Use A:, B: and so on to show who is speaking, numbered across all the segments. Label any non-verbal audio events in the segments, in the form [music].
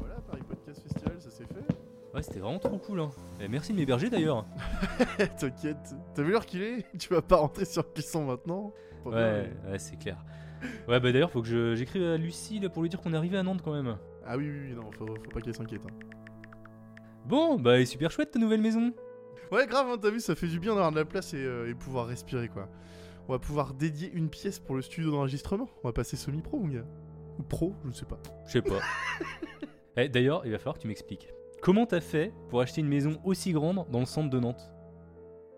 A: Voilà, Paris Podcast Festival, ça s'est fait.
B: Ouais, c'était vraiment trop cool. Hein. Et merci de
A: [laughs]
B: m'héberger d'ailleurs.
A: T'inquiète. T'as vu l'heure qu'il est [laughs] Tu vas pas rentrer sur qui sont maintenant Pas bien,
B: Ouais,
A: mais-
B: ouais, c'est clair. Ouais, bah d'ailleurs, faut que je- j'écrive à Lucie là, pour lui dire qu'on est arrivé à Nantes quand même.
A: Ah oui, oui, oui, non, faut, faut pas qu'elle s'inquiète. hein.
B: Bon, bah elle est super chouette ta nouvelle maison.
A: Ouais, grave, hein, t'as vu, ça fait du bien d'avoir de la place et, euh, et pouvoir respirer, quoi. On va pouvoir dédier une pièce pour le studio d'enregistrement. On va passer semi-pro, mon gars. Ou pro, je ne sais pas. [laughs]
B: Je sais pas. Eh, d'ailleurs, il va falloir que tu m'expliques. Comment t'as fait pour acheter une maison aussi grande dans le centre de Nantes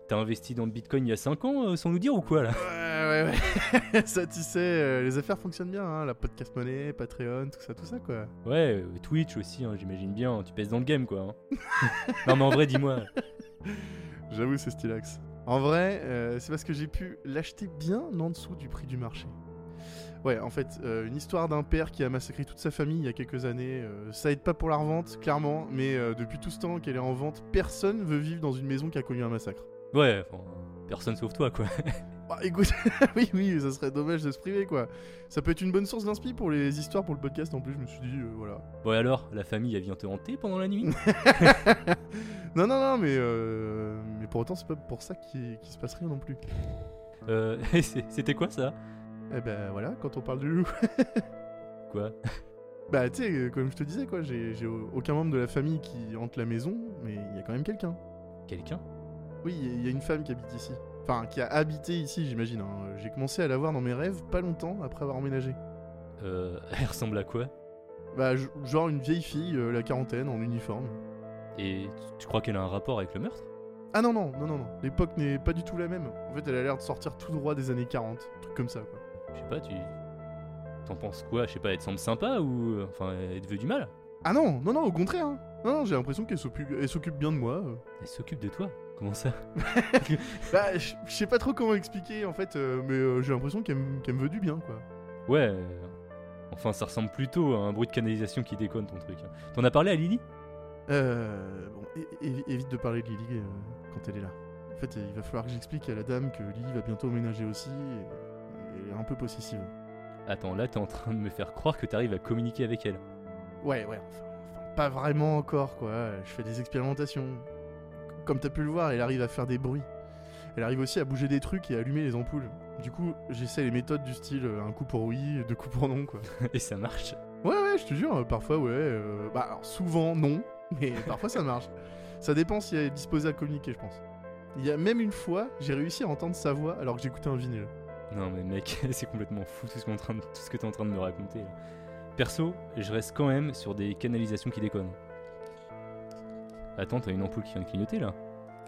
B: T'as investi dans le bitcoin il y a 5 ans euh, sans nous dire ou quoi là
A: Ah Ouais, ouais, ouais. [laughs] ça, tu sais, euh, les affaires fonctionnent bien, hein. La podcast monnaie, Patreon, tout ça, tout ça, quoi.
B: Ouais, euh, Twitch aussi, hein, j'imagine bien. Tu pèses dans le game quoi. hein. [laughs] non, mais en vrai, dis-moi.
A: [laughs] J'avoue, c'est stylax. En vrai, euh, c'est parce que j'ai pu l'acheter bien en dessous du prix du marché. Ouais, en fait, euh, une histoire d'un père qui a massacré toute sa famille il y a quelques années, euh, ça aide pas pour la revente, clairement, mais euh, depuis tout ce temps qu'elle est en vente, personne veut vivre dans une maison qui a connu un massacre.
B: Ouais, enfin, personne sauf toi quoi.
A: Bah écoute, [laughs] oui, oui, ça serait dommage de se priver, quoi. Ça peut être une bonne source d'inspi pour les histoires, pour le podcast, en plus, je me suis dit, euh, voilà.
B: Bon, et alors, la famille elle vient te hanter pendant
A: [laughs]
B: la nuit
A: non, non, non, mais, euh, mais pour autant, c'est pas pour ça qu'il qu'il se passe rien non plus.
B: Euh, [laughs] c'est- C'était quoi ça
A: Eh ben voilà, quand on parle du loup.
B: [laughs] Quoi
A: Bah, tu sais, euh, comme je te disais, quoi, j'ai j'ai au- aucun membre de la famille qui hante la maison, mais il y a quand même quelqu'un.
B: Quelqu'un
A: Oui, il y a- il y a une femme qui habite ici. Enfin, qui a habité ici, j'imagine. hein. J'ai commencé à la voir dans mes rêves pas longtemps après avoir emménagé.
B: Euh, [laughs] elle ressemble à quoi
A: Bah, je- genre une vieille fille, euh, la quarantaine, en uniforme.
B: Et tu- tu crois qu'elle a un rapport avec le meurtre
A: Ah non, non, non, non, non. L'époque n'est pas du tout la même. En fait, elle a l'air de sortir tout droit des années 40. Un truc comme ça, quoi.
B: Je sais pas, tu. T'en penses quoi Je sais pas, elle te semble sympa ou. euh, Enfin, elle te veut du mal
A: Ah non, non, non, au contraire. hein. Non, non, j'ai l'impression qu'elle s'occupe elle s'occupe bien de moi. euh.
B: Elle s'occupe de toi Comment ça
A: [laughs] Bah, je je sais pas trop comment expliquer, en fait, euh, mais euh, j'ai l'impression qu'elle me qu'elle me veut du bien, quoi.
B: Ouais. euh, Enfin, ça ressemble plutôt à un bruit de canalisation qui déconne ton truc. hein. T'en as parlé à Lily
A: Euh, bon, é- é- évite de parler de Lily euh, quand elle est là. En fait, il va falloir que j'explique à la dame que Lily va bientôt emménager aussi. Et, et elle est un peu possessive.
B: Attends, là t'es en train de me faire croire que t'arrives à communiquer avec elle.
A: Ouais, ouais, enfin, enfin, pas vraiment encore, quoi. Je fais des expérimentations. Comme t'as pu le voir, elle arrive à faire des bruits. Elle arrive aussi à bouger des trucs et à allumer les ampoules. Du coup, j'essaie les méthodes du style euh, un coup pour oui, deux coups pour non, quoi.
B: [laughs] Et ça marche
A: Ouais, ouais, je te jure, euh, parfois, ouais. euh, bah, alors, souvent, non, [laughs] mais parfois ça marche. Ça dépend si elle est disposée à communiquer, je pense. Il y a même une fois, j'ai réussi à entendre sa voix alors que j'écoutais un vinyle.
B: Non mais mec, [laughs] c'est complètement fou tout ce, qu'on est en train de- tout ce que t'es en train de me raconter là. Perso, je reste quand même sur des canalisations qui déconnent. Attends, t'as une ampoule qui vient de clignoter là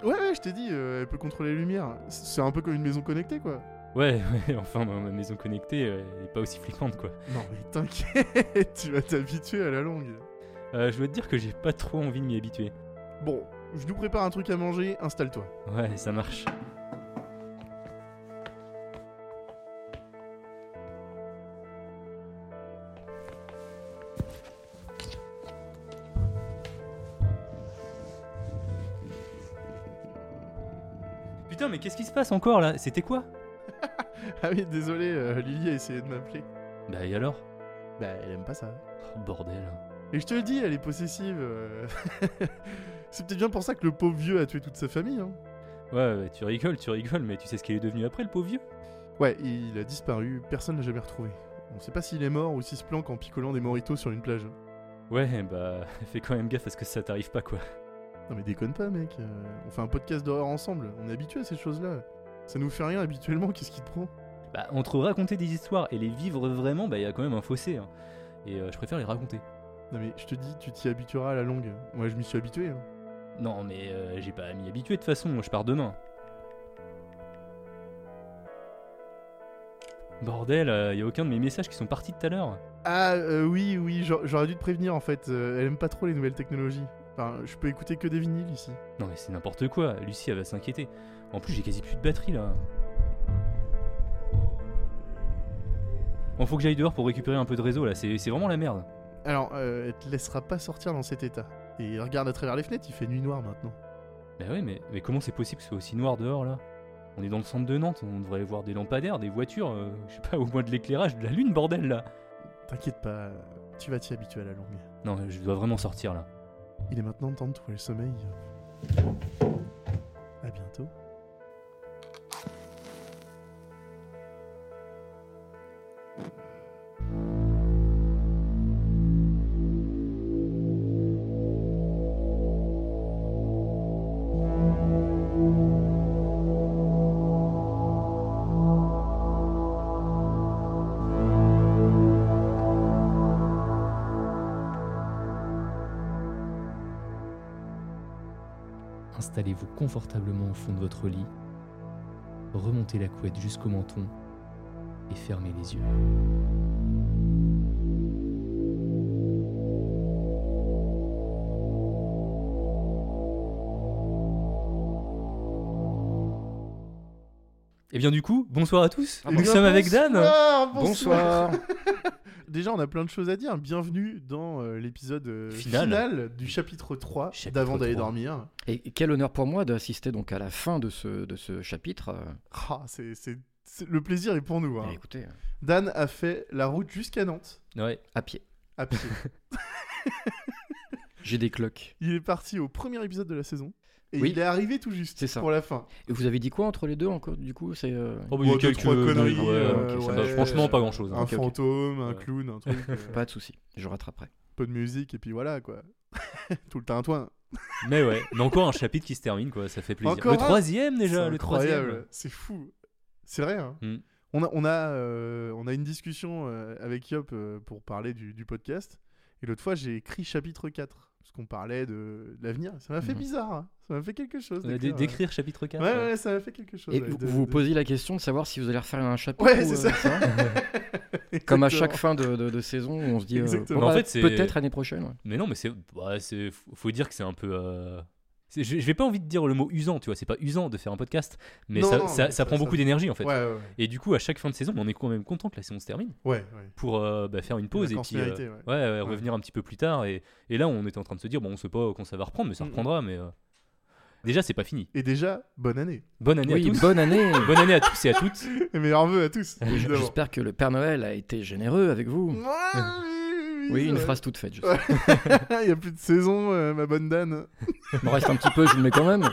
A: Ouais, ouais, je t'ai dit, euh, elle peut contrôler les lumières. C- C'est un peu comme une maison connectée, quoi.
B: Ouais, [laughs] ouais, enfin ma, ma maison connectée euh, elle est pas aussi flippante quoi.
A: Non, mais [laughs] t'inquiète, tu vas t'habituer à la longue.
B: Euh, je dois te dire que j'ai pas trop envie de m'y habituer.
A: Bon, je nous prépare un truc à manger, installe-toi.
B: Ouais, ça marche. Putain, mais qu'est-ce qui se passe encore là C'était quoi
A: [laughs] Ah oui, désolé, euh, Lily a essayé de m'appeler.
B: Bah et alors
A: Bah, elle aime pas ça.
B: Oh, Bordel.
A: Et je te le dis, elle est possessive. euh. [laughs] C'est peut-être bien pour ça que le pauvre vieux a tué toute sa famille. hein.
B: Ouais, ouais, tu rigoles, tu rigoles, mais tu sais ce qu'il est devenu après le pauvre vieux
A: Ouais, il a disparu, personne ne l'a jamais retrouvé. On sait pas s'il est mort ou s'il se planque en picolant des moritos sur une plage.
B: Ouais, bah [laughs] fais quand même gaffe à ce que ça t'arrive pas quoi.
A: Non mais déconne pas mec, euh, on fait un podcast d'horreur ensemble, on est habitué à ces choses-là. Ça nous fait rien habituellement, qu'est-ce qui te prend
B: Bah entre raconter des histoires et les vivre vraiment, bah y a quand même un fossé. hein. Et euh, je préfère les raconter.
A: Non mais je te dis, tu t'y habitueras à la longue. Moi je m'y suis habitué. hein.
B: Non mais euh, j'ai pas à m'y habituer de toute façon, moi, je pars demain. Bordel, euh, y a aucun de mes messages qui sont partis tout à l'heure.
A: Ah euh, oui, oui, j'a- j'aurais dû te prévenir en fait, euh, elle aime pas trop les nouvelles technologies. Enfin, je peux écouter que des vinyles ici.
B: Non mais c'est n'importe quoi, Lucie elle va s'inquiéter. En plus j'ai quasi plus de batterie là. Bon faut que j'aille dehors pour récupérer un peu de réseau là, c'est c'est vraiment la merde.
A: Alors, euh, elle te laissera pas sortir dans cet état. Et regarde à travers les fenêtres, il fait nuit noire maintenant.
B: Bah ouais mais, mais comment c'est possible que ce soit aussi noir dehors là On est dans le centre de Nantes, on devrait voir des lampadaires, des voitures, euh, je sais pas, [laughs] au moins de l'éclairage, de la lune bordel là.
A: T'inquiète pas, euh, tu vas t'y habituer à la longue.
B: Non je dois vraiment sortir là.
A: Il est maintenant temps de trouver le sommeil. À bientôt.
C: Installez-vous confortablement au fond de votre lit, remontez la couette jusqu'au menton et fermez les yeux.
B: Et Eh bien du coup, bonsoir à tous,
A: Et
B: Ah, bah, nous sommes avec Dan
A: Ah, Bonsoir,
D: Bonsoir.
A: [laughs] Déjà, on a plein de choses à dire. Bienvenue dans euh, l'épisode euh,
B: Final.
A: final. du chapitre 3
B: Chapitre
A: d'avant d'aller
B: 3.
A: dormir.
D: Et quel honneur pour moi d'assister donc à la fin de ce, de ce chapitre. euh,
A: Ah, c'est, c'est- c'est- le plaisir est pour nous. hein.
D: et écoutez, euh,
A: Dan a fait la route jusqu'à Nantes
B: Ouais,
D: à pied.
A: à pied.
D: J'ai des cloques.
A: il est parti au premier épisode de la saison et
D: Oui.
A: il est arrivé tout juste
D: C'est ça.
A: pour la fin.
D: Et vous avez dit quoi entre les deux encore Du coup, c'est. euh,
B: Oh, bah,
A: Ouais,
B: il y a
A: deux,
B: quelques
A: trois conneries,
B: ouais,
D: euh,
B: ok, ça
D: ouais,
B: va. franchement,
D: euh,
B: pas hein. grand chose.
A: un
D: ok, ok.
A: fantôme, un
B: Ouais.
A: clown, un truc. euh,
D: Pas de souci, je rattraperai.
A: peu de musique et puis voilà quoi. [laughs] tout le tintouin.
B: Mais ouais, mais encore un chapitre qui se termine, quoi, ça fait plaisir.
A: Encore
B: le
A: un
B: troisième déjà,
A: C'est
B: le
A: incroyable,
B: troisième.
A: Euh, C'est fou. C'est vrai. hein.
B: Mm.
A: On a, on, a, euh, on a une discussion euh, avec Yop euh, pour parler du, du podcast. Et l'autre fois, j'ai écrit chapitre 4. Parce qu'on parlait de, de l'avenir. Ça m'a fait
B: Hmm.
D: Mhm.
A: bizarre. hein. Ça m'a fait quelque chose.
B: Euh, d-
A: d'écrire,
B: D'écrire chapitre euh. 4.
A: Ouais, ouais, ouais, ça m'a fait quelque chose.
D: Et
A: ouais,
D: vous
A: de-
D: vous
A: de-
D: posiez la question de savoir si vous allez refaire un chapitre.
A: Ouais,
D: ou,
A: c'est
D: euh,
A: ça.
D: Comme à
A: Exactement.
D: chaque fin de, de- de saison, on se dit. euh,
A: Exactement.
D: bon,
B: Mais en
D: bah,
B: fait, c'est-
D: peut-être l'année prochaine. ouais.
B: Mais non, mais c'est. bah, c'est- faut- faut dire que c'est un peu. euh, c'est- Je je vais pas envie de dire le mot usant, tu vois, c'est pas usant de faire un podcast, mais
A: Non,
B: ça,
A: non,
B: ça-
A: mais
B: ça
A: ça-
B: prend
A: ça-
B: beaucoup d'énergie en fait.
A: Ouais, ouais, ouais.
B: Et du coup, à chaque fin de saison, on est quand même content que la saison se termine
A: Ouais, ouais.
B: pour euh, bah, faire une pause et
A: Vacances
B: puis euh,
A: méritées, ouais.
B: ouais, ouais, revenir un petit peu plus tard. Et, et là, on était en train de se dire, bon, on sait pas quand ça va reprendre, mais ça
A: Mm.
B: reprendra. Mais euh, déjà, c'est pas fini.
A: Et déjà, bonne année.
B: Bonne année
D: Oui,
B: à tous.
D: bonne année [laughs]
B: [laughs] Bonne année à tous et à toutes.
A: [laughs] Et meilleurs vœux à tous.
D: Et Euh, j-
A: évidemment.
D: J'espère que le Père Noël a été généreux avec vous.
A: Ouais,
D: Oui, une
A: ouais.
D: phrase toute faite. je sais.
A: Ouais. [laughs] Il y a plus de saison, euh, ma bonne Dan.
D: Il me reste un petit peu, je vous le mets quand même.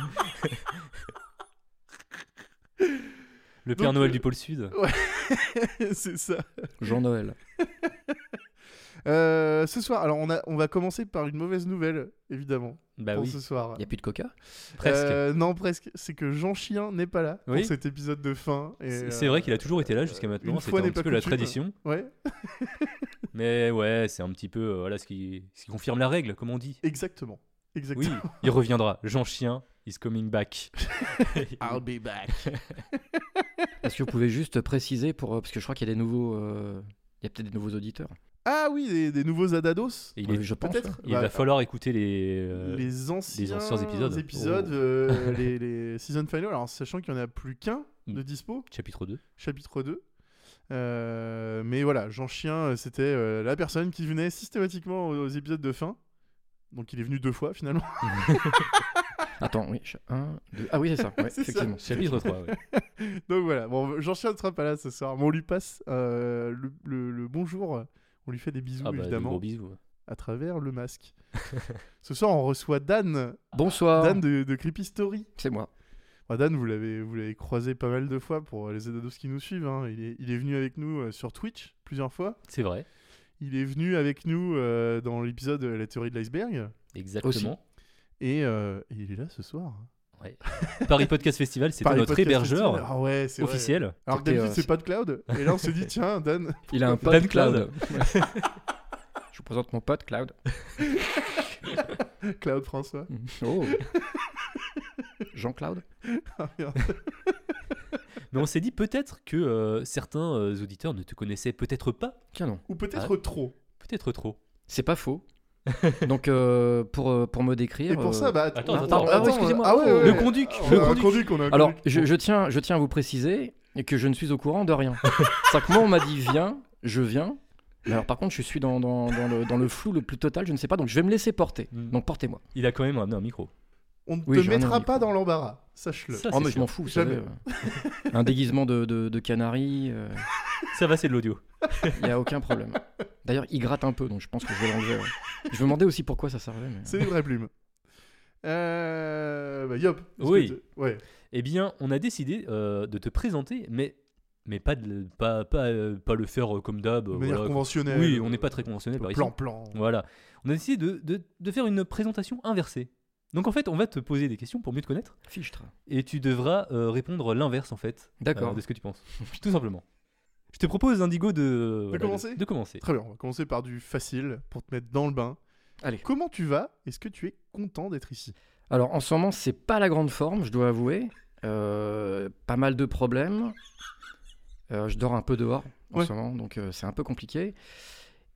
B: Le Père
A: Donc,
B: Noël
A: euh,
B: du pôle Sud.
A: [laughs] C'est ça.
D: Jean-Noël.
A: [laughs] Euh, ce soir, alors on, a, on va commencer par une mauvaise nouvelle, évidemment,
B: Bah
A: pour
B: oui,
A: ce soir.
D: Il n'y a plus de coca
B: presque.
A: Euh, non, presque. C'est que Jean Chien n'est pas là
B: Oui.
A: pour cet épisode de fin. et,
B: C'est c'est
A: euh,
B: vrai qu'il a toujours été là jusqu'à
A: euh,
B: maintenant,
A: une
B: c'était
A: fois
B: un
A: n'est
B: petit
A: pas
B: peu la
A: coutume.
B: tradition.
A: Ouais,
B: Mais ouais, c'est un petit peu euh, voilà, ce, qui, ce qui confirme la règle, comme on dit.
A: exactement.
B: Oui,
A: Exactement.
B: il reviendra. Jean Chien is coming back.
A: [laughs] I'll be back.
D: Est-ce que vous pouvez juste préciser pour euh, parce que je crois qu'il y a des nouveaux euh, il y a peut-être des nouveaux auditeurs.
A: Ah oui, des, des nouveaux Adados.
B: Et il est-
D: Euh, je pense.
A: Peut-être.
B: il
A: Bah,
B: va falloir écouter les. euh,
A: les anciens,
B: anciens épisodes. Oh. [laughs]
A: euh, les, les season final. Alors, sachant qu'il n'y en a plus qu'un de dispo,
B: Hmm. Chapitre 2.
A: chapitre 2. Euh, mais voilà, Jean Chien, euh, c'était euh, la personne qui
B: [laughs]
A: venait systématiquement aux, aux épisodes de fin. Donc il est venu deux fois finalement.
D: Attends, oui. 1, 2. Ah oui, c'est ça.
A: [laughs]
D: ouais,
A: C'est ça.
D: effectivement.
B: Chapitre 3, ouais.
A: [laughs] Donc voilà, bon, Jean-Charles sera pas là ce soir, mais on lui passe euh, le, le- le bonjour. On lui fait des bisous,
B: Ah bah, des
A: évidemment,
B: gros bisous.
A: à travers le
B: [laughs]
A: masque. ce soir, on reçoit Dan,
D: Bonsoir.
A: Dan de, de Creepy Story.
D: C'est moi.
A: Enfin, Dan, vous l'avez, vous l'avez croisé pas mal de fois pour euh, les ados qui nous suivent. hein. Il, est, il est venu avec nous euh, sur Twitch plusieurs fois.
B: C'est vrai,
A: Il est venu avec nous euh, dans l'épisode euh, La théorie de l'iceberg.
B: exactement.
A: Et euh, il est là ce soir.
B: Paris Podcast Festival, c'était
A: Paris
B: notre
A: Podcast
B: hébergeur
A: Festival. Ah ouais, c'est vrai.
B: officiel.
A: Alors que
D: C'était,
A: d'habitude,
D: euh,
A: c'est pas de cloud. Et là, on s'est
D: [laughs]
A: dit, tiens, Dan,
D: Il
A: [laughs]
D: a un
B: Dan
D: pote Cloud. [laughs] Je vous présente mon pote Cloud.
A: [laughs] Cloud François.
D: Oh. Jean Cloud.
A: [laughs] Ah, merde.
B: Mais on s'est dit peut-être que euh, certains euh, auditeurs ne te connaissaient peut-être pas, Ah.
D: Tiens non.
A: Ou peut-être trop.
B: peut-être trop.
D: C'est pas
B: [laughs]
D: faux. [laughs] Donc euh, pour, euh, pour me décrire.
A: Et pour
D: euh,
A: ça, bah.
B: Attends,
D: ah,
B: attends,
D: pardon,
B: attends.
D: ah oui, excusez-moi.
A: Ah ouais,
D: Oh.
A: ouais,
B: Le
A: ouais.
B: conduc,
A: On
B: le
A: a un
B: conduc.
A: conduc, on a un
D: Alors
A: conduc.
D: je, je tiens, je tiens à vous préciser que je ne suis au courant de
B: [laughs]
D: rien. C'est-à-dire que moi on m'a dit viens, je viens. Mais alors par contre je suis dans, dans, dans le, dans le flou le plus total, je ne sais pas, donc je vais me laisser porter.
B: Mm.
D: Donc portez-moi.
B: Il a quand même ramené un micro.
A: On ne
D: Oui,
A: te
D: j'ai un
A: mettra
D: ami,
A: pas
D: quoi.
A: dans l'embarras, sache-le.
B: Ça,
D: oh
B: c'est
D: mais je
B: sûr.
D: m'en fous, vous savez,
A: Jamais.
D: euh,
A: [laughs]
D: Un déguisement de, de, de canari, euh,
B: Ça va, c'est de l'audio.
D: il n'y a aucun problème. D'ailleurs il gratte un peu, donc je pense que je vais l'enlever. ouais. Je me demandais aussi pourquoi ça servait. mais-
A: C'est les vraies plumes. Euh. Bah, Yop. est-ce
B: Oui.
A: que tu- Ouais.
B: Eh bien, on a décidé euh, de te présenter, mais mais pas de, le- pas pas, euh, pas le faire euh, comme d'hab.
A: De
B: euh,
A: manière
B: voilà,
A: conventionnelle.
B: oui, on n'est pas très conventionnel par ici.
A: Plan-plan.
B: Voilà. On a décidé de, de- de faire une présentation inversée. Donc en fait, on va te poser des questions pour mieux te connaître,
D: Fichtre.
B: et tu devras euh, répondre l'inverse en fait
D: D'accord.
B: euh, de ce que tu penses. [laughs] Tout simplement. Je te propose, Indigo, de, Euh, voilà,
A: commencer
B: de commencer.
A: Très bien, on va commencer par du facile pour te mettre dans le bain.
D: Allez.
A: Comment tu vas Est-ce que tu es content d'être ici
D: Alors en ce moment, c'est pas la grande forme, je dois avouer. Euh, pas mal de problèmes. Euh, je dors un peu dehors en
A: Ouais.
D: ce moment, donc euh, c'est un peu compliqué.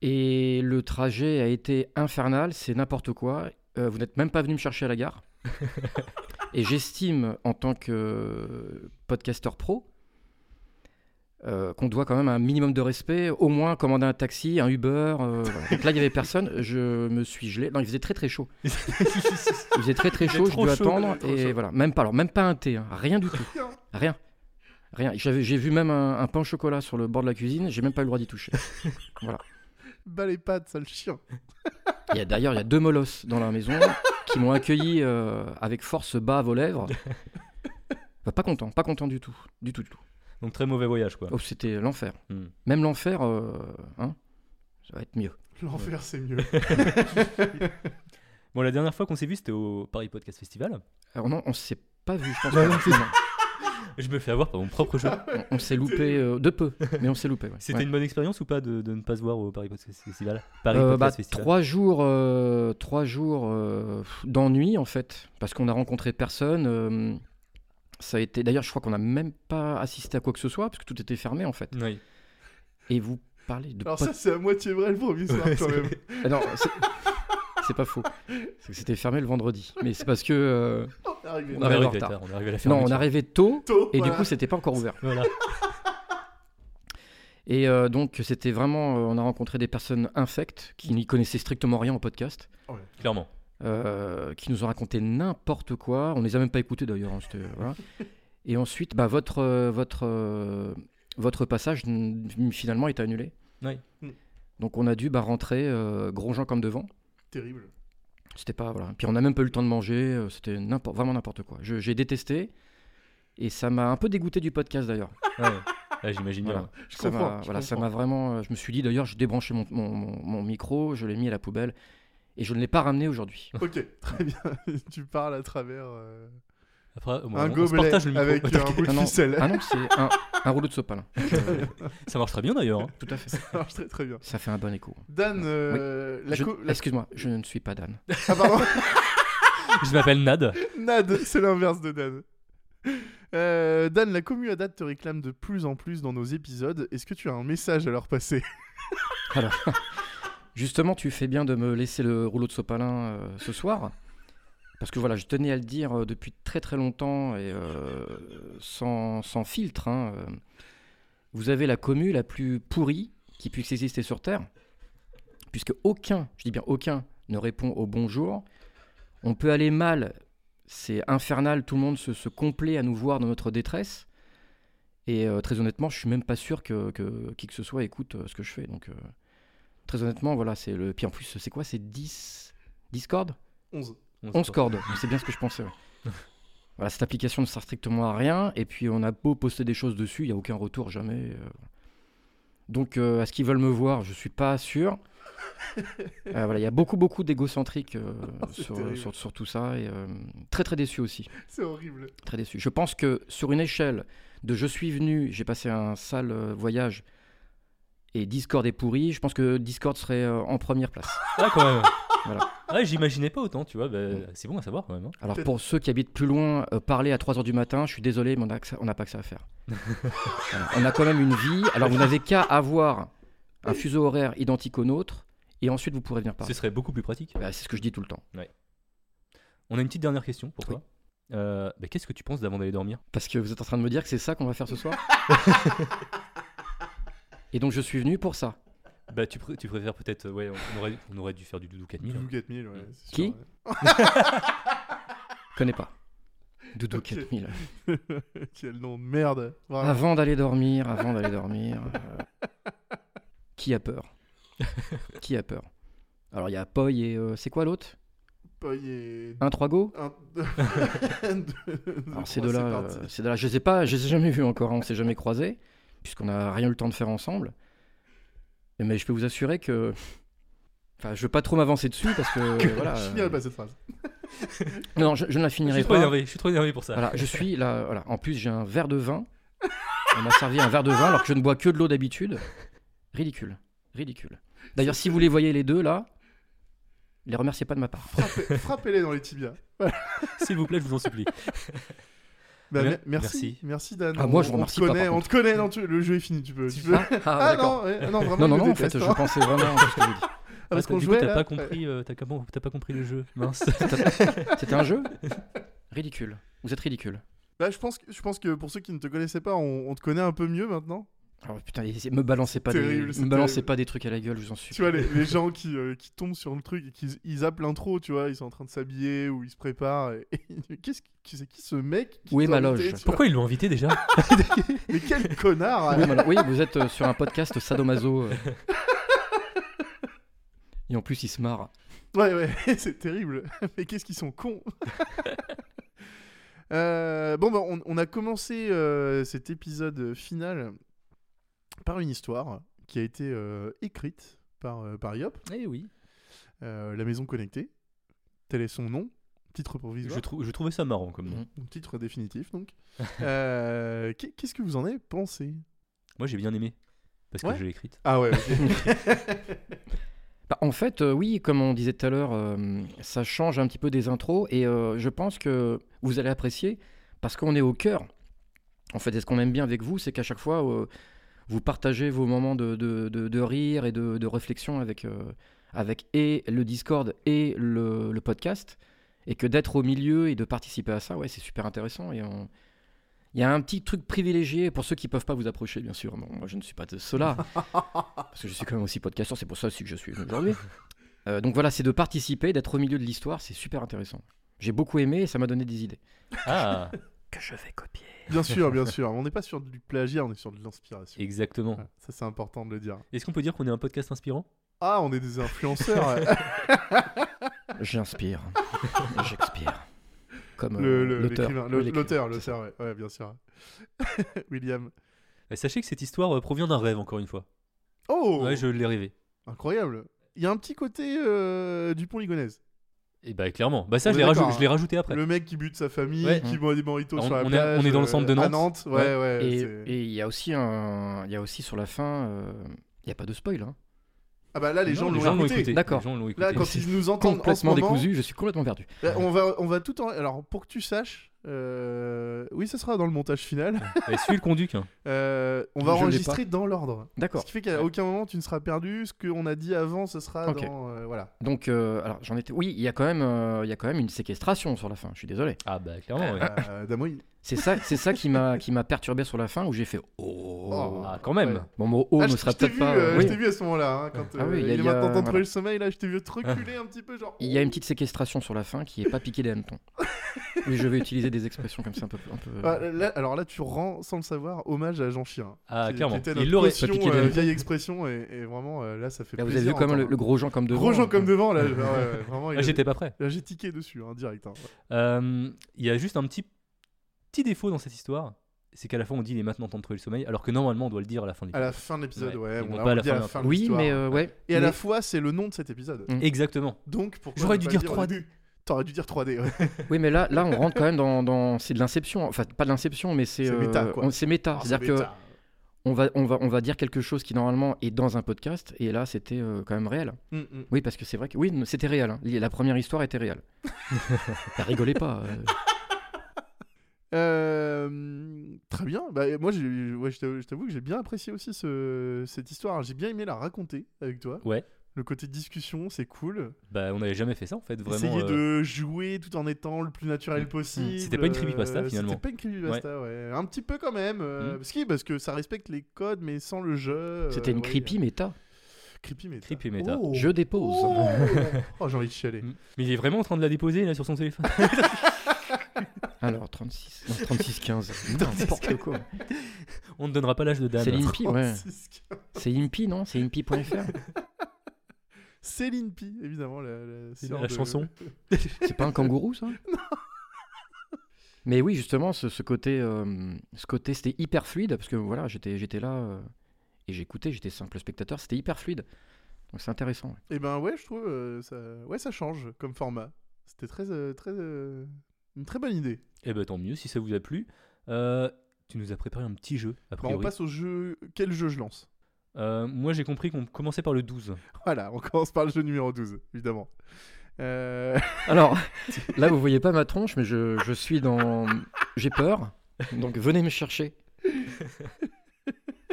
D: Et le trajet a été infernal, c'est n'importe quoi. Euh, vous n'êtes même pas venu me chercher à la gare. Et j'estime, en tant que euh, podcasteur pro, euh, qu'on doit quand même un minimum de respect, au moins commander un taxi, un Uber. euh, voilà. Donc là, il n'y avait personne, je me suis gelé. Non, il faisait très très chaud. Il faisait très très
B: Il faisait
D: chaud, je
B: trop
D: dois
B: chaud,
D: attendre.
A: il faisait trop
D: Et
A: chaud.
D: voilà, même pas, alors, même pas un thé, hein, rien du tout. Rien. Rien. J'avais- J'ai vu même un, un pain au chocolat sur le bord de la cuisine, j'ai même pas eu le droit d'y toucher.
A: Bah les pattes, sale
B: [laughs]
A: chien.
D: Il y a- D'ailleurs, il y a deux molosses dans la maison qui m'ont accueilli euh, avec force bave aux lèvres. Bah, pas content, pas content du tout. Du tout, du tout.
B: Donc très mauvais voyage, quoi.
D: Oh, C'était l'enfer.
B: Hmm.
D: Même l'enfer, euh, hein, ça va être mieux.
A: L'enfer, c'est mieux. [laughs]
B: Bon, la dernière fois qu'on s'est vu, c'était au Paris Podcast Festival.
D: [laughs] Alors non, on s'est pas vu, je pense.
B: Bah
D: Non,
B: non,
D: non, non.
B: [laughs] Je me fais avoir par mon
A: [laughs]
B: propre jeu.
D: On, on s'est loupé euh, de peu, mais on s'est loupé. ouais.
B: C'était
D: Ouais.
B: une bonne expérience ou pas de, de ne pas se voir au Paris Podcast Festival Paris
D: Euh,
B: Podcast
D: bah,
B: Festival.
D: trois jours, euh, trois jours euh, pff, d'ennui en fait, parce qu'on a rencontré personne. euh, ça a été. D'ailleurs, je crois qu'on n'a même pas assisté à quoi que ce soit, parce que tout était fermé en fait.
B: Oui.
D: Et vous parlez de.
A: Alors
D: pod-
A: ça, c'est à moitié vrai le premier soir
B: Ouais,
A: quand
B: c'est-
A: même.
D: Ah non, [laughs] c'est- c'est pas faux. C'est que c'était fermé le vendredi, mais c'est parce que euh,
A: On est arrivé
D: On
B: On
D: arrive
B: arrive
D: en
B: à la
D: retard.
B: tard, on arrive à la
D: non,
B: fermeture.
D: on arrivait tôt
A: tôt,
D: et
A: voilà.
D: du coup, c'était pas encore ouvert.
B: [laughs] Voilà.
D: Et euh, donc, c'était vraiment. euh, on a rencontré des personnes infectes qui n'y connaissaient strictement rien au podcast.
B: Clairement.
D: euh, qui nous ont raconté n'importe quoi. On les a même pas écoutés d'ailleurs. hein, c'était- voilà. Et ensuite, bah, votre, euh, votre, euh, votre passage n- finalement est annulé.
B: Oui.
A: Mm.
D: Donc on a dû bah, rentrer euh, gros gens comme devant.
A: [laughs] Terrible.
D: C'était pas voilà. Puis on n'a même pas eu le temps de manger. euh, C'était n'importe, vraiment n'importe quoi. Je- J'ai détesté. Et ça m'a un peu dégoûté du podcast d'ailleurs.
B: Ah Ouais. Là, j'imagine bien. hein.
D: Voilà.
A: Je
D: Ça
A: comprends.
D: m'a
A: je
D: voilà, ça
A: comprends.
D: m'a vraiment. euh, Je me suis dit d'ailleurs, je débranchais mon, mon- mon- mon micro, je l'ai mis à la poubelle et je ne l'ai pas ramené
B: [laughs]
D: aujourd'hui.
B: Oh,
A: Ok, très bien. [laughs] tu parles à travers euh,
B: Après, bon,
A: un
B: on, on se
A: gobelet
B: partage le micro. [laughs]
A: avec un bout de
D: Ah non.
A: ficelle.
D: Ah non, c'est un, un rouleau de sopalin.
B: Ça marche très bien d'ailleurs. hein.
D: Tout à fait.
A: Ça marche très très bien.
D: Ça fait un bon écho.
A: Dan, euh, la
D: Je-
A: co- la-
D: Excuse-moi, je ne suis pas Dan.
A: Ah, pardon.
B: [laughs]
A: [laughs]
B: Je m'appelle [laughs] Nad.
A: Nad, c'est l'inverse de Dan. Euh, Dan, la commu à date te réclame de plus en plus dans nos épisodes. Est-ce que tu as un message à leur
D: [laughs]
A: passer
D: Justement, tu fais bien de me laisser le rouleau de sopalin euh, ce soir. Parce que voilà, je tenais à le dire euh, depuis très très longtemps et euh, sans, sans filtre. hein, euh, vous avez la commu la plus pourrie qui puisse exister sur Terre. Puisque aucun, je dis bien aucun, ne répond au bonjour. On peut aller mal c'est infernal, tout le monde se, se complaît à nous voir dans notre détresse. Et euh, très honnêtement, je suis même pas sûr que, que qui que ce soit écoute euh, ce que je fais. Donc, euh, très honnêtement, voilà, c'est le. Puis en plus, c'est quoi C'est 10 Discord
A: 11.
D: 11 cordes, c'est bien ce que je pensais. ouais. voilà, cette application ne sert strictement à rien, et puis on a beau poster des choses dessus, il n'y a aucun retour, jamais. euh. Donc, euh, à ce qu'ils veulent me voir, je suis pas sûr. Euh, voilà, il y a beaucoup, beaucoup
A: [laughs]
D: d'égocentriques euh,
A: Oh, c'est
D: sur,
A: terrible.
D: sur- sur tout ça, et euh, très, très déçu aussi.
A: [laughs] C'est horrible. [laughs]
D: Très déçu. Je pense que sur une échelle de je suis venu, j'ai passé un sale euh, voyage, et Discord est pourri, je pense que Discord serait euh, en première
B: [laughs]
D: place.
B: Ah, quand même.
D: Voilà.
B: Ouais, Ah, j'imaginais pas autant, tu vois. bah, c'est bon à savoir quand même. hein.
D: Alors
A: Peut-être-
B: [laughs]
D: pour ceux qui habitent plus loin, euh, parler à 3h du matin, je suis désolé, mais on n'a que ça- on n'a pas que ça à faire. Voilà. On a quand même une vie. Alors vous n'avez qu'à avoir un fuseau horaire identique au nôtre, et ensuite vous pourrez venir
B: Ce
D: parler.
B: serait beaucoup plus pratique.
D: Bah, C'est ce que je dis tout le temps.
B: On a une petite dernière question pour toi. Euh, bah, Qu'est-ce que tu penses d'avant d'aller
D: [laughs]
B: dormir
D: Parce que vous êtes en train de me dire que c'est ça qu'on va faire ce
B: [laughs]
D: soir Et donc je suis venu pour ça.
B: Bah, tu, pr- tu préfères peut-être. euh, Ouais, on on aurait, on aurait dû faire du doudou 4000. hein.
A: Doudou 4000, ouais. c'est
D: Mmh. Qui
A: sûr, ouais.
D: Je [laughs] connais pas. Doudou
A: Ok.
D: 4000.
A: Quel nom de merde. Vraiment.
D: Avant d'aller dormir, avant d'aller dormir. euh, Qui a
B: [laughs]
D: peur Qui a peur Alors il y a Poi et... euh, c'est quoi l'autre
A: Poi et-
D: 1-3 go
A: Oh, Un, deux, [laughs] un, deux,
D: Alors
A: [laughs] trois,
D: ces deux-là,
A: parti.
D: euh, ces deux-là, je sais pas, je les ai jamais vus encore, hein, on s'est jamais croisés, puisqu'on n'a rien eu le temps de faire ensemble. Mais je peux vous assurer que, enfin, je veux pas trop m'avancer dessus parce
A: [laughs]
D: que voilà.
A: Je
D: euh,
A: finirai pas cette phrase. [laughs]
D: Non, je, je ne la
B: Je
D: finirai
B: suis trop
D: pas.
B: énervé, je suis trop énervé pour ça.
D: Voilà, je suis là. Voilà. En plus, j'ai un verre
A: [laughs]
D: de vin. On m'a servi un verre de vin alors que je ne bois que de l'eau d'habitude. Ridicule, ridicule. D'ailleurs, si vous les voyez les deux là, les remerciez pas de ma part.
A: Frappez- Frappez-les dans les tibias. [laughs]
B: S'il vous plaît, je vous en supplie.
A: Bah,
B: Mer-
A: me- merci.
B: merci.
A: merci. Dan.
D: Ah,
A: On-
D: moi, je vous
A: on te
D: remercie pas,
A: connaît,
D: par
A: On te connaît, non, tu- le jeu est fini, tu peux. tu peux-
D: Ah,
A: Ah,
D: d'accord.
A: non, ouais, non, vraiment,
D: Non, non,
A: il me
D: non, en fait,
A: déteste,
D: je
A: hein.
D: pensais vraiment à
A: [laughs]
D: ce que vous dites.
A: Ah,
B: Ah,
A: parce
B: t'as-
A: qu'on
B: du coup,
A: jouait.
B: t'as
A: là.
B: pas compris, euh, t'as comment- t'as pas compris
D: [laughs]
B: le jeu. [laughs] Mince.
D: C'était un jeu Ridicule. Vous êtes ridicule.
A: Bah, je pense, que, je pense que pour ceux qui ne te connaissaient pas, on, on te connaît un peu mieux maintenant.
D: Alors Oh, putain, essayez- me balancez pas,
A: Terrible,
D: des,
A: c'est
D: me balancez
A: terrible.
D: pas des trucs à la gueule, je vous en supplie.
A: Tu vois, les, les gens qui, euh, qui tombent sur le truc et qui ils zappent l'intro, tu vois, ils sont en train de s'habiller ou ils se préparent. Et, [laughs] et qu'est-ce que- qui c'est qui ce mec qui
D: Où est
A: t'a
D: ma
A: invité,
D: loge
A: tu vois
B: Pourquoi ils l'ont invité déjà
A: [laughs]
D: [laughs]
A: Mais quel connard
D: Oui, voilà. Oui, vous êtes euh, sur un podcast
A: [laughs]
D: sadomaso. euh. Et en plus, il se marre.
A: Ouais, [laughs] ouais, c'est terrible. Mais qu'est-ce qu'ils sont cons [laughs] Euh, Bon, bah, on, on a commencé euh, cet épisode final par une histoire qui a été euh, écrite par, euh, par Yop,
B: Eh oui.
A: euh, La Maison Connectée. Tel est son nom, titre provisoire,
B: Je, trou- je trouvais ça marrant comme nom.
D: Mhm.
A: ou titre définitif donc. [laughs] Euh, qu'est- qu'est-ce que vous en avez pensé
B: Moi, j'ai bien aimé. Parce que
A: Ouais.
B: je l'ai écrite.
A: Ah ouais, ok.
D: Bah, en fait, euh, oui, comme on disait tout à l'heure, euh, ça change un petit peu des intros et euh, je pense que vous allez apprécier parce qu'on est au cœur. En fait, et ce qu'on aime bien avec vous, c'est qu'à chaque fois, euh, vous partagez vos moments de, de- de- de rire et de, de réflexion avec, euh, avec et le Discord et le, le podcast. Et que d'être au milieu et de participer à ça, ouais, c'est super intéressant. Et on- Il y a un petit truc privilégié pour ceux qui ne peuvent pas vous approcher, bien sûr. Bon, moi, je ne suis pas de ceux-là. parce que je suis quand même aussi podcasteur, c'est pour ça aussi que je suis venu aujourd'hui. Euh, donc voilà, c'est de participer, d'être au milieu de l'histoire, c'est super intéressant. J'ai beaucoup aimé et ça m'a donné des idées.
B: Ah,
D: [laughs] Que je vais copier.
A: bien sûr, bien sûr. On n'est pas sur du plagiat, on est sur de l'inspiration.
B: exactement.
A: Ouais, Ça, c'est important de le dire.
B: Est-ce qu'on peut dire qu'on est un podcast inspirant
A: Ah, on est des
D: [laughs]
A: influenceurs.
D: J'inspire. J'expire. [laughs] Comme
A: Le-
D: euh,
A: le-
D: l'auteur.
A: l'écrivain,
D: Oui,
A: le-
D: l'écrivain,
A: l'auteur,
D: c'est ça.
A: l'auteur, ouais, ouais, bien sûr. [laughs] William.
B: Eh, Sachez que cette histoire euh, provient d'un rêve, encore une fois.
A: Oh
B: Ouais, je l'ai rêvé.
A: Incroyable. Il y a un petit côté euh, du pont ligonaise.
B: Et bah, clairement. Bah, ça,
A: On
B: je
A: est
B: l'ai rajou-
A: d'accord, hein.
B: je l'ai rajouté après.
A: Le mec qui bute sa famille,
B: Ouais. Mm.
A: qui boit des moritos
B: On-
A: sur la
B: on est-
A: plage.
B: on est dans le centre de
A: euh, à Nantes,
B: Nantes.
A: ouais, ouais.
D: Et
A: c'est-
D: et il y a aussi un, il y a aussi sur la fin, euh, il n'y a pas de spoil. hein.
A: Ah bah là, les
B: Non,
A: gens l'ont écouté.
D: D'accord.
B: Les gens l'ont écouté.
A: Là, quand ils nous entendent en ce
D: Complètement
A: moment,
D: décousu, je suis complètement perdu.
A: là, on va, on va tout en... Alors, pour que tu saches, Euh, Oui, ce sera dans le montage final.
B: Allez, suis le conduc. hein.
A: Euh, on va
D: Je l'ai
A: enregistrer dans l'ordre. Ce
D: D'accord.
A: qui fait qu'à aucun moment tu ne seras perdu. Ce qu'on a dit avant, ce sera
D: Ok.
A: dans. euh, voilà.
D: Donc, euh, alors j'en étais. Oui, il y a quand même, euh, il y a quand même une séquestration sur la fin. Je suis désolé.
B: Ah bah clairement, ouais.
A: Euh, Damoï.
D: C'est ça, c'est ça qui m'a, qui m'a perturbé sur la fin où j'ai fait.
A: Oh.
D: Oh.
B: Ah quand même.
A: Ouais.
D: Bon, mon oh
A: Ah, je
D: ne
A: je
D: sera
A: t'ai
D: peut-être
A: vu,
D: pas.
A: euh,
D: oui.
A: je t'ai vu à ce moment-là. hein, quand
D: Ah oui,
A: euh,
D: il y
A: il
D: a-
A: est
D: il y a-
A: maintenant en train de trouver
D: voilà.
A: le sommeil. Là, je t'ai vu te reculer un petit peu. Genre. oh.
D: Il y a une petite séquestration sur la fin qui est pas piquée
A: [laughs]
D: des hannetons. oui, je vais utiliser des expressions comme ça un peu. Un peu...
A: Ah, là- alors là, tu rends, sans le savoir, hommage à Jean Chien.
B: Ah
A: qui-
B: clairement.
A: qui était
B: Il
A: notre
B: l'aurait.
A: caution,
D: piqué des
A: euh,
D: hannetons.
A: vieille expression. Et, et vraiment, euh, là, ça fait
D: Là, vous
A: plaisir.
D: avez vu quand même le,
A: d'entendre.
D: le gros Jean comme devant.
A: Gros Jean comme
D: euh,
A: devant, là. genre, ouais, ouais, vraiment, il
B: Ah,
A: a-
B: J'étais pas prêt.
A: là, j'ai tiqué dessus, hein, direct. hein.
B: Euh, Il y a juste un petit petit défaut dans cette histoire, c'est qu'à la fin on dit il est maintenant temps de trouver le sommeil, alors que normalement on doit le dire à la fin de
A: À
B: l'épisode.
A: la fin de l'épisode,
B: Ouais,
A: ouais.
B: ils
A: on
B: vont
A: l'a-
B: pas à
A: on
B: la
A: dit
B: fin
A: à
B: de
A: la fin de
D: Oui,
A: l'histoire.
D: mais euh, ouais.
A: Et à la
D: mais-
A: fois, c'est le nom de cet épisode.
D: Mm.
B: Exactement.
A: Donc, pourquoi
B: J'aurais
A: ne
B: dû
A: pas
B: dire
A: au
B: 3D.
A: début [laughs] T'aurais dû dire 3D.
D: [laughs]
A: ouais.
D: Oui, mais là, là, on rentre quand même dans, dans- c'est de l'inception. Enfin, pas de l'inception, mais c'est
A: C'est
D: euh,
A: méta, quoi.
D: on- C'est méta.
A: Ah, c'est
D: C'est-à-dire que
A: bêta.
D: on va, on va, on va dire quelque chose qui normalement est dans un podcast, et là, c'était euh, quand même réel.
A: Mm, mm.
D: Oui, parce que c'est vrai que oui, c'était réel. hein. La première histoire
A: [laughs]
D: était réelle. Rigolez pas. euh.
A: Euh, très bien. Bah, moi, j'ai- ouais, je t'avoue- je t'avoue que j'ai bien apprécié aussi ce- cette histoire. J'ai bien aimé la raconter avec toi.
B: Ouais.
A: Le côté discussion, c'est cool.
B: Bah on n'avait jamais fait ça en fait, vraiment.
A: Essayer
B: euh, Mm.
A: de jouer tout en étant le plus naturel possible.
B: C'était pas une creepypasta,
A: Euh,
B: finalement.
A: C'était pas une creepypasta, ouais. Un petit peu quand même. euh,
B: Mm.
A: parce, que, parce que ça respecte les codes, mais sans le jeu. euh,
D: C'était une
A: ouais.
D: creepy méta.
A: Creepy méta.
B: Creepy méta.
A: Oh.
D: Je dépose.
A: Oh,
D: [laughs]
A: Oh, j'ai envie de chialer.
B: Mm. Mais il est vraiment en train de la déposer là sur son téléphone.
D: [laughs] Alors 36, non, 36
B: [laughs]
D: 15. N'importe quoi.
B: on ne donnera pas l'âge de Dan.
D: C'est l'IMPI, ouais.
A: Francisque.
D: C'est IMPI, non C'est IMPI.fr.
A: Céline P, évidemment, la, la, sœur
B: la
A: de-
B: chanson.
D: [laughs]
A: [laughs]
D: C'est pas un kangourou, ça Mais oui, justement, ce, ce côté, euh, ce côté, c'était hyper fluide parce que voilà, j'étais, j'étais là euh, et j'écoutais, j'étais simple spectateur, c'était hyper fluide. Donc c'est intéressant. ouais.
A: Et ben ouais, je trouve euh, ça, ouais, ça change comme format. C'était très, euh, très, euh, une très bonne idée.
B: Eh ben tant mieux si ça vous a plu. Euh, tu nous as préparé un petit jeu, a
A: Bon, Bah, on
B: priori.
A: passe au jeu. Quel jeu je [laughs] lance
B: Euh, moi j'ai compris qu'on commençait par le 12.
A: Voilà, on commence par le jeu numéro 12, évidemment. Euh, [laughs]
D: Alors là, vous voyez pas ma tronche, mais je, je suis dans, j'ai peur. Donc venez me chercher.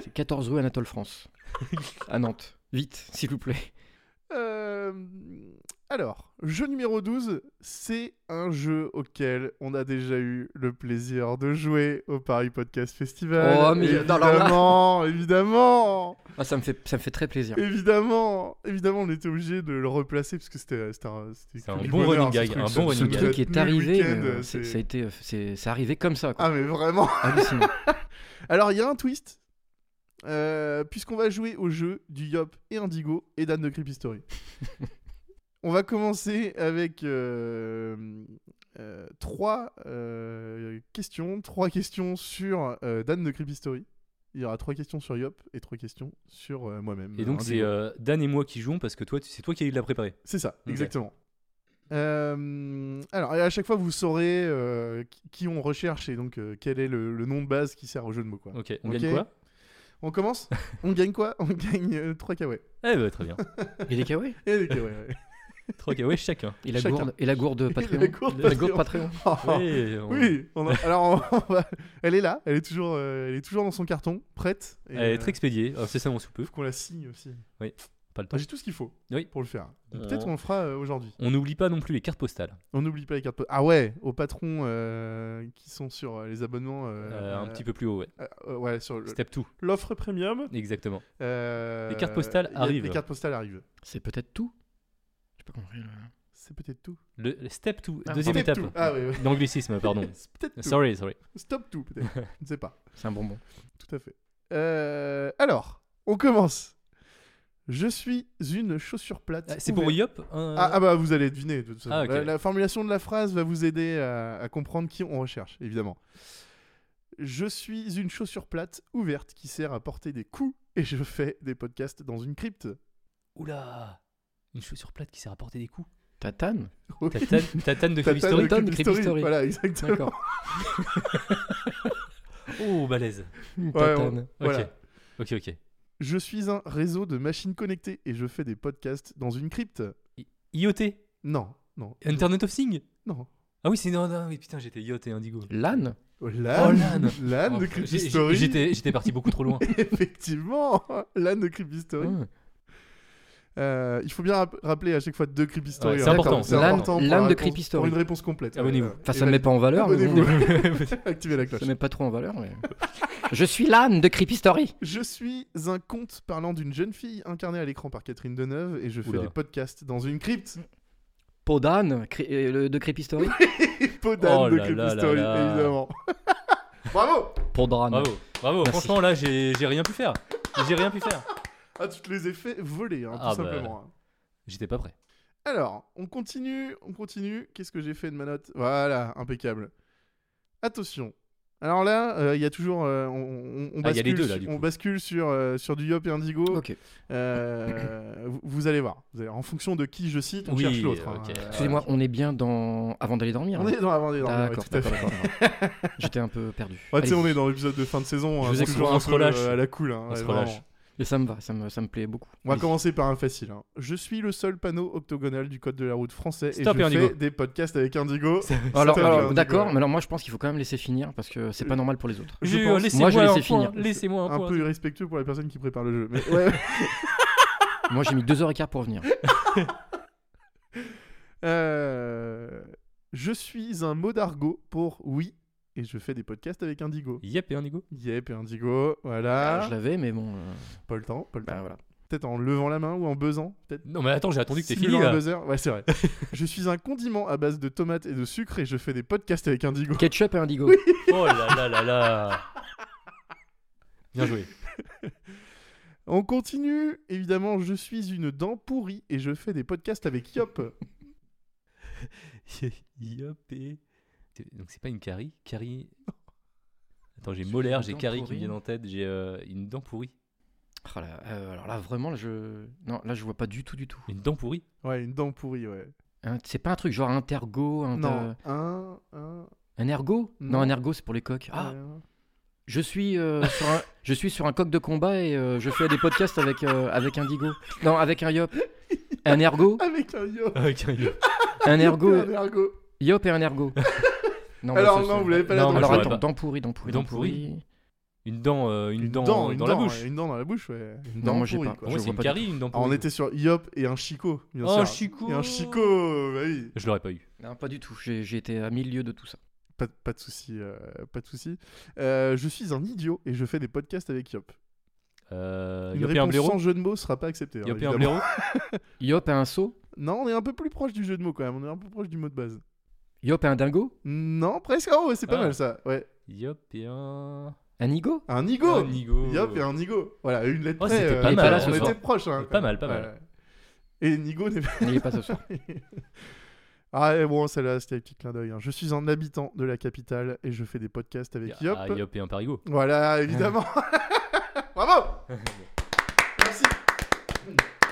D: C'est 14 rue Anatole France, à Nantes. Vite, s'il vous plaît.
A: euh, alors, jeu numéro 12, c'est un jeu auquel on a déjà eu le plaisir de jouer au Paris Podcast Festival.
D: Oh, mais- non, alors là-
A: évidemment, évidemment.
D: Ah, ça me fait, ça me fait très plaisir.
A: Évidemment, évidemment, on était obligé de le replacer parce que c'était c'était un, c'était
B: C'est
A: que
B: un
A: du
B: bon
A: bonheur,
B: running
A: ce
B: gag,
A: truc.
B: un
A: Ce-
B: bon
A: ce
B: running
A: nous
B: gag.
A: a
D: Qui
A: tenu
D: est
A: le
D: arrivé,
A: week-end,
D: mais, euh,
A: c'est-
D: c'est- ça a été, euh, c'est, c'est arrivé comme ça. Quoi.
A: Ah mais vraiment.
D: Hallucinant.
A: [laughs] Alors il y a un twist. Euh, Puisqu'on va jouer au jeu du Yop et Indigo et Dan de Creepy
D: [laughs]
A: Story. on va commencer avec euh, euh, trois euh, questions. Trois questions sur euh, Dan de Creepy Story. Il y aura trois questions sur Yop et trois questions sur euh, moi-même.
B: Et donc
A: euh,
B: c'est
A: Indigo.
B: euh, Dan et moi qui jouons parce que toi tu- c'est toi qui l'a préparé.
A: C'est ça,
B: Ok.
A: exactement. Euh, alors, à chaque fois, vous saurez euh, qui- qui on recherche et donc euh, quel est le, le nom de base qui sert au jeu de mots. Quoi.
B: Ok, on
A: Ok.
B: gagne quoi
A: On commence On gagne quoi On gagne euh, 3 kawaii.
B: Eh ben
A: [laughs]
B: très bien.
D: Il est kawaii.
A: Et des kawaii,
B: [laughs]
A: ouais.
B: 3 ouais chacun.
D: Et la,
A: Chacun.
D: gourde, et
A: [laughs]
D: la gourde Patreon.
A: la gourde
D: La gourde Patreon.
A: [laughs] Oh,
B: Ouais, on-
A: Oui, on a- alors on va- elle est là, elle est toujours, euh, elle est toujours dans son carton, prête. Et,
B: Elle est très
A: euh,
B: expédiée. Alors, C'est ça mon soupe.
A: faut qu'on la signe aussi.
B: Pas le temps.
A: Ah, J'ai tout ce qu'il faut
B: Oui.
A: pour le faire. Donc,
B: On-
A: Peut-être on le fera euh, aujourd'hui.
B: On n'oublie pas non plus les cartes postales.
A: On n'oublie pas les cartes. Ah ouais, aux patrons euh, qui sont sur euh, les abonnements. euh,
B: Euh, un
A: euh,
B: petit peu plus haut, ouais.
A: euh, euh, ouais, sur le-
B: Step 2,
A: l'offre premium.
B: exactement.
A: Euh,
B: Les cartes postales
A: il y a-
B: arrivent.
A: Les cartes postales arrivent.
D: C'est peut-être tout. J'ai pas compris. là.
A: C'est peut-être tout.
B: Le le step 2, deuxième
A: Step
B: étape.
A: two. Ah oui, oui. [laughs]
B: D'anglicisme, pardon.
A: C'est peut-être tout.
B: sorry, sorry.
A: Stop tout,
B: [laughs]
A: peut-être. Je ne sais pas.
D: C'est un bonbon.
A: Tout à fait. Euh, alors, on commence. Je suis une chaussure plate.
B: Ah, C'est pour
A: ouverte.
B: Yop hein,
A: Ah, ah bah vous allez deviner. de toute façon.
B: Ah, ok.
A: la, la formulation de la phrase va vous aider à, à comprendre qui on recherche, évidemment. Je suis une chaussure plate ouverte qui sert à porter des coups et je fais des podcasts dans une crypte.
B: Oula Une chaussure plate qui sert à porter des coups.
D: Tatane
A: Oui.
B: Tatane, tatane de Creepy
A: Tatane
B: Story.
A: de
D: Creepy
A: Creepy
D: Story.
A: Story. Voilà, exactement. [laughs]
D: D'accord.
B: Oh, balèze.
D: [laughs] Une
A: Ouais,
D: Tatane.
B: Ok.
A: Voilà.
B: Ok, ok.
A: Je suis un réseau de machines connectées et je fais des podcasts dans une crypte.
B: IoT
A: Non, non,
B: Internet of Things
A: non.
B: Ah oui, c'est non, non, oui, putain, j'étais yacht et indigo.
D: L'âne
A: Oh, l'âne,
B: l'âne.
A: l'âne
B: Oh,
A: de
B: j'ai- j'ai-
A: Creepy Story.
B: J'étais j'étais parti beaucoup trop loin.
A: [laughs] Effectivement, l'âne de Creepy Story.
D: Hum.
A: Euh, il faut bien rap- rappeler à chaque fois deux Creepy Story.
B: Ouais, c'est
A: hein.
B: important.
A: C'est
D: L'âne-
A: important pour
D: l'âne
A: la
D: de
A: réponse-
D: Creepy Story.
A: Pour une réponse complète. Euh,
B: Abonnez-vous.
D: Enfin, ça me met pas en valeur, mais bon,
A: Abonnez-vous.
B: [laughs] Vous
A: Activez la
D: ça
A: cloche.
D: me met pas trop en valeur. mais- [laughs] Je suis l'âne de Creepy Story.
A: Je suis un conte parlant d'une jeune fille incarnée à l'écran par Catherine Deneuve et je fais
B: Oula.
A: des podcasts dans une crypte.
D: Peau d'âne cré- euh, le- de Creepy Story
A: [laughs] Podane
B: Oh
A: de
B: là
A: Creepy
B: là là
A: Story,
B: là.
D: [laughs]
A: évidemment. Bravo
D: Peau d'âne.
B: Bravo, bravo.
D: Merci.
B: Franchement, là, j'ai j'ai rien pu faire. J'ai rien pu faire.
A: Ah, tu te les as fait voler, hein,
B: Ah
A: tout
B: bah.
A: simplement. hein.
B: J'étais pas prêt.
A: Alors, on continue, on continue. Qu'est-ce que j'ai fait de ma note Voilà, impeccable. Attention. Alors là, euh, il y a toujours, euh, on, on- on
B: Ah, il y a les
A: bascule,
B: deux, là, du
A: sur- on
B: coup.
A: bascule sur euh, sur du Yop et Indigo.
D: Ok. [coughs]
A: Euh, vous, vous allez voir. Vous allez- en fonction de qui je cite, on
B: Oui,
A: cherche l'autre. hein.
B: ok.
A: Euh,
D: Excusez-moi, on est bien dans. Avant d'aller dormir.
A: on
D: hein.
A: est dans avant des normes, ouais,
D: D'accord,
A: tout à fait.
D: d'accord, d'accord,
A: [laughs]
D: d'accord. J'étais un peu perdu.
A: Ouais, tu sais,
D: Allez-y.
A: on est dans l'épisode de fin de saison.
B: Je
A: hein,
B: vous
A: c'est
B: explique,
A: toujours
B: on
A: un
B: se
A: peu,
B: relâche.
A: euh, à la cool. hein,
B: On
A: ouais,
B: se
A: vraiment.
B: relâche.
D: Et ça me va, ça me, ça me plaît beaucoup.
A: On va
D: Allez-y.
A: commencer par un facile. hein. Je suis le seul panneau octogonal du code de la route français
B: Stop
A: et
B: et
A: je
B: Indigo.
A: fais des podcasts avec Indigo.
D: Alors,
A: Stop et
D: alors,
A: Indigo.
D: d'accord, mais alors moi je pense qu'il faut quand même laisser finir parce que c'est pas normal pour les autres.
A: Je
B: Euh, Je-
A: pense-
D: Moi, je
B: Laissez-moi un
D: laissais
B: point.
D: finir.
B: Laissez-moi un
A: un
B: point.
A: peu irrespectueux pour les personnes qui préparent le jeu. Mais [laughs] ouais.
D: moi j'ai mis deux heures et quart pour venir.
A: [laughs] Euh, je suis un mot d'argot pour oui et je fais des podcasts avec Indigo.
B: Yep, et Indigo.
A: Yep et Indigo, voilà.
D: Ah, Je l'avais, mais bon. euh,
A: Pas le temps, pas le temps.
D: bah, voilà.
A: Peut-être en levant la main ou en buzzant, peut-être.
B: Non, mais attends, j'ai attendu que t'aies
A: Simulant
B: fini
A: un
B: là.
A: buzzer. Ouais,
B: [laughs]
A: c'est vrai. je suis un condiment à base de tomates et de sucre et je fais des podcasts avec Indigo.
D: Ketchup et indigo.
B: Oh là là là là. Bien joué.
A: [laughs] On continue. Évidemment, je suis une dent pourrie et je fais des podcasts avec Yop.
D: [laughs]
B: Yop et- Donc c'est pas une carie Carie. Attends, j'ai molaire,
D: une
B: j'ai
D: dent
B: carie qui me
D: pourrie.
B: vient en tête, j'ai euh, une dent pourrie.
D: Oh là, euh, alors là vraiment, là, je. Non, là je vois pas du tout, du tout.
B: Une dent pourrie
A: Ouais, une dent pourrie, ouais.
D: Hein, c'est pas un truc genre intergo, un.
A: Non, un, un.
D: Un ergo non.
A: Non.
D: un ergo c'est pour les coqs. Ah,
B: Euh,
A: un.
D: je suis euh, sur un, je suis sur un coq de combat et euh, je fais des podcasts avec euh, avec Indigo. Non, avec un yop. Un ergo,
A: Avec un Yop.
B: Avec un yop.
D: un ergo, euh,
A: Un ergo.
D: yop et
A: [laughs]
D: un ergo. Non, mais
A: Alors,
D: ce-
A: non,
D: ce-
A: vous l'avez pas
B: Non,
A: la
B: moi,
D: Alors
B: j'aurais
D: attends,
B: pas.
D: dent pourrie, dent pourrie,
B: Dent
D: dent pourrie.
B: Une dent, euh, une, dent, euh, dans la
A: dent,
B: bouche.
A: Une dent dans la bouche, ouais. Une
D: Non,
A: dent
D: moi, j'ai
A: pourrie,
D: pas.
A: quoi.
B: Pour moi,
D: Je
B: c'est
D: vois
B: une
D: pas
B: carie, une dent
A: Alors,
B: pourrie.
A: on était sur Yop et un Chico, bien
B: Oh,
A: sûr.
B: un chico
A: Et un Chico, bah oui.
B: Je l'aurais pas eu.
D: Non, pas du tout. J'ai j'ai été euh, à mille lieues de tout ça.
A: Pas, pas de souci, euh, pas de souci. Euh, je suis un idiot et je fais des podcasts avec Yop.
B: Euh,
A: Une
B: yop et un
A: réponse sans
B: blaireau
A: jeu de mots sera pas acceptée. hein,
B: Yop et un
A: évidemment.
B: blaireau
A: [laughs]
D: Yop et un seau
A: Non, on est un peu plus proche du jeu de mots quand même. On est un peu proche du mot de base.
D: Yop et un dingo
A: Non, presque. Oh, ouais, c'est pas
B: Ah.
A: mal ça. Ouais.
B: Yop et un.
D: Un igo
A: Un igo.
B: Un igo.
A: Yop et un igo. Voilà, une lettre
B: Oh,
A: près.
B: c'était
A: euh,
B: pas
D: Il est mal, pas là ce
A: on
D: soir.
A: était proche. hein,
B: Pas
A: quand
B: mal,
A: même.
B: pas mal.
A: Ouais. Et Nigo n'est pas.
D: Il est pas ce soir.
A: [laughs] Ah, et bon, celle-là, c'était un petit clin d'œil. hein. Je suis un habitant de la capitale et je fais des podcasts avec Yop.
B: Ah, yop et un parigo.
A: Voilà, évidemment. Bravo. [laughs] Merci.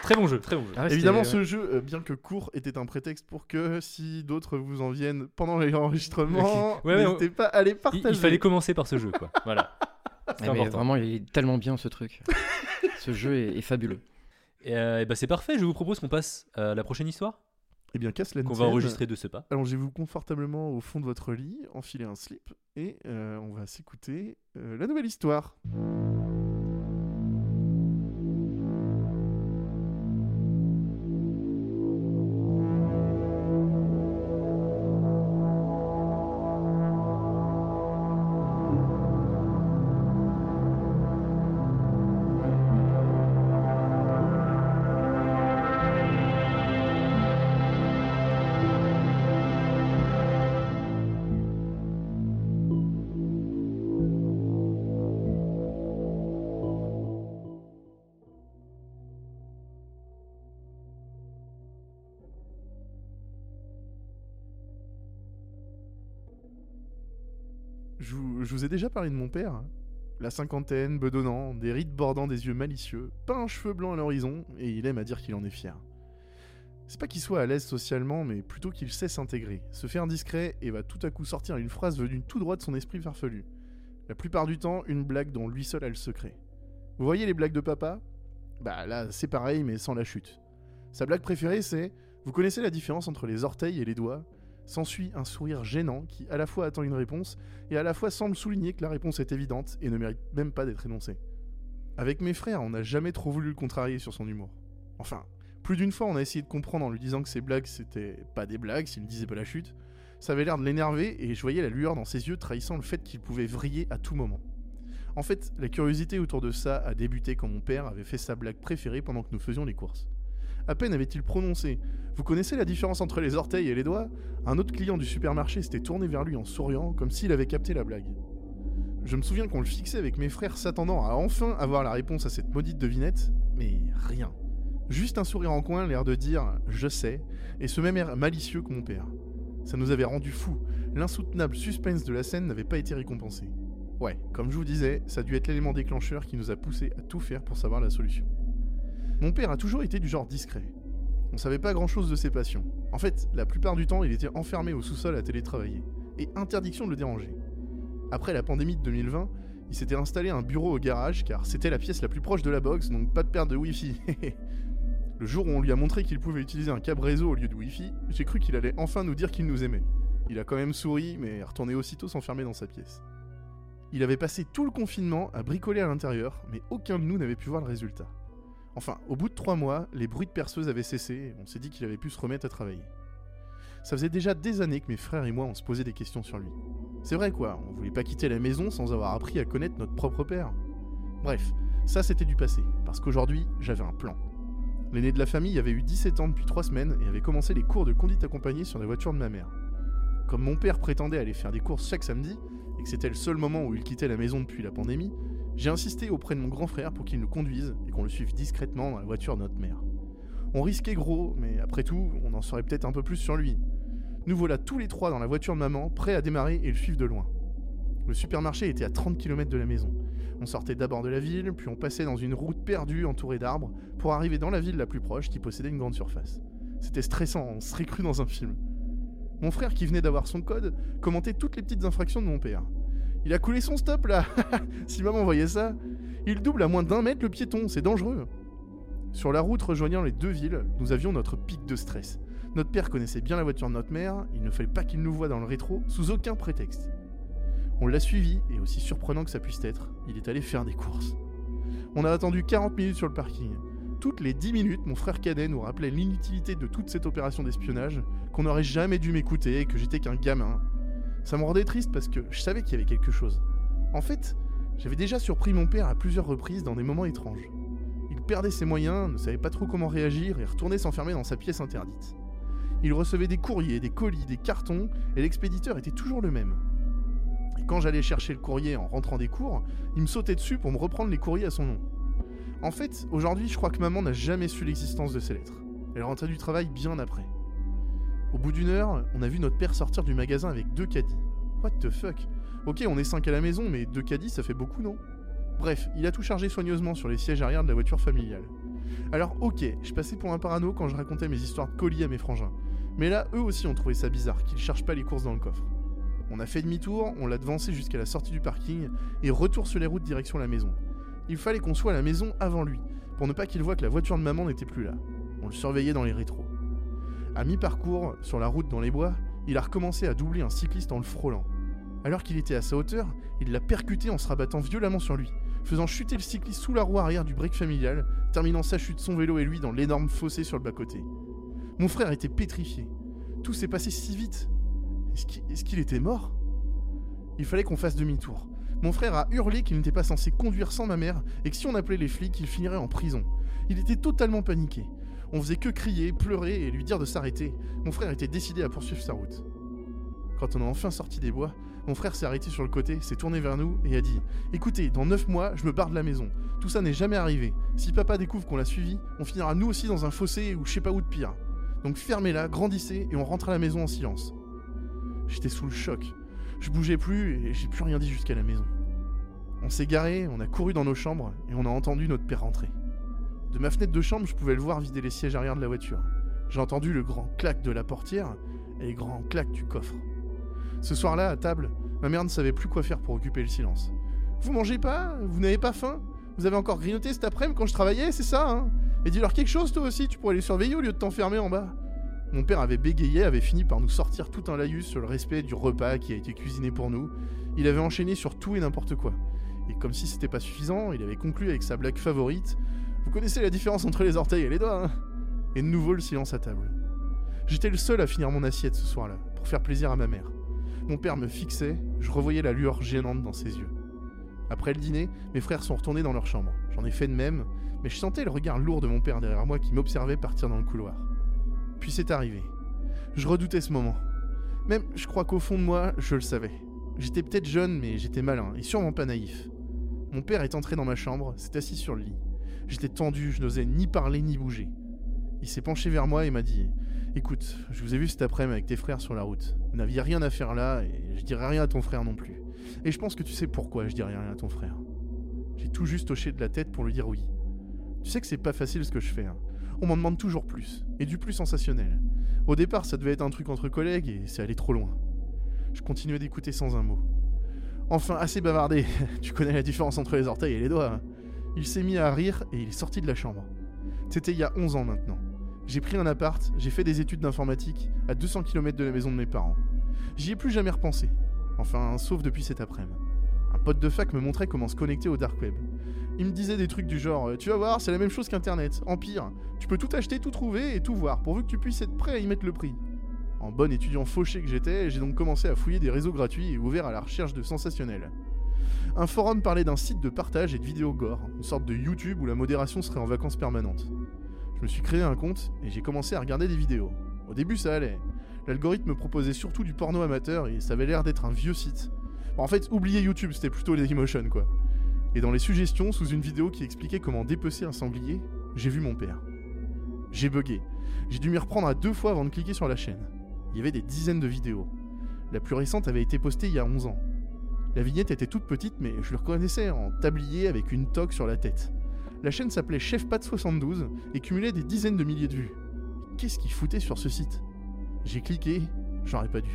B: Très bon jeu, très bon jeu.
D: Ah ouais,
A: Évidemment,
D: c'était-
A: ce jeu, euh, bien que court, était un prétexte pour que si d'autres vous en viennent pendant les
D: [laughs]
A: enregistrements,
B: Ouais, ouais,
A: n'hésitez pas à les
B: Il,
A: partager.
B: il fallait commencer par ce jeu, quoi. Voilà.
D: Ah,
B: C'est
D: mais
B: important.
D: Vraiment, il est tellement bien ce truc. ce jeu est, est fabuleux.
B: Et, euh, et bah, c'est parfait, je vous propose qu'on passe à la prochaine histoire
A: Eh bien, casse la
B: qu'on va enregistrer de ce pas.
A: Allongez-vous confortablement au fond de votre lit, enfilez un slip et euh, on va s'écouter euh, la nouvelle histoire. Je vous, je vous ai déjà parlé de mon père. La cinquantaine, bedonnant, des rides bordant des yeux malicieux, pas un cheveu blanc à l'horizon, et il aime à dire qu'il en est fier. C'est pas qu'il soit à l'aise socialement, mais plutôt qu'il sait s'intégrer, se faire discret et va tout à coup sortir une phrase venue tout droit de son esprit farfelu. La plupart du temps, une blague dont lui seul a le secret. Vous voyez les blagues de papa Bah là, c'est pareil, mais sans la chute. Sa blague préférée, c'est Vous connaissez la différence entre les orteils et les doigts S'ensuit un sourire gênant qui à la fois attend une réponse et à la fois semble souligner que la réponse est évidente et ne mérite même pas d'être énoncée. Avec mes frères, on n'a jamais trop voulu le contrarier sur son humour. Enfin, plus d'une fois, on a essayé de comprendre en lui disant que ses blagues c'était pas des blagues s'il ne disait pas la chute. Ça avait l'air de l'énerver et je voyais la lueur dans ses yeux trahissant le fait qu'il pouvait vriller à tout moment. En fait, la curiosité autour de ça a débuté quand mon père avait fait sa blague préférée pendant que nous faisions les courses. À peine avait-il prononcé Vous connaissez la différence entre les orteils et les doigts Un autre client du supermarché s'était tourné vers lui en souriant, comme s'il avait capté la blague. Je me souviens qu'on le fixait avec mes frères, s'attendant à enfin avoir la réponse à cette maudite devinette, mais rien. Juste un sourire en coin, l'air de dire Je sais, et ce même air malicieux que mon père. Ça nous avait rendu fous. L'insoutenable suspense de la scène n'avait pas été récompensé. Ouais, comme je vous disais, ça a dû être l'élément déclencheur qui nous a poussé à tout faire pour savoir la solution. Mon père a toujours été du genre discret. On savait pas grand chose de ses passions. En fait, la plupart du temps, il était enfermé au sous-sol à télétravailler. Et interdiction de le déranger. Après la pandémie de 2020, il s'était installé un bureau au garage car c'était la pièce la plus proche de la box, donc pas de perte de Wi-Fi. [laughs] le jour où on lui a montré qu'il pouvait utiliser un câble réseau au lieu de Wi-Fi, j'ai cru qu'il allait enfin nous dire qu'il nous aimait. Il a quand même souri, mais est retourné aussitôt s'enfermer dans sa pièce. Il avait passé tout le confinement à bricoler à l'intérieur, mais aucun de nous n'avait pu voir le résultat. Enfin, au bout de trois mois, les bruits de perceuse avaient cessé et on s'est dit qu'il avait pu se remettre à travailler. Ça faisait déjà des années que mes frères et moi on se posait des questions sur lui. C'est vrai quoi, on voulait pas quitter la maison sans avoir appris à connaître notre propre père. Bref, ça c'était du passé, parce qu'aujourd'hui j'avais un plan. L'aîné de la famille avait eu 17 ans depuis trois semaines et avait commencé les cours de conduite accompagnée sur la voiture de ma mère. Comme mon père prétendait aller faire des courses chaque samedi, et que c'était le seul moment où il quittait la maison depuis la pandémie, j'ai insisté auprès de mon grand frère pour qu'il nous conduise et qu'on le suive discrètement dans la voiture de notre mère. On risquait gros, mais après tout, on en saurait peut-être un peu plus sur lui. Nous voilà tous les trois dans la voiture de maman, prêts à démarrer et le suivre de loin. Le supermarché était à 30 km de la maison. On sortait d'abord de la ville, puis on passait dans une route perdue entourée d'arbres pour arriver dans la ville la plus proche qui possédait une grande surface. C'était stressant, on serait cru dans un film. Mon frère, qui venait d'avoir son code, commentait toutes les petites infractions de mon père. Il a coulé son stop là [laughs] Si maman voyait ça Il double à moins d'un mètre le piéton, c'est dangereux Sur la route rejoignant les deux villes, nous avions notre pic de stress. Notre père connaissait bien la voiture de notre mère, il ne fallait pas qu'il nous voie dans le rétro, sous aucun prétexte. On l'a suivi, et aussi surprenant que ça puisse être, il est allé faire des courses. On a attendu 40 minutes sur le parking. Toutes les 10 minutes, mon frère cadet nous rappelait l'inutilité de toute cette opération d'espionnage, qu'on n'aurait jamais dû m'écouter et que j'étais qu'un gamin, ça me rendait triste parce que je savais qu'il y avait quelque chose. En fait, j'avais déjà surpris mon père à plusieurs reprises dans des moments étranges. Il perdait ses moyens, ne savait pas trop comment réagir et retournait s'enfermer dans sa pièce interdite. Il recevait des courriers, des colis, des cartons, et l'expéditeur était toujours le même. Et quand j'allais chercher le courrier en rentrant des cours, il me sautait dessus pour me reprendre les courriers à son nom. En fait, aujourd'hui, je crois que maman n'a jamais su l'existence de ces lettres. Elle rentrait du travail bien après. Au bout d'une heure, on a vu notre père sortir du magasin avec deux caddies. What the fuck Ok, on est cinq à la maison, mais deux caddies, ça fait beaucoup, non Bref, il a tout chargé soigneusement sur les sièges arrière de la voiture familiale. Alors ok, je passais pour un parano quand je racontais mes histoires de colis à mes frangins. Mais là, eux aussi ont trouvé ça bizarre, qu'ils cherchent pas les courses dans le coffre. On a fait demi-tour, on l'a devancé jusqu'à la sortie du parking, et retour sur les routes direction la maison. Il fallait qu'on soit à la maison avant lui, pour ne pas qu'il voie que la voiture de maman n'était plus là. On le surveillait dans les rétros. À mi-parcours, sur la route dans les bois, il a recommencé à doubler un cycliste en le frôlant. Alors qu'il était à sa hauteur, il l'a percuté en se rabattant violemment sur lui, faisant chuter le cycliste sous la roue arrière du break familial, terminant sa chute son vélo et lui dans l'énorme fossé sur le bas-côté. Mon frère était pétrifié. Tout s'est passé si vite. Est-ce qu'il est-ce qu'il était mort Il fallait qu'on fasse demi-tour. Mon frère a hurlé qu'il n'était pas censé conduire sans ma mère et que si on appelait les flics, il finirait en prison. Il était totalement paniqué. On faisait que crier, pleurer et lui dire de s'arrêter. Mon frère était décidé à poursuivre sa route. Quand on a enfin sorti des bois, mon frère s'est arrêté sur le côté, s'est tourné vers nous et a dit Écoutez, dans 9 mois, je me barre de la maison. Tout ça n'est jamais arrivé. Si papa découvre qu'on l'a suivi, on finira nous aussi dans un fossé ou je sais pas où de pire. Donc fermez-la, grandissez et on rentre à la maison en silence. J'étais sous le choc. Je bougeais plus et j'ai plus rien dit jusqu'à la maison. On s'est garé, on a couru dans nos chambres et on a entendu notre père rentrer. De ma fenêtre de chambre, je pouvais le voir vider les sièges arrière de la voiture. J'ai entendu le grand clac de la portière et les grands claques du coffre. Ce soir-là, à table, ma mère ne savait plus quoi faire pour occuper le silence. Vous mangez pas Vous n'avez pas faim Vous avez encore grignoté cet après-midi quand je travaillais, c'est ça, hein Et dis-leur quelque chose, toi aussi, tu pourrais les surveiller au lieu de t'enfermer en bas. Mon père avait bégayé, avait fini par nous sortir tout un laïus sur le respect du repas qui a été cuisiné pour nous. Il avait enchaîné sur tout et n'importe quoi. Et comme si c'était pas suffisant, il avait conclu avec sa blague favorite Vous connaissez la différence entre les orteils et les doigts, hein Et de nouveau le silence à table. J'étais le seul à finir mon assiette ce soir-là, pour faire plaisir à ma mère. Mon père me fixait, je revoyais la lueur gênante dans ses yeux. Après le dîner, mes frères sont retournés dans leur chambre. J'en ai fait de même, mais je sentais le regard lourd de mon père derrière moi qui m'observait partir dans le couloir. Puis c'est arrivé. Je redoutais ce moment. Même, je crois qu'au fond de moi, je le savais. J'étais peut-être jeune, mais j'étais malin, et sûrement pas naïf. Mon père est entré dans ma chambre, s'est assis sur le lit. J'étais tendu, je n'osais ni parler ni bouger. Il s'est penché vers moi et m'a dit Écoute, je vous ai vu cet après-midi avec tes frères sur la route. Vous n'aviez rien à faire là, et je dirai rien à ton frère non plus. Et je pense que tu sais pourquoi je dirai rien à ton frère. J'ai tout juste hoché de la tête pour lui dire oui. Tu sais que c'est pas facile ce que je fais. hein. On m'en demande toujours plus, et du plus sensationnel. Au départ, ça devait être un truc entre collègues, et c'est allé trop loin. Je continuais d'écouter sans un mot. Enfin, assez bavardé, [laughs] tu connais la différence entre les orteils et les doigts. hein. Il s'est mis à rire et il est sorti de la chambre. C'était il y a 11 ans maintenant. J'ai pris un appart, j'ai fait des études d'informatique à 200 km de la maison de mes parents. J'y ai plus jamais repensé. Enfin, sauf depuis cet après-midi. Un pote de fac me montrait comment se connecter au dark web. Il me disait des trucs du genre euh, Tu vas voir, c'est la même chose qu'Internet, en pire. Tu peux tout acheter, tout trouver et tout voir, pourvu que tu puisses être prêt à y mettre le prix. En bon étudiant fauché que j'étais, j'ai donc commencé à fouiller des réseaux gratuits et ouverts à la recherche de sensationnels. Un forum parlait d'un site de partage et de vidéos gore, une sorte de YouTube où la modération serait en vacances permanentes. Je me suis créé un compte et j'ai commencé à regarder des vidéos. Au début, ça allait. L'algorithme me proposait surtout du porno amateur et ça avait l'air d'être un vieux site. Bon, en fait, oubliez YouTube, c'était plutôt Dailymotion quoi. Et dans les suggestions, sous une vidéo qui expliquait comment dépecer un sanglier, j'ai vu mon père. J'ai bugué. J'ai dû m'y reprendre à deux fois avant de cliquer sur la chaîne. Il y avait des dizaines de vidéos. La plus récente avait été postée il y a 11 ans. La vignette était toute petite, mais je le reconnaissais en tablier avec une toque sur la tête. La chaîne s'appelait Chef Pat 72 et cumulait des dizaines de milliers de vues. Qu'est-ce qu'il foutait sur ce site J'ai cliqué, j'aurais pas dû.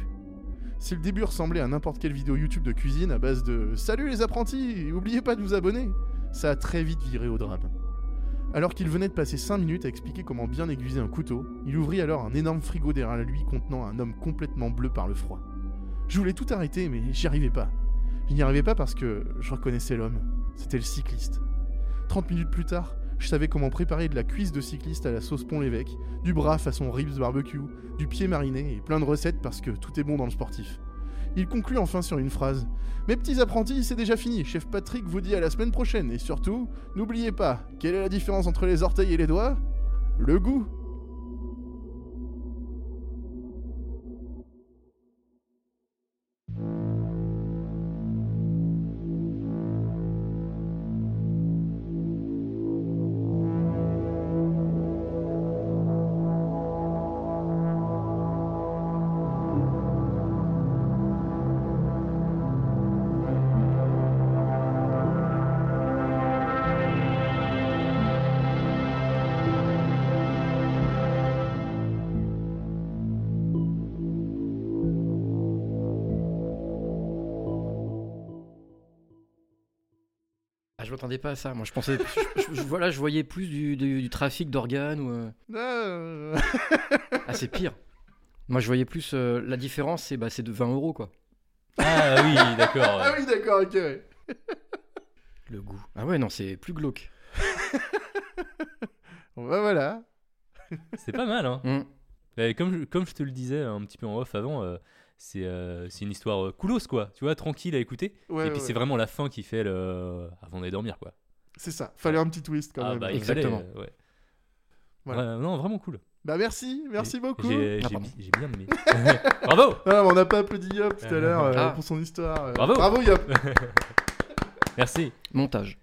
A: Si le début ressemblait à n'importe quelle vidéo YouTube de cuisine à base de Salut les apprentis, oubliez pas de vous abonner, ça a très vite viré au drame. Alors qu'il venait de passer 5 minutes à expliquer comment bien aiguiser un couteau, il ouvrit alors un énorme frigo derrière lui contenant un homme complètement bleu par le froid. Je voulais tout arrêter, mais j'y arrivais pas. Je n'y arrivais pas parce que je reconnaissais l'homme. C'était le cycliste. 30 minutes plus tard, je savais comment préparer de la cuisse de cycliste à la sauce Pont l'Évêque, du bras façon ribs barbecue, du pied mariné et plein de recettes parce que tout est bon dans le sportif. Il conclut enfin sur une phrase Mes petits apprentis, c'est déjà fini. Chef Patrick vous dit à la semaine prochaine et surtout, n'oubliez pas, quelle est la différence entre les orteils et les doigts Le goût
D: Ah, je m'attendais pas à ça. Moi, je pensais. je- je- je- voilà, je voyais plus du, du- du trafic d'organes ou. euh,
A: Euh,
D: Ah,
A: [laughs]
D: c'est pire. Moi, je voyais plus. euh, la différence, c'est bah, c'est de 20 euros, quoi.
B: Ah oui, d'accord.
A: Ah oui, d'accord, ok. ouais.
D: Le goût. Ah ouais, non, c'est plus glauque.
A: Bon, bah voilà.
B: C'est pas mal, hein.
D: Hum.
B: Euh, comme, je, comme je te le disais un petit peu en off avant, euh, c'est euh, c'est une histoire euh, coolos, quoi. Tu vois, tranquille à écouter.
A: Ouais,
B: et puis
A: ouais,
B: c'est vraiment la fin qui fait le. euh, avant d'aller dormir, quoi.
A: C'est ça, fallait un petit twist quand
B: ah,
A: même.
B: bah, il fallait,
D: Exactement.
B: euh, ouais.
A: Voilà.
B: Ouais, non, vraiment cool. [laughs]
A: Bah merci, merci beaucoup.
B: J'ai
D: Ah,
B: j'ai
D: pardon.
B: bi- j'ai bien aimé. [laughs] Bravo!
A: Ah, mais on n'a pas applaudi Yop tout à
B: Euh,
A: l'heure euh,
D: ah.
A: pour son histoire. euh.
B: Bravo.
A: Bravo
B: [laughs]
A: Yop
B: Merci.
D: Montage.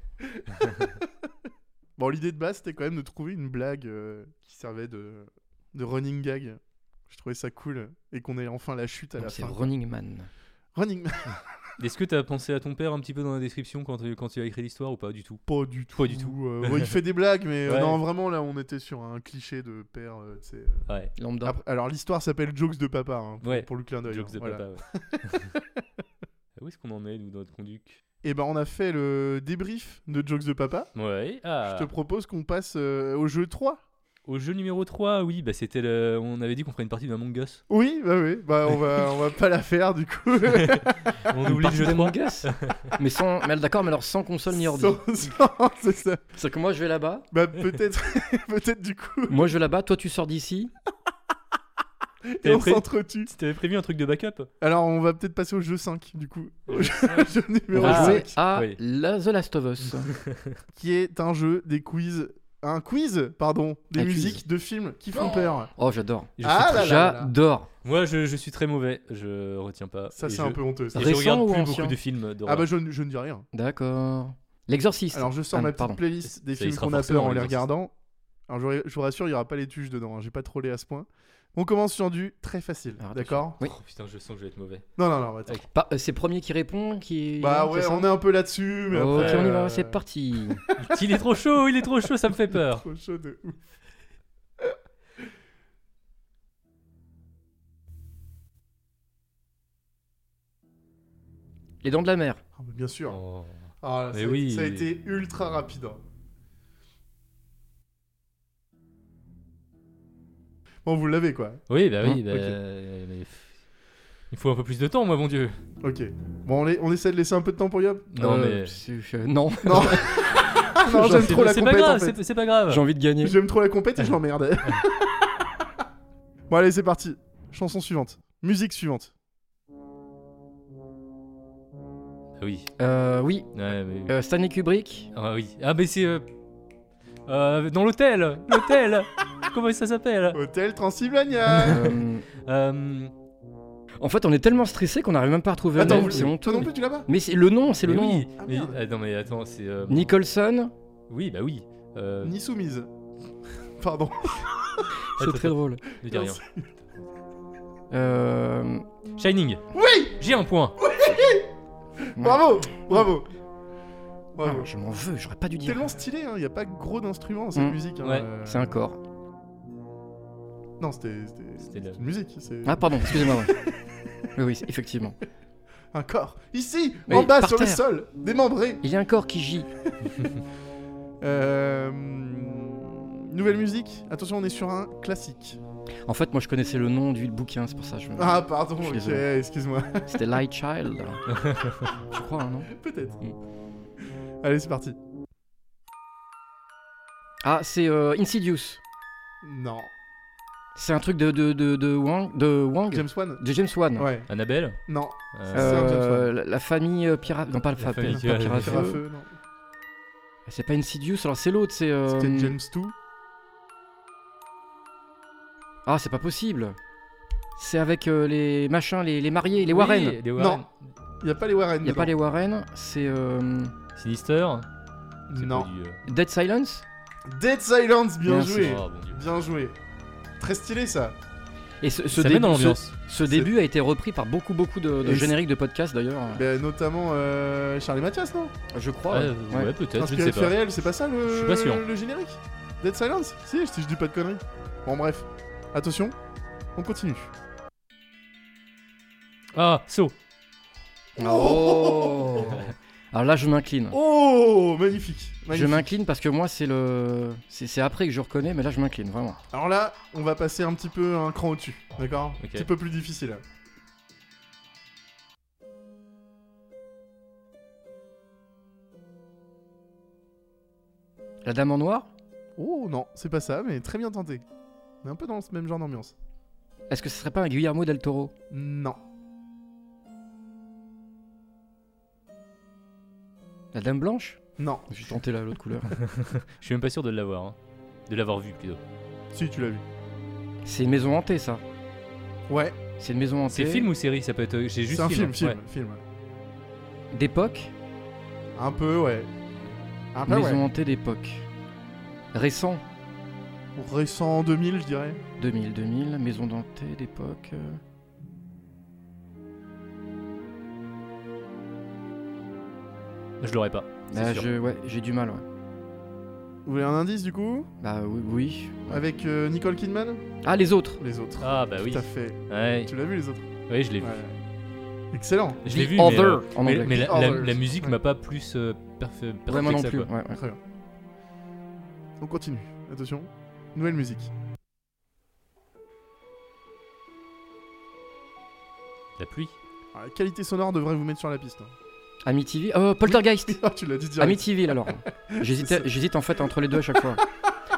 A: Bon, l'idée de base, c'était quand même de trouver une blague euh, qui servait de, de running gag. Je trouvais ça cool et qu'on ait enfin la chute à
D: Non,
A: la
D: C'est
A: fin.
D: Running Man.
A: Running Man. [laughs]
B: Est-ce que t'as pensé à ton père un petit peu dans la description quand, tu- quand tu as écrit l'histoire ou pas du tout
A: Pas du tout.
B: Pas du tout.
A: euh, bon, il fait des blagues, mais euh,
B: Ouais.
A: non, vraiment, là, on était sur un cliché de père. euh, tu sais, euh.
B: Ouais.
D: Lambda.
A: Après- alors, l'histoire s'appelle Jokes de Papa, hein, pour,
B: Ouais.
A: pour le clin d'œil.
B: Jokes de
A: hein, voilà.
B: papa, ouais.
A: [laughs]
B: [laughs] Ah, Où est-ce qu'on en est, nous, dans notre conduc
A: Et ben, on a fait le débrief de Jokes de Papa.
B: Ouais. Ah.
A: Je te propose qu'on passe euh, au jeu 3.
B: Au jeu numéro 3, oui, bah c'était le... on avait dit qu'on ferait une partie d'un Among Us.
A: Oui, bah oui, bah on
B: [laughs]
A: va, on va pas
D: [laughs]
A: la faire du coup.
B: [laughs]
A: [laughs]
B: On
D: Une
B: oublie le
D: partie
B: jeu 3.
D: d'Among Us mais sans, mais d'accord, mais alors sans console ni ordi.
A: Sans- sans- [laughs] c'est ça.
D: C'est que moi je vais là-bas,
A: Bah peut-être, [laughs] peut-être du coup,
D: moi je vais là-bas, toi tu sors d'ici.
A: et on
B: après-
A: s'entretue.
B: Tu t'avais prévu un truc de backup
A: Alors on va peut-être passer au jeu 5 du coup. Au
B: Le
A: jeu, [laughs] jeu
D: On
A: numéro
D: va
A: 5.
B: Ah,
D: jouer à
B: oui.
D: la- The Last of Us.
A: qui est un jeu des quiz. Un quiz, pardon, des
D: Un quiz.
A: musiques de films qui font peur.
D: Oh j'adore,
B: Je
A: Ah
B: suis
A: là
B: très-
A: là là là.
D: j'adore.
B: Moi, je, je suis très mauvais, je retiens pas.
A: Ça,
B: Et
A: c'est
B: je-
A: un peu honteux. ça.
B: et je
D: Récent
B: regarde
D: ou
B: plus
D: ancien
B: beaucoup de films d'horreur.
A: Ah bah, je, ne- [laughs] je ne dis rien.
D: D'accord. L'exorciste.
A: Alors, je sors
D: Ah,
A: ma petite
D: pardon.
A: playlist des
B: Ça, il
A: films
B: sera
A: qu'on a
B: forcément
A: peur en les
B: exorciste.
A: regardant. Alors, je, je vous rassure, il n'y aura pas les tuches dedans. hein, J'ai pas trollé à ce point. On commence sur du très facile,
D: Alors,
A: d'accord
D: Ah, Oui.
B: Oh, putain, je sens que je vais être mauvais.
A: Non, non, non, attends.
D: Pas- euh, c'est le premier qui répond qui.
A: Bah
D: c'est
A: ouais,
D: ça
A: on est un peu là-dessus, mais
D: Ok,
A: après,
D: on y va,
A: euh,
D: c'est
A: [laughs]
D: parti.
B: [laughs] il est trop chaud, il est trop chaud, ça me fait peur.
A: Trop chaud de ouf.
D: Les dents de la mer.
A: Ah, mais bien sûr.
B: Oh.
A: Ah,
B: Mais
A: ça,
B: oui.
A: ça a été ultra rapide. hein. Bon, vous l'avez quoi.
B: Oui, bah oui,
D: Hein,
B: bah,
D: ok.
B: euh, mais pff, il faut un peu plus de temps, moi, mon dieu.
A: Ok. Bon, on, les- on essaie de laisser un peu de temps pour Yop.
B: Non,
D: Euh,
B: mais.
D: c'est- je- Non,
A: [laughs]
B: [laughs]
A: Non. Ah non, j'aime
B: C'est-
A: trop la
B: C'est pas
A: compète en
B: grave,
A: fait.
B: c'est- c'est pas grave.
D: j'ai envie de gagner.
A: J'aime trop la compète et je
B: [laughs]
A: l'emmerde. bon, allez, c'est parti. Chanson suivante. Musique suivante.
B: Ah oui.
D: Euh, oui,
B: Ouais, mais-
D: euh, Stanley Kubrick.
B: Ah oui. Ah, mais c'est. euh, euh, dans l'hôtel L'hôtel Comment ça s'appelle
A: Hôtel
B: [laughs]
A: Transylvania.
D: Euh,
B: Euh,
D: en fait, on est tellement stressé qu'on n'arrive même pas à retrouver
A: Attends,
D: le nom.
A: vous,
D: C'est
A: [laughs] toi non
D: honteux.
A: plus, tu l'as pas
D: Mais c'est le nom, c'est le
B: mais
D: nom.
B: oui.
A: Ah,
B: mais,
A: merde.
B: ah, non, mais attends, c'est. euh,
D: Nicholson,
B: Oui, bah oui. Euh,
A: Ni soumise. [laughs]
B: [laughs]
A: Pardon.
D: c'est
B: Attends,
D: très drôle.
B: ne dis rien.
D: Euh,
B: Shining
A: Oui
B: J'ai un point
A: Bravo Bravo Bravo.
D: ah, je m'en veux, j'aurais pas dû dire.
A: Tellement stylé, hein. Y a pas gros d'instruments dans cette
D: Mm.
A: musique. hein.
B: Ouais.
A: Euh,
D: C'est un corps.
A: Non, c'était. C'était
B: C'était
A: c'était
B: le-
A: une musique. C'est
D: Ah pardon, excusez-moi. ouais. Oui, oui, c'est- effectivement.
A: [laughs] un corps. Ici,
D: Mais
A: en bas,
D: par
A: sur le
D: terre.
A: sol, démembré.
D: Il y a un corps qui gît.
A: [laughs] Euh, Nouvelle musique. Attention, on est sur un classique.
D: En fait, moi, je connaissais le nom du bouquin, c'est pour ça. que Je... me-
A: Ah, pardon,
D: Mmh. Je suis
A: ok,
D: désolé.
A: excuse-moi.
D: C'était Light Child. je crois, hein, non
A: Peut-être.
D: Mm.
A: [laughs] Allez, c'est parti.
D: Ah, c'est euh, Insidious.
A: Non.
D: C'est un truc de de de de Wang, de Wang,
A: James Wan
D: de James Wan.
A: Ouais.
B: Annabelle
A: Non.
D: Euh,
B: Euh,
A: C'est un James
D: la, la famille euh, pirate, non pas la,
B: La
D: famille,
B: famille
D: pas
B: pirate.
D: pirate.
A: Pierre à feu, non.
D: Ah, C'est pas Insidious, alors c'est l'autre, c'est. euh,
A: C'était James 2.
D: Ah, c'est pas possible. C'est avec euh, les machins, les, les mariés, les
B: oui,
D: Warren.
B: les Warren.
A: Y a pas les Warren.
D: Il y a
A: dedans.
D: pas les Warren, c'est euh,
B: Sinister C'est pas
A: Non.
B: du, euh,
D: Dead Silence.
A: Dead Silence, bien
D: Merci.
A: joué.
B: oh, mon Dieu.
A: Bien joué. Très stylé ça.
D: Et ce, ce
B: Ça met dans
D: ce-
B: l'ambiance.
D: ce début a été repris par beaucoup beaucoup de, de
A: Et
D: génériques de podcasts d'ailleurs.
A: Ben, notamment euh, Charlie Mathias, non
D: Je crois.
B: Ouais,
D: ouais.
B: ouais,
D: Ouais.
B: peut-être, je
A: Inspiré
B: ne sais
A: de faits
B: pas.
A: réels, c'est pas ça le,
B: Je suis pas sûr.
A: le générique Dead Silence Si, je, je dis pas de conneries. Bon, bref. Attention, on continue.
B: Ah, So
D: Oh. Alors là, je m'incline.
A: [laughs] Oh, magnifique.
D: Je
A: magnifique.
D: m'incline parce que moi, c'est le, c'est c'est après que je reconnais, mais là, je m'incline vraiment.
A: Alors là, on va passer un petit peu un cran au-dessus, d'accord Un
B: Ok.
A: petit peu plus difficile.
D: La Dame en Noir.
A: Oh non, c'est pas ça, mais très bien tenté. On est un peu dans ce même genre d'ambiance.
D: Est-ce que ce serait pas un Guillermo del Toro
A: Non.
D: La Dame Blanche
A: Non.
D: J'ai tenté la l'autre couleur.
B: [laughs] Je suis même pas sûr de l'avoir. hein. De l'avoir vu plutôt.
A: Si, tu l'as vu.
D: c'est une maison hantée, ça.
A: Ouais,
D: C'est une maison hantée.
B: C'est film ou série Ça peut être. J'ai juste.
A: c'est un film, film,
B: hein.
A: film.
D: d'époque.
A: Un peu, ouais. Un peu,
D: maison hantée d'époque. Récent.
A: ouais. Récent 2000, je dirais.
D: 2000, 2000. Maison hantée d'époque. euh.
B: Ouais. Je l'aurais pas. c'est
D: Bah,
B: sûr.
D: je, ouais, j'ai du mal. Ouais.
A: Vous voulez un indice du coup
D: Bah oui, oui.
A: Avec euh, Nicole Kidman
D: Ah, les autres.
A: Les autres.
B: Ah, bah oui.
A: Tout à fait.
B: Ouais,
A: Tu l'as vu, les autres
B: ouais, je l'ai vu.
A: Ouais. Excellent.
B: Je l'ai
D: The
B: vu. mais,
D: Other
B: euh,
D: en
B: Mais,
D: anglais.
B: mais la,
A: The
B: la-
A: Others.
B: la musique
A: Ouais.
B: m'a pas plus euh, perf- percuté
D: Ouais, moi
B: que
D: non
B: ça,
D: plus.
B: quoi.
D: ouais, ouais.
A: On continue. Attention. Nouvelle musique.
B: La pluie
A: Ah, la qualité sonore devrait vous mettre sur la piste. hein.
D: Amityville euh, Poltergeist
A: [laughs] Ah, tu l'as dit direct. [laughs]
D: Amityville alors. J'hésitais- J'hésite en fait entre les deux à chaque fois.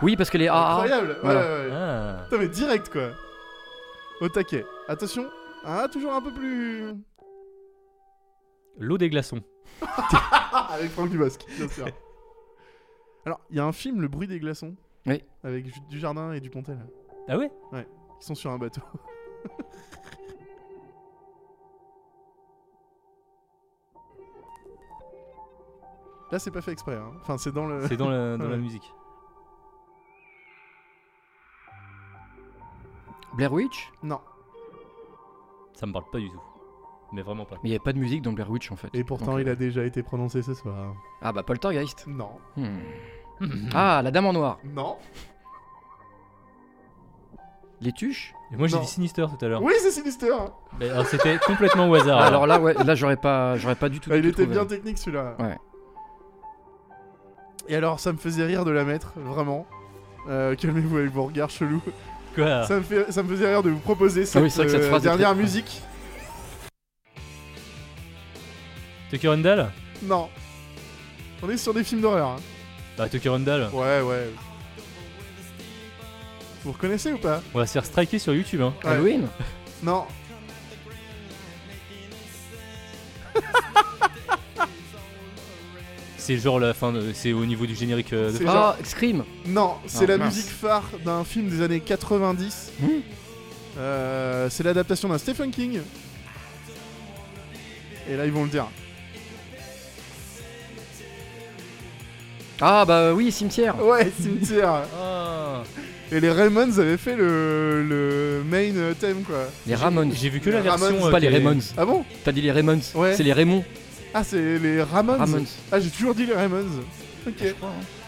D: Oui, parce que les AA.
A: Incroyable. ouais,
D: Ah. Voilà.
A: ouais, ouais.
B: Ah
A: Putain, mais direct quoi. Au taquet. Attention. Ah, toujours un peu plus.
B: L'eau des glaçons.
A: Ah, avec Franck Dubosc, bien sûr. [laughs] Alors, il y a un film, Le bruit des glaçons.
D: Oui.
A: Avec Ju- Dujardin et Dupontel.
B: Ah ouais
A: Ils sont sur un bateau. [laughs] Là, c'est pas fait exprès. hein. Enfin, c'est dans le.
B: C'est
A: [laughs]
B: dans, la, dans la
A: Ouais.
B: musique.
D: Blair Witch
A: Non.
B: Ça me parle pas du tout. Mais vraiment pas.
D: Mais il n'y avait pas de musique dans Blair Witch en fait.
A: Et pourtant,
D: Donc, euh,
A: il a déjà été prononcé ce soir.
D: Ah bah Poltergeist.
A: Non.
B: [laughs]
D: Hmm.
B: Mhm.
D: Ah, la dame en noir.
A: Non.
D: Les tuches
B: Et moi j'ai
A: Non.
B: dit Sinister tout à l'heure.
A: Oui, c'est Sinister. hein.
B: Mais, alors, c'était complètement au hasard.
D: Alors là, ouais, là j'aurais pas, j'aurais pas du tout.
A: Ah, il
D: du tout
A: était bien
D: trouvé.
A: technique celui-là.
D: Ouais.
A: Et alors, ça me faisait rire de la mettre, vraiment. Euh, Calmez-vous avec vos regards chelous.
B: Quoi
A: Ça, me fait- ça me faisait rire de vous proposer cette,
D: oui, c'est vrai que cette
A: euh,
D: phrase est
A: dernière
D: très-
A: musique.
B: Tucker Rundle
A: Non. On est sur des films d'horreur. hein.
B: Bah Tucker Rundle,
A: Ouais, ouais. Vous reconnaissez ou pas
B: on va se faire striker sur YouTube hein.
A: Ouais.
D: Halloween
A: Non.
B: [laughs] C'est genre la fin, de- c'est au niveau du générique euh, de
A: C'est genre-
D: Ah, Scream Ah,
A: Non, c'est la
D: mince.
A: musique phare d'un film des années 90.
D: Hmm.
A: Euh, c'est l'adaptation d'un Stephen King. Et là, ils vont le dire.
D: Ah bah oui, cimetière
A: Ouais,
D: [laughs]
A: cimetière.
B: Ah.
A: Et les Raymonds avaient fait le, le main euh, thème, quoi.
D: Les Ramones.
B: J'ai vu que la
A: Les Ramones,
B: version.
A: c'est
B: euh,
D: Pas les
B: qui avait-
D: Raymonds.
A: Ah bon
D: T'as dit les Raymonds.
A: Ouais.
D: C'est les Raymond.
A: Ah, c'est les Ramones
D: Ramones.
A: Ah, j'ai toujours dit les Ramones. Ok,
B: Je hein.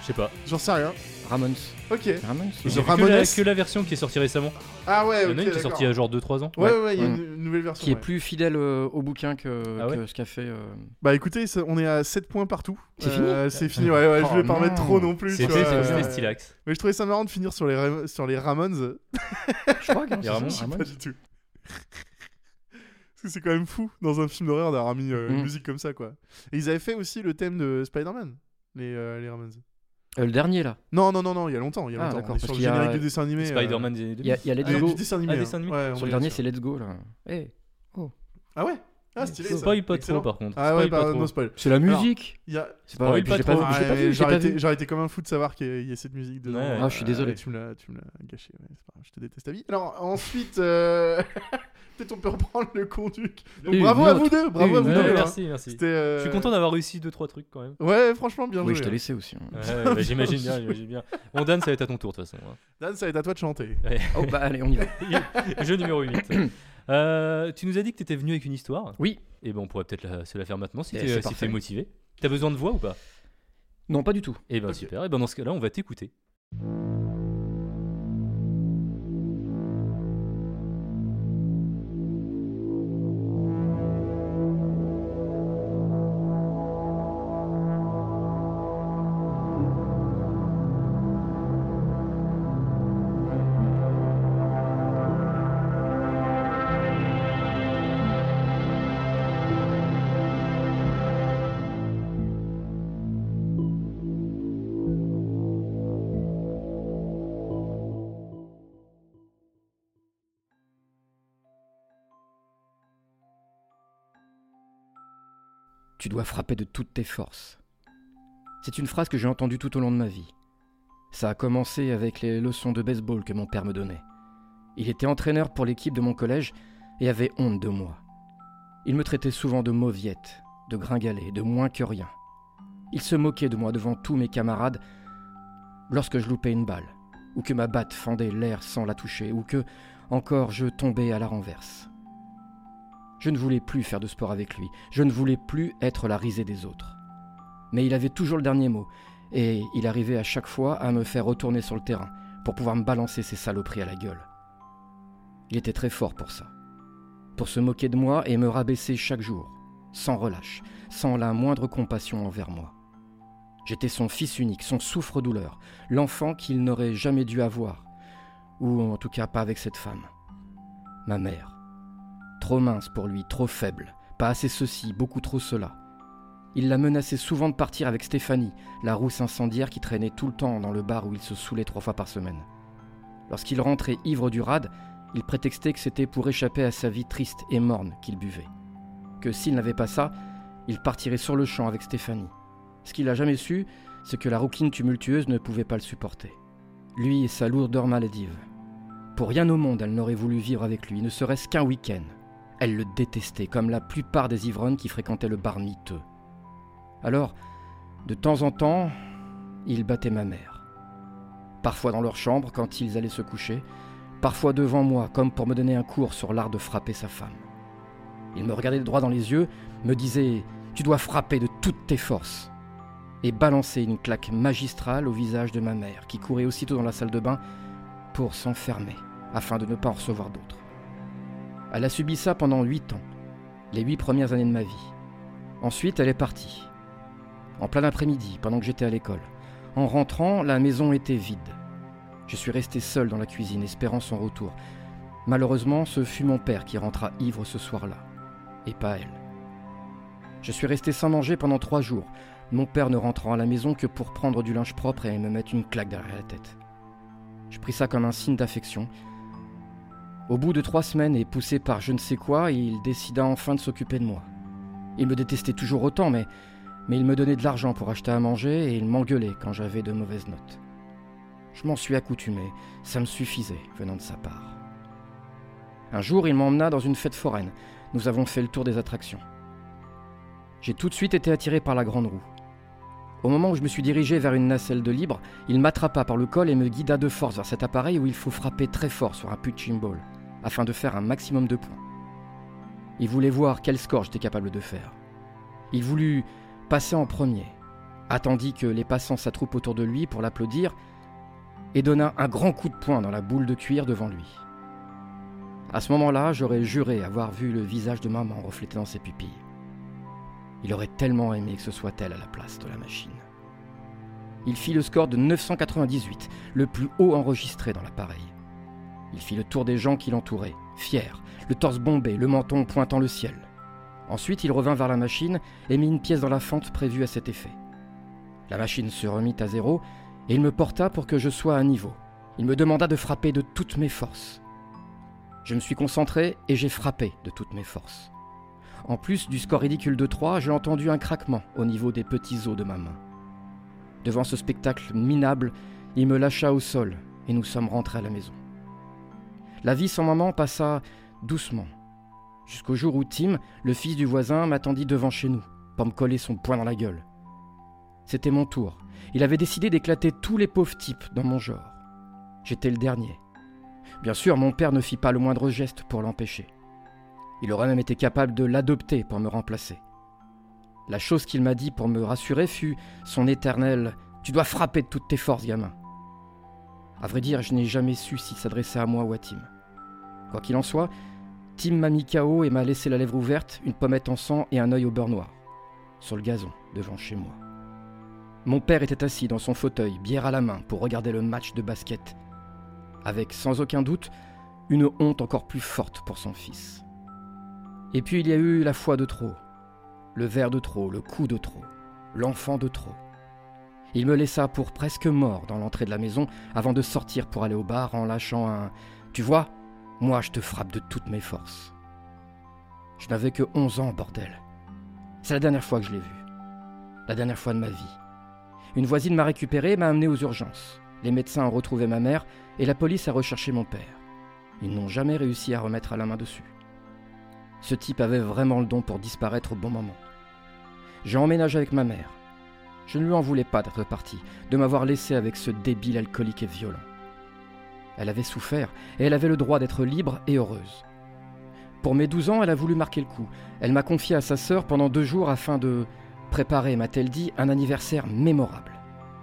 B: sais pas.
A: j'en sais rien.
D: Ramones.
A: Ok.
D: Ramones
A: Ils
B: J'ai
A: ont
B: vu que la,
A: Ramones.
B: que la version qui est sortie récemment.
A: Ah ouais,
B: Il y
A: ok,
B: en a une qui est
A: d'accord.
B: sortie à genre 2-3 ans.
A: Ouais, ouais, ouais, il y a
D: Ouais. Mm.
A: une, une nouvelle version.
D: Qui est
A: ouais.
D: plus fidèle euh, au bouquin que,
B: Ah ouais
D: que ce qu'a fait. euh,
A: Bah écoutez, ça- on est à 7 points partout.
D: C'est
A: Euh, C'est fini, ouais, ouais, je
D: Oh
A: voulais pas en
D: non.
A: mettre trop non plus. tu
B: C'était
A: vois,
B: c'était-
A: euh,
B: c'était Stylax.
A: Mais je trouvais ça marrant de finir sur les, Ram- sur les Ramones.
D: Je crois que non,
B: Les
D: c'est ça,
B: Ramones.
D: Ramones.
A: Pas du tout. Parce que c'est quand même fou dans un film d'horreur d'avoir mis euh, une
D: Mm.
A: musique comme ça, quoi. Et ils avaient fait aussi le thème de Spider-Man, les, euh, les Ramones.
D: Euh, le dernier là.
A: Non, non, non, non, il y a longtemps, il y a
D: Ah,
A: longtemps.
D: d'accord,
A: On est
D: parce
A: sur le
D: qu'il y a-
A: générique du dessin animé. euh,
B: Spider-Man des années
D: Il y a,
B: 2000.
D: il y a Let's
A: Ah,
D: Go.
A: du dessin animé.
B: Ah,
A: hein.
B: dessin animé.
A: Ouais, on
D: Sur le
A: est
D: dernier,
A: sur-
D: c'est Let's Go là. Eh, oh. Eh,
A: Ah ouais Ah, stylé ça.
B: Spoil pas
A: Excellent.
B: trop par contre.
A: Ah ouais,
B: Spoil
A: bah
B: pas trop.
A: non spoil.
D: C'est la
A: Alors,
D: musique
A: Il y a-
D: C'est pas,
B: spoil
D: puis
B: pas
D: j'ai pas
B: trop.
D: vu, j'ai
A: Ah,
D: pas vu,
A: mais
D: j'ai pas
A: J'aurais été,
D: vu.
A: j'aurais été comme un fou de savoir qu'il y a- il y a cette musique euh, dedans.
B: Ouais.
D: Ah, je suis désolé.
A: allez, Tu me l'as, tu me l'as gâché. ouais, c'est pas grave, je te déteste à vie. Alors ensuite, euh, [laughs] peut-être on peut reprendre le conduc. Donc,
D: Une
A: bravo à vous
D: autre.
A: deux, bravo à
D: Une
A: vous
B: Ouais,
A: deux.
D: autre.
A: hein.
B: Merci, merci.
A: C'était, euh,
B: Je suis content d'avoir réussi 2-3 trucs quand même.
A: Ouais, franchement, bien
D: Oui, je
A: joué.
D: t'ai laissé aussi. hein.
B: Ouais, ouais, bah, j'imagine bien, j'imagine bien. Bon, Dan, ça va être à ton tour de toute façon. hein.
A: [laughs] Dan, ça va être à toi de chanter.
D: Oh bah allez, on
B: [laughs]
D: y va.
B: Jeu numéro 8. tu nous as dit que t'étais venu avec une histoire.
D: Oui.
B: Et ben on pourrait peut-être la- se la faire maintenant si
D: Eh,
B: t'es
D: c'est
B: si t'es
D: parfait.
B: motivé. T'as besoin de voix ou pas
D: Non, pas du tout.
B: Eh ben
A: Ok.
B: super. Et ben dans ce cas-là, on va t'écouter.
D: Tu dois frapper de toutes tes forces. C'est une phrase que j'ai entendue tout au long de ma vie. Ça a commencé avec les leçons de baseball que mon père me donnait. Il était entraîneur pour l'équipe de mon collège et avait honte de moi. Il me traitait souvent de mauviette, de gringalet, de moins que rien. Il se moquait de moi devant tous mes camarades lorsque je loupais une balle, ou que ma batte fendait l'air sans la toucher, ou que, encore, je tombais à la renverse. Je ne voulais plus faire de sport avec lui. Je ne voulais plus être la risée des autres. Mais il avait toujours le dernier mot, et il arrivait à chaque fois à me faire retourner sur le terrain pour pouvoir me balancer ses saloperies à la gueule. Il était très fort pour ça. Pour se moquer de moi et me rabaisser chaque jour, sans relâche, sans la moindre compassion envers moi. J'étais son fils unique, son souffre-douleur, l'enfant qu'il n'aurait jamais dû avoir, ou en tout cas pas avec cette femme. Ma mère. Trop mince pour lui, trop faible, pas assez ceci, beaucoup trop cela. Il la menaçait souvent de partir avec Stéphanie, la rousse incendiaire qui traînait tout le temps dans le bar où il se saoulait trois fois par semaine. Lorsqu'il rentrait ivre du rade, il prétextait que c'était pour échapper à sa vie triste et morne qu'il buvait. Que s'il n'avait pas ça, il partirait sur le champ avec Stéphanie. Ce qu'il n'a jamais su, c'est que la rouquine tumultueuse ne pouvait pas le supporter. Lui et sa lourde heure maladive. Pour rien au monde, elle n'aurait voulu vivre avec lui, ne serait-ce qu'un week-end. Elle le détestait, comme la plupart des ivrognes qui fréquentaient le bar miteux. Alors, de temps en temps, ils battaient ma mère. Parfois dans leur chambre, quand ils allaient se coucher, parfois devant moi, comme pour me donner un cours sur l'art de frapper sa femme. Il me regardait droit dans les yeux, me disait Tu dois frapper de toutes tes forces et balançait une claque magistrale au visage de ma mère, qui courait aussitôt dans la salle de bain pour s'enfermer, afin de ne pas en recevoir d'autres. Elle a subi ça pendant huit ans, les huit premières années de ma vie. Ensuite, elle est partie. En plein après-midi, pendant que j'étais à l'école. En rentrant, la maison était vide. Je suis resté seul dans la cuisine, espérant son retour. Malheureusement, ce fut mon père qui rentra ivre ce soir-là, et pas elle. Je suis resté sans manger pendant trois jours, mon père ne rentrant à la maison que pour prendre du linge propre et me mettre une claque derrière la tête. Je pris ça comme un signe d'affection. Au bout de trois semaines et poussé par je ne sais quoi, il décida enfin de s'occuper de moi. Il me détestait toujours autant, mais, mais il me donnait de l'argent pour acheter à manger et il m'engueulait quand j'avais de mauvaises notes. Je m'en suis accoutumé, ça me suffisait venant de sa part. Un jour, il m'emmena dans une fête foraine. Nous avons fait le tour des attractions. J'ai tout de suite été attiré par la grande roue. Au moment où je me suis dirigé vers une nacelle de libre, il m'attrapa par le col et me guida de force vers cet appareil où il faut frapper très fort sur un punching ball, afin de faire un maximum de points. Il voulait voir quel score j'étais capable de faire. Il voulut passer en premier, attendit que les passants s'attroupent autour de lui pour l'applaudir, et donna un grand coup de poing dans la boule de cuir devant lui. À ce moment-là, j'aurais juré avoir vu le visage de maman reflété dans ses pupilles. Il aurait tellement aimé que ce soit elle à la place de la machine. Il fit le score de 998, le plus haut enregistré dans l'appareil. Il fit le tour des gens qui l'entouraient, fier, le torse bombé, le menton pointant le ciel. Ensuite, il revint vers la machine et mit une pièce dans la fente prévue à cet effet. La machine se remit à zéro et il me porta pour que je sois à niveau. Il me demanda de frapper de toutes mes forces. Je me suis concentré et j'ai frappé de toutes mes forces. En plus du score ridicule de 3, j'ai entendu un craquement au niveau des petits os de ma main. Devant ce spectacle minable, il me lâcha au sol et nous sommes rentrés à la maison. La vie sans maman passa doucement, jusqu'au jour où Tim, le fils du voisin, m'attendit devant chez nous pour me coller son poing dans la gueule. C'était mon tour. Il avait décidé d'éclater tous les pauvres types dans mon genre. J'étais le dernier. Bien sûr, mon père ne fit pas le moindre geste pour l'empêcher. Il aurait même été capable de l'adopter pour me remplacer. La chose qu'il m'a dit pour me rassurer fut son éternel ⁇ Tu dois frapper de toutes tes forces, gamin !⁇ À vrai dire, je n'ai jamais su s'il s'adressait à moi ou à Tim. Quoi qu'il en soit, Tim m'a mis KO et m'a laissé la lèvre ouverte, une pommette en sang et un œil au beurre noir, sur le gazon, devant chez moi. Mon père était assis dans son fauteuil, bière à la main, pour regarder le match de basket, avec sans aucun doute une honte encore plus forte pour son fils. Et puis il y a eu la foi de trop, le verre de trop, le coup de trop, l'enfant de trop. Il me laissa pour presque mort dans l'entrée de la maison avant de sortir pour aller au bar en lâchant un Tu vois, moi je te frappe de toutes mes forces. Je n'avais que 11 ans, bordel. C'est la dernière fois que je l'ai vu. La dernière fois de ma vie. Une voisine m'a récupéré et m'a amené aux urgences. Les médecins ont retrouvé ma mère et la police a recherché mon père. Ils n'ont jamais réussi à remettre la main dessus. Ce type avait vraiment le don pour disparaître au bon moment. J'ai emménagé avec ma mère. Je ne lui en voulais pas d'être parti, de m'avoir laissé avec ce débile alcoolique et violent. Elle avait souffert et elle avait le droit d'être libre et heureuse. Pour mes 12 ans, elle a voulu marquer le coup. Elle m'a confié à sa sœur pendant deux jours afin de préparer, m'a-t-elle dit, un anniversaire mémorable.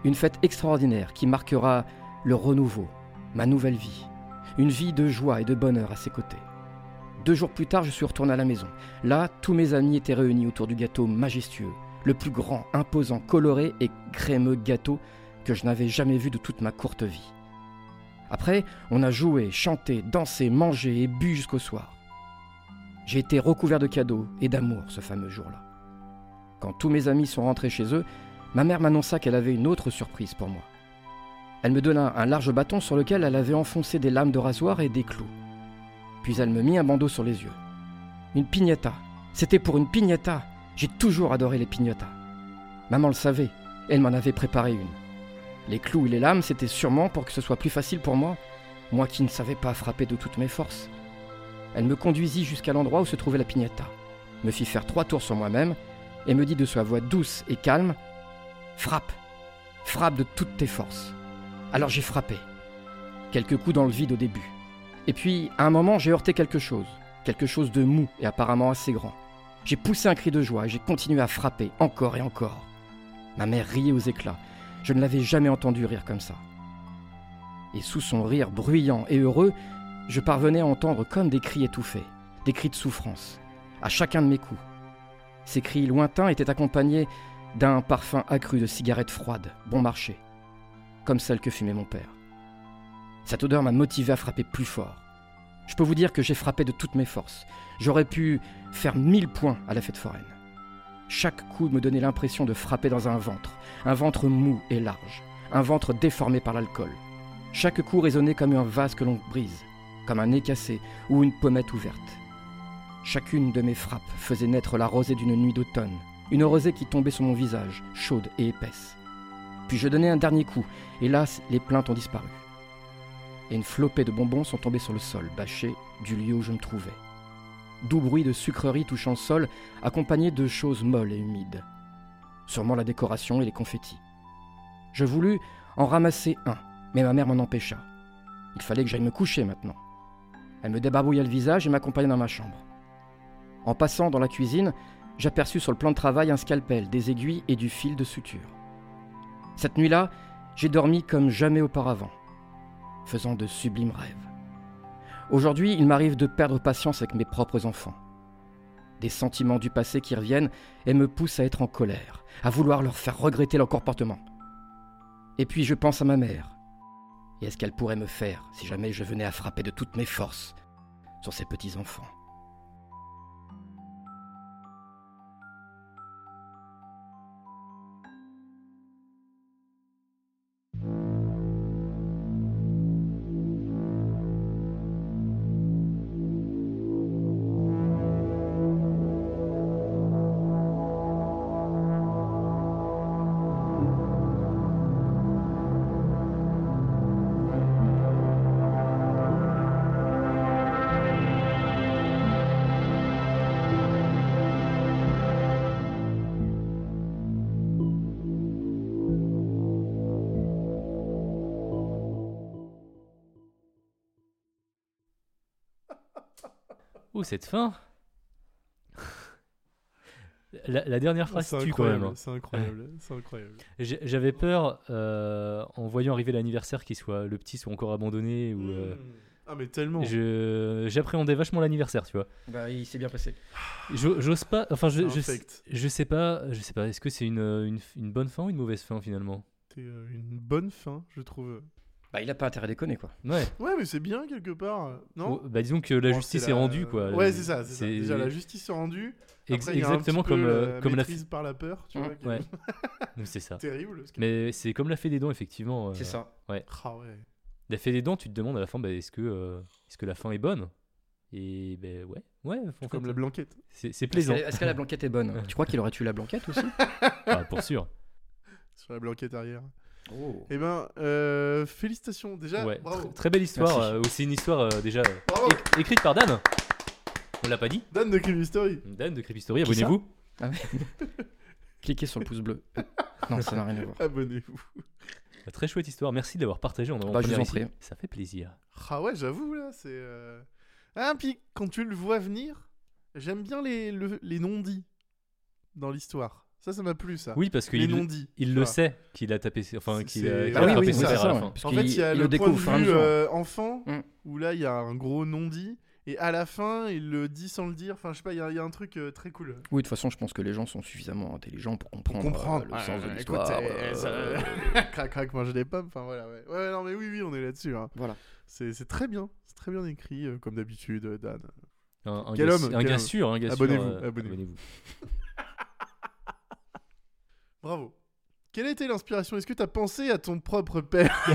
D: Une fête extraordinaire qui marquera le renouveau, ma nouvelle vie. Une vie de joie et de bonheur à ses côtés. Deux jours plus tard, je suis retourné à la maison. Là, tous mes amis étaient réunis autour du gâteau majestueux, le plus grand, imposant, coloré et crémeux gâteau que je n'avais jamais vu de toute ma courte vie. Après, on a joué, chanté, dansé, mangé et bu jusqu'au soir. J'ai été recouvert de cadeaux et d'amour ce fameux jour-là. Quand tous mes amis sont rentrés chez eux, ma mère m'annonça qu'elle avait une autre surprise pour moi. Elle me donna un large bâton sur lequel elle avait enfoncé des lames de rasoir et des clous. Puis elle me mit un bandeau sur les yeux. Une pignata. C'était pour une pignata. J'ai toujours adoré les pignatas. Maman le savait, elle m'en avait préparé une. Les clous et les lames, c'était sûrement pour que ce soit plus facile pour moi, moi qui ne savais pas frapper de toutes mes forces. Elle me conduisit jusqu'à l'endroit où se trouvait la pignata, me fit faire trois tours sur moi-même et me dit de sa voix douce et calme Frappe Frappe de toutes tes forces Alors j'ai frappé. Quelques coups dans le vide au début. Et puis, à un moment, j'ai heurté quelque chose. Quelque chose de mou et apparemment assez grand. J'ai poussé un cri de joie et j'ai continué à frapper, encore et encore. Ma mère riait aux éclats. Je ne l'avais jamais entendue rire comme ça. Et sous son rire bruyant et heureux, je parvenais à entendre comme des cris étouffés, des cris de souffrance, à chacun de mes coups. Ces cris lointains étaient accompagnés d'un parfum accru de cigarettes froides, bon marché, comme celle que fumait mon père. Cette odeur m'a motivé à frapper plus fort. Je peux vous dire que j'ai frappé de toutes mes forces. J'aurais pu faire mille points à la fête foraine. Chaque coup me donnait l'impression de frapper dans un ventre, un ventre mou et large, un ventre déformé par l'alcool. Chaque coup résonnait comme un vase que l'on brise, comme un nez cassé ou une pommette ouverte. Chacune de mes frappes faisait naître la rosée d'une nuit d'automne, une rosée qui tombait sur mon visage, chaude et épaisse. Puis je donnais un dernier coup, et là, les plaintes ont disparu. Et une flopée de bonbons sont tombés sur le sol, bâchés du lieu où je me trouvais. Doux bruit de sucreries touchant le sol, accompagné de choses molles et humides. Sûrement la décoration et les confettis. Je voulus en ramasser un, mais ma mère m'en empêcha. Il fallait que j'aille me coucher maintenant. Elle me débarbouilla le visage et m'accompagna dans ma chambre. En passant dans la cuisine, j'aperçus sur le plan de travail un scalpel, des aiguilles et du fil de suture. Cette nuit-là, j'ai dormi comme jamais auparavant, faisant de sublimes rêves. Aujourd'hui, il m'arrive de perdre patience avec mes propres enfants. Des sentiments du passé qui reviennent et me poussent à être en colère, à vouloir leur faire regretter leur comportement. Et puis je pense à ma mère, et à ce qu'elle pourrait me faire si jamais je venais à frapper de toutes mes forces sur ces petits-enfants.
B: Oh, cette fin [laughs] la, la dernière phrase
A: C'est
B: tue quand même. hein.
A: incroyable, c'est incroyable, c'est incroyable.
B: J'ai- J'avais peur, euh, en voyant arriver l'anniversaire, qu'il soit le petit soit encore abandonné. ou euh,
A: Mm. Ah mais tellement.
B: je- J'appréhendais vachement l'anniversaire, tu vois.
D: Bah, il s'est bien passé.
B: Je- J'ose pas. Enfin, je, je, sais-
A: Infect.
B: je sais pas. Je sais pas. Est-ce que c'est une, une, une bonne fin ou une mauvaise fin finalement
A: C'est euh, une bonne fin, je trouve.
D: Bah, il a pas intérêt à déconner, quoi.
B: Ouais.
A: Ouais, mais c'est bien quelque part, non
B: Oh, bah, disons que la
A: Bon,
B: justice
A: c'est
B: est, rendue, quoi.
A: Ouais,
B: Euh,
A: c'est ça, c'est ça.
B: c'est-
A: Déjà, la justice est rendue.
B: ex-
A: Après, il y a un
B: exactement
A: petit peu
B: comme, euh,
A: la
B: comme la
A: maîtrise par la peur, tu
D: Mm.
A: vois. qui est
B: Ouais. [laughs] fée- C'est ça.
A: Terrible. ce qui est-
B: Mais c'est comme la fée des dents, effectivement. euh,
D: C'est ça.
A: Ah ouais.
B: La fée des dents, tu te demandes à la fin, bah, est-ce que, euh, est-ce que la fin est bonne Et ben ouais, ouais. en fait,
A: Comme la blanquette.
B: c'est
D: Est-ce
B: c'est plaisant.
D: que, est-ce que la blanquette est bonne Tu crois qu'il aurait tué la blanquette
B: [laughs]
D: aussi
B: Ah, pour sûr.
A: Sur la blanquette arrière.
D: Oh.
A: Eh ben, euh, félicitations déjà.
B: Ouais.
A: Bravo.
B: Tr- très belle histoire.
D: Merci.
B: euh, c'est une histoire euh, déjà euh,
A: Bravo.
B: é- écrite par Dan. On l'a pas dit.
A: Dan de Crime Story.
B: Dan de Creepy
D: Qui ça
B: abonnez-vous.
D: Cliquez sur le pouce bleu. Euh, non, ça n'a rien à
B: euh.
D: voir.
A: Abonnez-vous.
B: Bah, Très chouette histoire. Merci d'avoir partagé en
D: Bah, je vous
B: avant-première
D: en
B: ici.
D: prie.
B: Ça fait plaisir.
A: Ah ouais, j'avoue, là, c'est. euh, Ah, puis quand tu le vois venir, j'aime bien les, le- les non-dits dans l'histoire. Ça, ça m'a plu, ça.
B: Oui, parce
A: les
B: qu'il
A: non-dits.
B: il
A: tu vois.
B: le sait hein, qu'il a tapé, enfin
A: C'est-
B: qu'il a,
A: c'est-
B: qu'il a
A: Ah oui,
B: attrapé
A: oui,
B: son
A: c'est
B: père
A: ça,
B: à la
D: ouais.
B: fin.
D: Parce
A: En fait,
D: qu'il-
A: il y a
D: il
A: le,
D: le
A: point
D: découvre au
A: de
D: fur et à
A: vue
D: mesure.
A: euh, enfant
D: Mm.
A: où là, il y a un gros non-dit Et à la fin, il le dit sans le dire. Enfin, je sais pas, il y, a- il y a un truc euh, très cool.
D: Oui, de toute façon, je pense que les gens sont suffisamment intelligents pour comprendre, euh, le
A: Ah,
D: sens de
A: écoute,
D: l'histoire.
A: eh,
D: euh,
A: ça- [laughs] crac, crac, manger des pommes. Enfin, voilà, ouais. Ouais, non, mais oui, oui, on est là-dessus. hein.
D: Voilà.
A: C'est c'est très bien. C'est très bien écrit, euh, comme d'habitude, euh, Dan.
B: Un, un
A: Quel
B: gars,
A: homme,
B: un
A: quel
B: gars
A: homme.
B: sûr, un gars sûr,
A: Abonnez-vous,
B: euh,
A: abonnez-vous.
B: abonnez-vous.
A: Bravo. Quelle a été l'inspiration Est-ce que t'as pensé à ton propre
B: [laughs]
A: père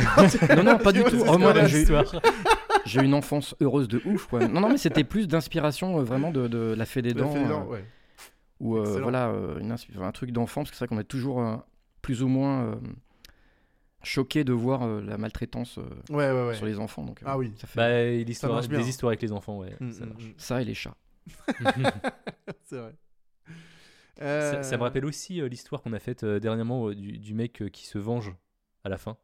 D: Non, non, pas du
A: C'est
D: tout.
A: ce
D: Oh,
A: qu'on
D: moi,
A: a
D: j'ai-
B: Histoire.
D: [laughs] J'ai eu une enfance heureuse de ouf. quoi. Non, non, mais c'était plus d'inspiration euh, vraiment de, de la fée des
A: La
D: dents.
A: fée des dents,
D: euh,
A: ouais.
D: Ou euh,
A: Excellent.
D: voilà, euh, une inspi- enfin, un truc d'enfant, parce que c'est vrai qu'on est toujours euh, plus ou moins euh, choqué de voir euh, la maltraitance euh,
A: Ouais, ouais, ouais.
D: sur les enfants. Donc, euh,
A: Ah oui.
D: Ça, fait-
B: Bah, et l'histoire-
A: marche bien. hein.
B: des histoires avec les enfants, ouais.
A: Mm,
B: ça
A: mm,
B: marche.
A: mm.
D: ça et
A: [laughs]
D: les chats.
A: [laughs]
D: [laughs]
A: C'est vrai.
B: Ça, ça me
A: Euh,
B: rappelle aussi euh, l'histoire qu'on a faite euh, dernièrement euh, du, du mec euh, qui se venge à la fin.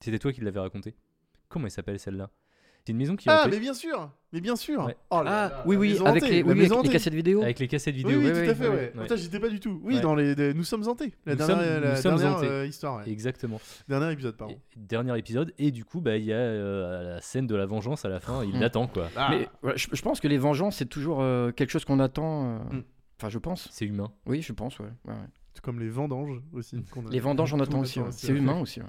B: C'était toi qui l'avais raconté. Comment elle s'appelle celle-là C'est une maison qui est
A: Ah,
B: hantée
A: mais bien sûr Mais bien sûr
B: Ouais.
A: Oh là
D: Ah,
A: là,
D: oui,
A: la
D: oui,
A: maison
D: avec
A: hantée,
D: les,
A: la
D: oui,
A: maison
D: avec les
A: hantée.
D: cassettes vidéo.
B: avec les cassettes
A: Oui,
B: vidéo.
A: oui,
D: ouais,
A: tout
D: ouais,
A: à fait,
D: ouais,
A: ouais.
B: ouais.
A: Putain, j'y étais pas du tout. Oui,
B: Ouais.
A: dans les, les- Nous sommes hantés. La
B: Nous
A: dernière,
B: sommes-
A: la
B: nous sommes
A: dernière,
B: hantés.
A: euh, histoire, ouais.
B: Exactement.
A: Dernier épisode, pardon.
B: Et- dernier épisode et du coup bah il y a euh, la scène de la vengeance à la fin. Ah, Il
D: Hmm.
B: l'attend quoi.
A: Ah.
D: Mais voilà, je, je pense que les vengeances, c'est toujours euh, quelque chose qu'on attend. euh,
A: Mm.
D: Enfin, je pense.
B: C'est humain.
D: Oui, je pense, ouais. ouais, ouais.
A: Tout comme les vendanges aussi. qu'on a-
D: Mm. Les vendanges,
A: [laughs]
D: on
A: qu'on
D: attend aussi. ouais. hein. C'est
A: ouais.
D: humain aussi. ouais.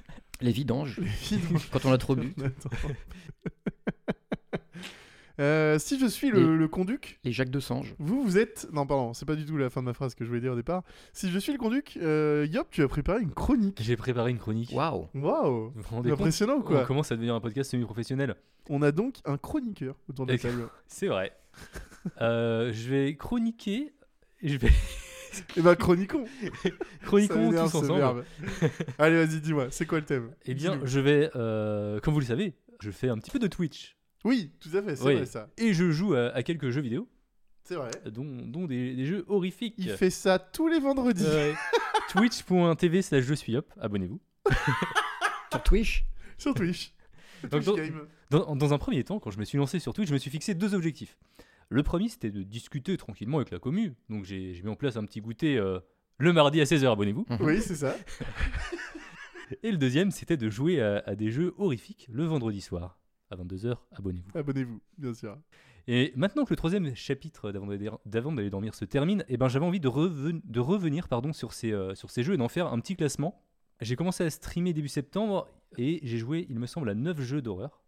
D: [laughs] Les vidanges,
A: [laughs] Les vidanges,
D: quand on a trop bu.
A: [laughs] on attend. Euh, si je suis le,
D: Les-
A: le conduc,
D: Les Jacques de Sange.
A: vous, vous êtes. Non, pardon, c'est pas du tout la fin de ma phrase que je voulais dire au départ. Si je suis le conduc, euh, Yop, tu as préparé une chronique.
B: J'ai préparé une chronique.
D: Waouh.
A: Waouh!
B: Vous vous rendez
A: C'est
B: compte
A: impressionnant ou
B: On
A: quoi?
B: commence à devenir un podcast semi-professionnel.
A: On a donc un chroniqueur autour de la
B: Ex-
A: table.
B: [laughs] C'est vrai. Euh, je vais chroniquer. Je
A: [laughs]
B: vais
A: Eh ben, chroniquons!
B: [laughs] chroniquons
A: Ça m'énerve,
B: tous
A: ce
B: ensemble. [laughs]
A: verbe. Allez, vas-y, dis-moi, c'est quoi le thème
B: Eh bien,
A: Dis-nous.
B: je vais, euh, comme vous le savez, je fais un petit peu de Twitch
A: Oui, tout à fait, c'est
B: Oui.
A: vrai ça.
B: et je joue à, à quelques jeux vidéo,
A: C'est vrai.
B: dont, dont des, des jeux horrifiques.
A: Il fait ça tous les vendredis. [laughs]
B: Euh, Twitch.tv slash je suis hop, abonnez-vous.
D: [laughs] Sur Twitch
A: Sur Twitch.
B: Donc,
A: Twitch
B: dans-
A: Game.
B: Dans, dans un premier temps, quand je me suis lancé sur Twitch, je me suis fixé deux objectifs. Le premier, c'était de discuter tranquillement avec la commu. Donc j'ai j'ai mis en place un petit goûter euh, le mardi à 16h, abonnez-vous.
A: Oui, c'est ça. [laughs]
B: Et le deuxième, c'était de jouer à, à des jeux horrifiques le vendredi soir à 22h, abonnez-vous.
A: Abonnez-vous, bien sûr.
B: Et maintenant que le troisième chapitre d'avant d'aller- d'avant d'aller dormir se termine, eh ben j'avais envie de, reven- de revenir pardon, sur, ces, euh, sur ces jeux et d'en faire un petit classement. J'ai commencé à streamer début septembre et j'ai joué, il me semble, à 9 jeux d'horreur.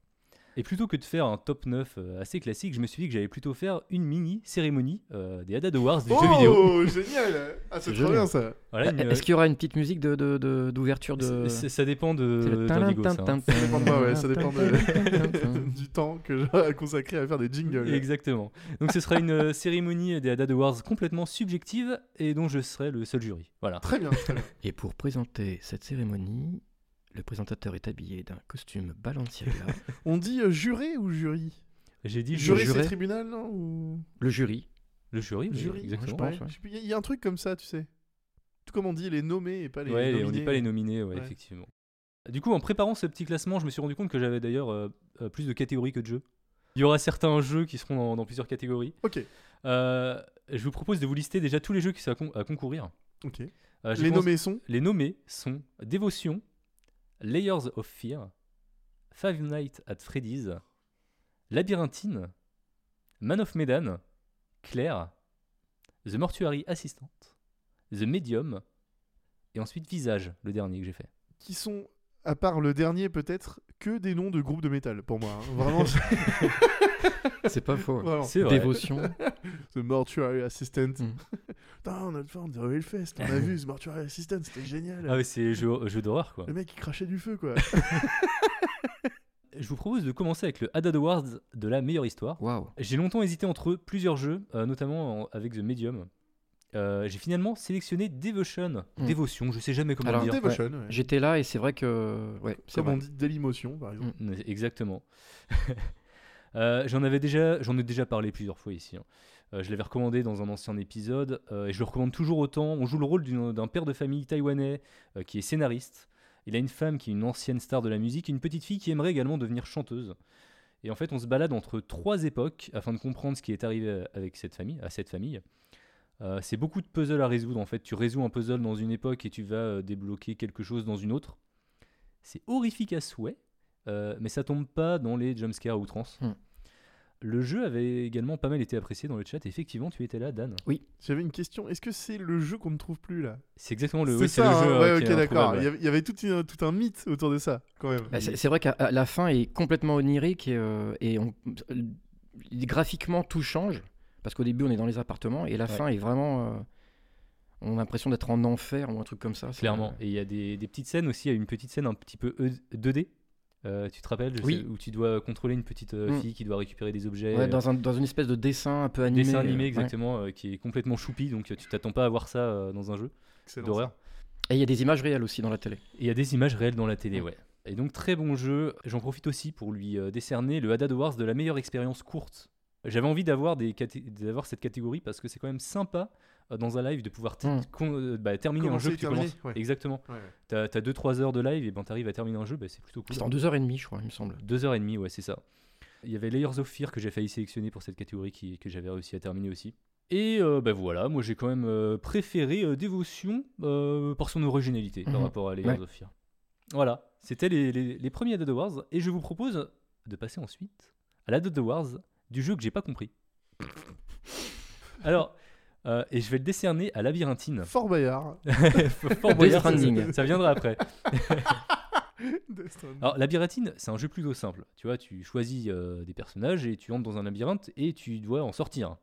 B: Et plutôt que de faire un top 9 euh, assez classique, je me suis dit que j'allais plutôt faire une mini cérémonie euh, des Haddad Awards du jeu vidéo.
A: Oh, [laughs] génial Ah, c'est
D: C'est
A: trop bien
D: génial.
A: ça.
B: Voilà, une-
D: Euh, Est-ce qu'il y aura une petite musique de- de- de- d'ouverture de,
B: c- c- ça dépend
D: C'est
B: de
D: le
B: d'Indigo, ça, hein.
D: tin, tin,
A: Ça dépend de moi, ouais, ça dépend [laughs]
D: de-
A: Du temps que j'ai consacré à faire des jingles.
B: Exactement. Donc ce sera une euh, cérémonie des Haddad Awards complètement subjective et dont je serai le seul jury. Voilà.
A: Très bien, très bien.
D: Et pour présenter cette cérémonie, le présentateur est habillé d'un costume
A: [laughs]
D: Balenciaga.
A: On dit euh, juré ou jury
B: J'ai dit je
A: Juré,
B: jurais-
A: c'est tribunal, non ou...
D: le jury.
B: Le jury, Ah oui,
A: Jury,
B: exactement.
D: pense, ouais.
A: Je sais plus, Il y a- il y a un truc comme ça, tu sais. Tout comme on dit les nommés et pas les
B: Ouais,
A: nominés.
B: on dit pas les nominés, ouais,
A: Ouais.
B: effectivement. Du coup, en préparant ce petit classement, je me suis rendu compte que j'avais d'ailleurs euh, euh, plus de catégories que de jeux. Il y aura certains jeux qui seront dans, dans plusieurs catégories.
A: Ok,
B: Euh, je vous propose de vous lister déjà tous les jeux qui sont à, con- à concourir.
A: ok.
B: Euh, j'ai
A: les
B: commencé-
A: nommés sont
B: les nommés sont Dévotion, Layers of Fear, Five Nights at Freddy's, Labyrinthine, Man of Medan, Claire, The Mortuary Assistant, The Medium, et ensuite Visage, le dernier que j'ai fait.
A: qui sont, à part le dernier peut-être, que des noms de groupes de métal pour moi. hein.
D: [laughs]
A: Vraiment, c'est-
D: C'est pas faux. hein.
A: vraiment.
B: C'est vrai.
D: Dévotion.
A: The Mortuary Assistant.
D: Mm.
A: Putain, on a le fait, on dirait Hellfest, on a vu The Mortuary Assistant, c'était génial.
B: Ah, mais c'est jeu, jeu d'horreur quoi.
A: Le mec il crachait du feu
B: [laughs]
A: quoi.
B: Je vous propose de commencer avec le Haddad Awards de la meilleure histoire.
D: Waouh.
B: J'ai longtemps hésité entre plusieurs jeux, euh, notamment en- avec The Medium. Euh, j'ai finalement sélectionné Devotion.
D: Mm.
B: Dévotion, je sais jamais comment
D: Alors,
B: le dire.
A: Devotion, ouais.
D: J'étais là et c'est vrai que. Ouais, c'est
A: Comme on
D: bon.
A: dit Dailymotion par exemple.
B: Mm, Exactement. [laughs] Euh, j'en avais déjà, j'en ai déjà parlé plusieurs fois ici. hein. Euh, je l'avais recommandé dans un ancien épisode euh, et je le recommande toujours autant. On joue le rôle d'une- d'un père de famille taïwanais euh, qui est scénariste. Il a une femme qui est une ancienne star de la musique et une petite fille qui aimerait également devenir chanteuse. Et en fait, on se balade entre trois époques afin de comprendre ce qui est arrivé à- avec cette famille, à cette famille. Euh, c'est beaucoup de puzzles à résoudre en fait. Tu résous un puzzle dans une époque et tu vas euh, débloquer quelque chose dans une autre. C'est horrifique à souhait. Euh, mais ça tombe pas dans les jumpscares à outrance.
D: Hmm.
B: Le jeu avait également pas mal été apprécié dans le chat. Effectivement, tu étais là, Dan.
A: J'avais une question. Est-ce que c'est le jeu qu'on ne trouve plus là
B: C'est exactement le,
A: C'est
B: oui, c'est
A: ça,
B: le
A: hein,
B: jeu. euh,
A: ouais,
B: qui
A: ok,
B: est
A: d'accord.
B: improbable.
A: Il y avait- il y avait tout, une- tout un mythe autour de ça, quand même.
D: Bah, c'est c'est vrai qu'à à la fin est complètement onirique et, euh, et on- graphiquement tout change parce qu'au début on est dans les appartements et la
B: Ouais.
D: fin est vraiment euh, on a l'impression d'être en enfer ou un truc comme ça. c'est-
B: Clairement. Et il y a des, des petites scènes aussi. Il y a une petite scène un petit peu E- 2D. euh, tu te rappelles je
D: Oui.
B: sais, Où tu dois contrôler une petite euh,
D: Mm.
B: fille qui doit récupérer des objets.
D: euh,
B: euh,
D: Ouais, dans, un- dans une espèce de dessin un peu animé.
B: dessin animé
D: euh, ouais.
B: exactement euh, qui est complètement choupi donc euh, tu t'attends pas à voir ça euh, dans un jeu
A: Excellent,
B: d'horreur
D: Et il y a des images réelles aussi dans la télé.
B: et il y a des images réelles dans la télé ouais et donc très bon jeu j'en profite aussi pour lui euh, décerner le Haddad Awards de la meilleure expérience courte j'avais envie d'avoir des caté- d'avoir cette catégorie parce que c'est quand même sympa euh, dans un live de pouvoir t-
D: Mm.
B: con- euh, bah,
A: ça.
B: terminer un
A: Commencer
B: jeu
A: et
B: que tu
A: terminer,
B: commences
A: ouais.
B: exactement
A: Ouais, ouais.
B: t'as 2-3 heures de live et ben t'arrives à terminer un jeu bah, c'est plutôt cool
D: C'est en deux heures et demie, je crois, il me semble.
B: Deux heures et demie, ouais, c'est ça. Il y avait Layers of Fear que j'ai failli sélectionner pour cette catégorie qui, que j'avais réussi à terminer aussi. Et euh, bah voilà, moi j'ai quand même euh, préféré euh, Dévotion euh, par son originalité par
D: Mhm.
B: rapport à Layers
D: Ouais.
B: of Fear. Voilà, c'était les, les- les premiers Dead Wars et je vous propose de passer ensuite à la Dead Wars du jeu que j'ai pas compris. Alors, euh, et je vais le décerner à Labyrinthine.
A: Fort Bayard.
B: [laughs] Fort Boyard, ça-
D: Stranding.
B: ça viendra après.
A: [laughs] Death Stranding.
B: Alors, Labyrinthine, c'est un jeu plutôt simple. Tu vois, tu choisis euh, des personnages et tu entres dans un labyrinthe et tu dois en sortir.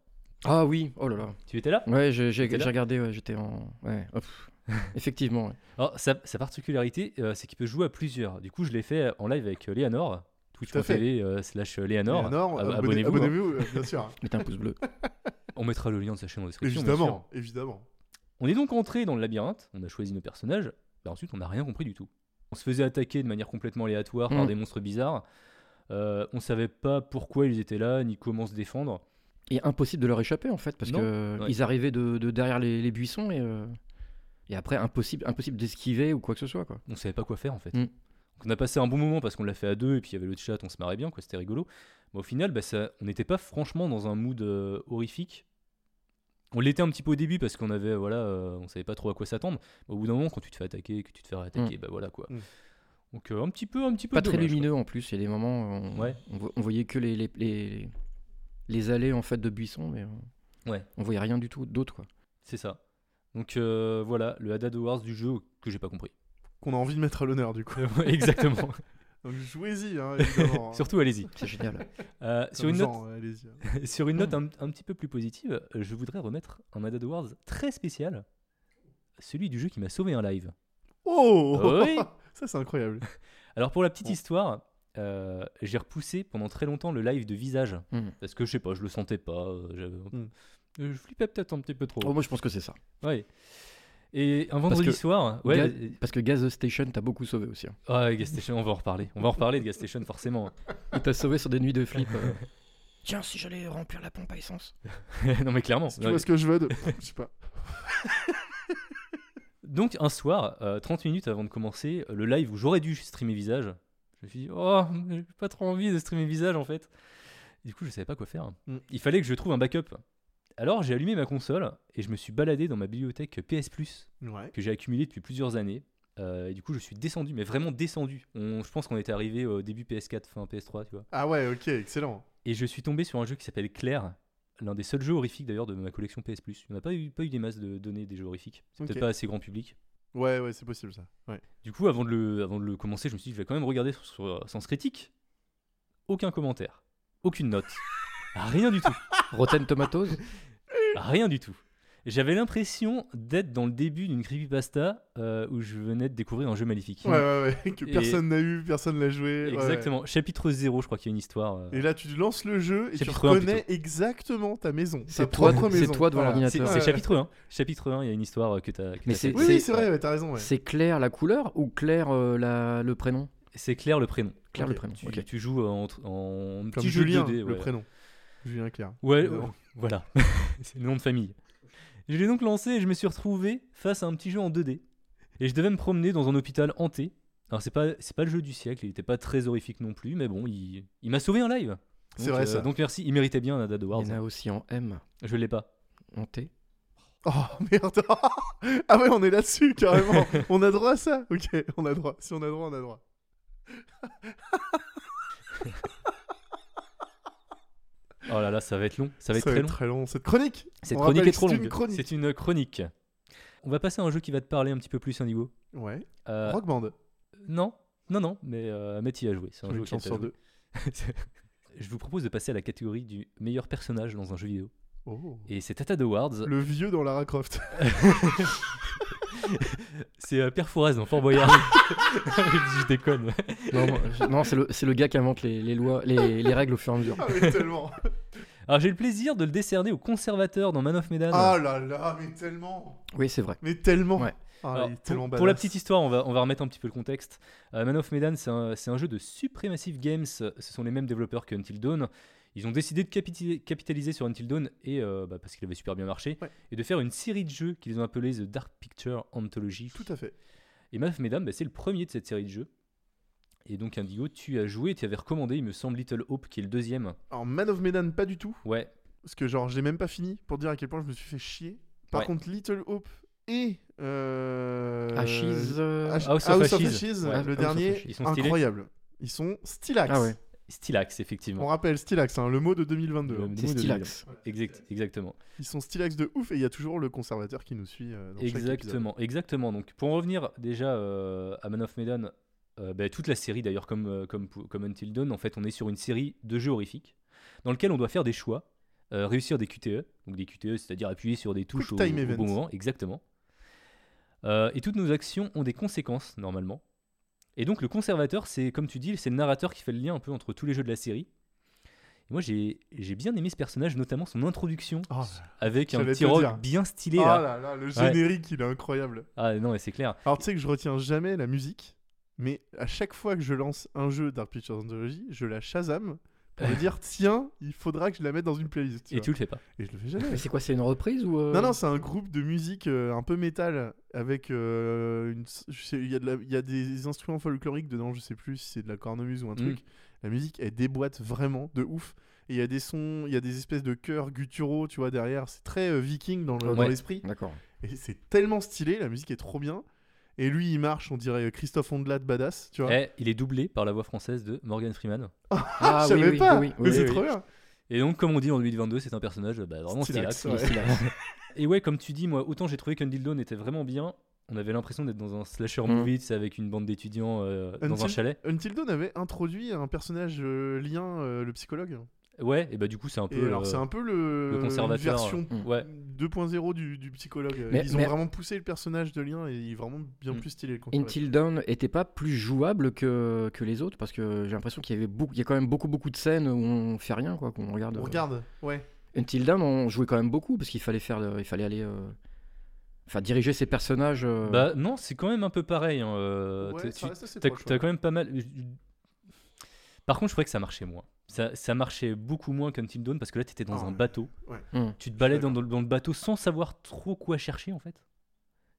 D: Ah oui, oh là là.
B: Tu étais là
D: Ouais, j'ai j'ai-
B: T'étais là
D: j'ai regardé, ouais, j'étais en. Ouais,
B: [laughs]
D: hop. Effectivement, ouais.
B: Alors, sa, sa particularité, euh, c'est qu'il peut jouer à plusieurs. Du coup, je l'ai fait en live avec euh, Léanor,
A: à fait.
B: twitch.tv euh, slash Léanor.
A: Eleanor,
B: Ab-
A: abonnez-
B: abonnez-vous, hein.
A: abonnez-vous, euh, [laughs] bien sûr.
D: Mettez un pouce bleu.
B: [laughs] On mettra le lien de sa chaîne en description. bien sûr.
A: évidemment, évidemment.
B: On est donc entré dans le labyrinthe, on a choisi nos personnages, bah ensuite on n'a rien compris du tout. On se faisait attaquer de manière complètement aléatoire par
D: Mm.
B: des monstres bizarres. Euh, on savait pas pourquoi ils étaient là, ni comment se défendre.
D: Et impossible de leur échapper en fait, parce
B: Non,
D: que
B: ouais.
D: ils arrivaient de, de derrière les, les buissons et, euh, et après impossible, impossible d'esquiver ou quoi que ce soit quoi.
B: on savait pas quoi faire en fait.
D: Mm.
B: Donc on a passé un bon moment parce qu'on l'a fait à deux et puis il y avait le chat, on se marrait bien, quoi, c'était rigolo. Mais au final, bah, ça, on n'était pas franchement dans un mood euh, horrifique. On l'était un petit peu au début parce qu'on avait, voilà, euh, on savait pas trop à quoi s'attendre. Mais au bout d'un moment, quand tu te fais attaquer, que tu te fais attaquer, bah voilà quoi.
A: Mm.
B: Donc euh, un petit peu, un petit peu.
D: Pas très
B: dommage, quoi.
D: lumineux en plus, il y a des moments où on,
B: Ouais.
D: on vo- on voyait que les, les, les, les allées en fait de buissons, mais euh,
B: Ouais.
D: on voyait rien du tout d'autre quoi.
B: C'est ça. Donc euh, voilà, le Haddad Awards du jeu que j'ai pas compris.
A: Qu'on a envie de mettre à l'honneur, du coup.
B: Ouais, Exactement.
A: Donc jouez-y, hein,
B: [laughs]
A: évidemment. hein.
B: Surtout, allez-y.
D: C'est génial. Hmm.
B: Euh,
A: Comme
B: sur une note,
A: genre, ouais, allez-y. hein.
B: [laughs] Sur une note un, un petit peu plus positive, euh, je voudrais remettre un Haddad Awards très spécial, celui du jeu qui m'a sauvé un live. Ah
A: Oh
B: Oui.
A: Ça, c'est incroyable.
B: [laughs] Alors pour la petite
A: Bon.
B: histoire, euh, j'ai repoussé pendant très longtemps le live de visage,
D: Mm.
B: parce que je sais pas, je le sentais pas, euh, j'avais-
A: Mm.
B: Euh, je flippais peut-être un petit peu trop.
D: Oh, moi je pense que c'est ça.
B: Ouais. Et un vendredi
D: que
B: soir, ouais,
D: Ga-
B: euh,
D: Parce que Gas The Station t'a beaucoup sauvé aussi. hein.
B: ah, Gas Station, on va en reparler, on va en reparler de Gas Station forcément.
D: Il t'a sauvé sur des nuits de flip. euh. Tiens, si j'allais remplir la pompe à essence.
B: [laughs] non mais
A: [laughs]
B: clairement.
A: Si tu vois ce que je veux de. [laughs] Je sais pas.
B: Donc un soir, euh, 30 minutes avant de commencer euh, le live où j'aurais dû streamer visage, je me suis dit oh j'ai pas trop envie de streamer visage en fait. Du coup je savais pas quoi faire.
A: Mm.
B: Il fallait que je trouve un backup. Alors j'ai allumé ma console et je me suis baladé dans ma bibliothèque PS Plus
A: Ouais.
B: que j'ai accumulée depuis plusieurs années. Euh, et du coup je suis descendu, mais vraiment descendu. On- je pense qu'on était arrivé au début PS4, fin PS3, tu vois.
A: Ah ouais, ok, excellent.
B: Et je suis tombé sur un jeu qui s'appelle Claire, l'un des seuls jeux horrifiques d'ailleurs de ma collection PS Plus. On n'a pas eu, pas eu des masses de données des jeux horrifiques. C'est
A: Ok.
B: peut-être pas assez grand public.
A: Ouais, ouais, c'est possible ça. Ouais.
B: Du coup, avant de le, avant de le commencer, je me suis dit, je vais quand même regarder sur, sur Sens Critique. Aucun commentaire, aucune note, [laughs] rien du tout,
D: Rotten Tomatoes
B: [laughs] rien du tout. J'avais l'impression d'être dans le début d'une creepypasta euh, où je venais de découvrir un jeu maléfique.
A: Ouais, ouais, ouais. [laughs] Que
B: Et-
A: personne n'a eu, personne l'a joué. ouais, ouais.
B: Exactement, chapitre 0, je crois qu'il y a une histoire. euh.
A: Et là, tu lances le jeu et tu
B: Chapitre un,
A: reconnais exactement ta maison.
D: C'est
A: ta
D: toi,
A: propre
D: c'est
A: maison.
D: toi devant
A: Voilà.
B: C'est
D: l'ordinateur.
B: c'est
A: Ouais.
B: chapitre 1. Chapitre 1, il y a une histoire euh, que tu as.
D: [laughs] Mais c'est-
A: Oui, oui, c'est vrai, ouais, t'as raison. Ouais.
D: C'est clair la couleur ou clair euh, la- le prénom
B: C'est Claire le prénom.
D: Claire
A: Ok,
D: le prénom.
B: Tu,
D: ok.
B: tu joues en, en
A: Comme
B: petit
A: Julien,
B: jeu 2D.
A: le
B: ouais.
A: prénom. Julien Claire.
B: Ouais,
A: Non.
B: euh, [laughs] voilà. c'est le nom de famille. Je l'ai donc lancé et je me suis retrouvé face à un petit jeu en 2D. Et je devais me promener dans un hôpital hanté. Alors, c'est pas, c'est pas le jeu du siècle, il était pas très horrifique non plus, mais bon, il, il m'a sauvé un live.
A: C'est
B: Donc,
A: vrai
B: euh,
A: ça.
B: Donc, merci, il méritait bien un Haddad Awards.
D: Il y en a aussi en M,
B: Je l'ai pas.
D: en T.
A: Oh merde. ah ouais, on est
B: [laughs]
A: là-dessus carrément. on a droit à ça. Ok, on a droit. Si on a droit, on a droit.
B: Oh là là, ça va être long. Ça va être
A: Ça va
B: très
A: être
B: long.
A: très long. Cette chronique
B: Cette
A: On
B: chronique
A: rappelle
B: est
A: que
B: trop
A: c'est
B: longue.
A: une chronique.
B: C'est une chronique. On va passer à un jeu qui va te parler un petit peu plus, Indigo.
A: Ouais.
B: Euh,
A: Rock Band.
B: non, non, non, mais, euh, mais t'y as joué. C'est un
A: J'ai
B: jeu
A: une
B: qui
A: chance sur deux.
B: [laughs] Je vous propose de passer à la catégorie du meilleur personnage dans un jeu vidéo.
A: Oh.
B: Et c'est Tata Awards.
A: Le vieux dans Lara Croft.
B: [laughs] C'est euh, Père Fouras dans
A: [laughs]
D: [laughs]
B: Fort Boyard. [laughs] Je déconne.
D: Non, moi, je- non, c'est le, c'est le gars qui invente les, les lois, les, les règles au fur et à mesure.
A: ah, mais tellement.
B: Alors j'ai le plaisir de le décerner au conservateur dans Man of Medan.
A: Ah là là, mais tellement.
D: Oui, c'est vrai.
A: Mais tellement.
D: Ouais.
A: Ah,
B: Alors,
A: il est
B: pour,
A: tellement
B: pour
A: badass.
B: la petite histoire, on va, on va remettre un petit peu le contexte. Euh, Man of Medan, c'est un, c'est un jeu de Supremative Games. Ce sont les mêmes développeurs que Until Dawn. Ils ont décidé de capitaliser, capitaliser sur Until Dawn et, euh, bah, parce qu'il avait super bien marché
A: Ouais.
B: et de faire une série de jeux qu'ils ont appelé The Dark Picture Anthology.
A: Tout à fait.
B: Et Man of Medan, bah, c'est le premier de cette série de jeux. Et donc Indigo, tu as joué, tu avais recommandé, il me semble, Little Hope qui est le deuxième.
A: Alors, Man of Medan, pas du tout.
B: Ouais,
A: Parce que, genre, j'ai même pas fini pour dire à quel point je me suis fait chier. Par
B: Ouais.
A: contre, Little Hope et. Euh...
D: Ashes. euh,
A: Ash- House
B: House of
A: of
B: Ashes.
A: Ashes,
B: Ouais,
D: House
A: le
D: of
A: dernier.
D: Ashes.
B: Ils sont stylés.
A: incroyable. Ils sont stylax.
D: Ah ouais,
B: Stylax, effectivement.
A: On rappelle stylax, hein, le mot de 2022.
B: Le
A: hein.
B: mot
D: c'est
B: de
D: Stylax.
B: Exact, exactement.
A: Ils sont stylax de ouf et il y a toujours le conservateur qui nous suit. euh, dans chaque épisode.
B: Exactement, exactement. Donc, pour en revenir déjà euh, à Man of Medan, euh, bah, toute la série d'ailleurs, comme, euh, comme, pou- comme Until Dawn, en fait, on est sur une série de jeux horrifiques dans lequel on doit faire des choix, euh, réussir des QTE, donc des QTE, c'est-à-dire appuyer sur des touches au,
A: Quick time
B: au
A: event.
B: bon moment, exactement. Euh, et toutes nos actions ont des conséquences normalement. Et donc, le conservateur, c'est comme tu dis, c'est le narrateur qui fait le lien un peu entre tous les jeux de la série. Et moi, j'ai j'ai bien aimé ce personnage, notamment son introduction
A: Oh,
B: avec un
A: j'allais
B: petit
A: te
B: rock
A: dire.
B: bien stylé.
A: Oh
B: là.
A: là là, le générique, il est incroyable.
B: Ah non, mais c'est clair.
A: Alors tu sais que je retiens jamais la musique, mais à chaque fois que je lance un jeu Dark Pictures Anthology, je la Shazam pour
B: [laughs]
A: me dire tiens, il faudra que je la mette dans une playlist. tu
B: Et
A: vois.
B: tu le fais pas.
A: Et je le fais jamais.
D: Mais c'est quoi, c'est une reprise ou euh,
A: Non, non, c'est un groupe de musique euh, un peu métal avec euh, une. je sais- Il y, a de la- il y a des instruments folkloriques dedans, je sais plus si c'est de la cornemuse ou
B: Mm.
A: un truc. La musique, elle déboîte vraiment de ouf. Et il y a des sons, il y a des espèces de chœurs gutturaux, tu vois, derrière. C'est très euh, viking dans le- dans
B: Ouais.
A: l'esprit.
D: D'accord.
A: Et c'est tellement stylé, la musique est trop bien. Et lui, il marche, on dirait euh, Christophe Ondelat de badass, tu vois.
B: Eh, il est doublé par la voix française de
A: [laughs]
B: Morgan Freeman.
D: Ah
A: je savais pas, mais
D: oui,
A: c'est
D: oui.
A: trop bien.
B: Et donc, comme on dit en 2022, c'est un personnage bah, vraiment stylax.
A: Stylax, ouais.
B: Et ouais, comme tu dis, moi, autant j'ai trouvé qu'Until Dawn était vraiment bien. On avait l'impression d'être dans un slasher
D: Mm.
B: movie, tu sais, avec une bande d'étudiants euh, dans un
A: Until-
B: chalet.
A: Until Dawn avait introduit un personnage euh, lien, euh, le psychologue.
B: Ouais, et bah du coup, c'est un
A: Et
B: peu.
A: alors,
B: euh,
A: c'est un peu le,
B: le conservateur,
A: une version
D: euh,
B: Ouais.
A: 2.0 du, du psychologue.
D: Mais-
A: Ils ont
D: mais-
A: vraiment poussé le personnage de lien et il est vraiment bien
B: Mm.
A: plus stylé. le conservateur.
D: Until Dawn était pas plus jouable que, que les autres parce que j'ai l'impression qu'il y avait beaucoup, il y a quand même beaucoup beaucoup de scènes où on fait rien quoi, qu'on regarde. euh,
A: On regarde, ouais.
D: Until Dawn, on jouait quand même beaucoup parce qu'il fallait faire, le- il fallait aller, euh, enfin diriger ses personnages. euh,
B: Bah non, c'est quand même un peu pareil. hein, euh,
A: Ouais,
B: t'as-
A: ça
B: tu-
A: reste assez
B: T'as
A: proche,
B: t'as
A: ouais.
B: quand même pas mal. euh, Par contre, je trouvais que ça marchait moins. Ça, ça marchait beaucoup moins qu'Until Dawn parce que là, t'étais dans
A: Ah,
B: un
A: ouais.
B: bateau.
A: Ouais.
D: Mm.
B: Tu te balades dans, dans le bateau sans savoir trop quoi chercher en fait.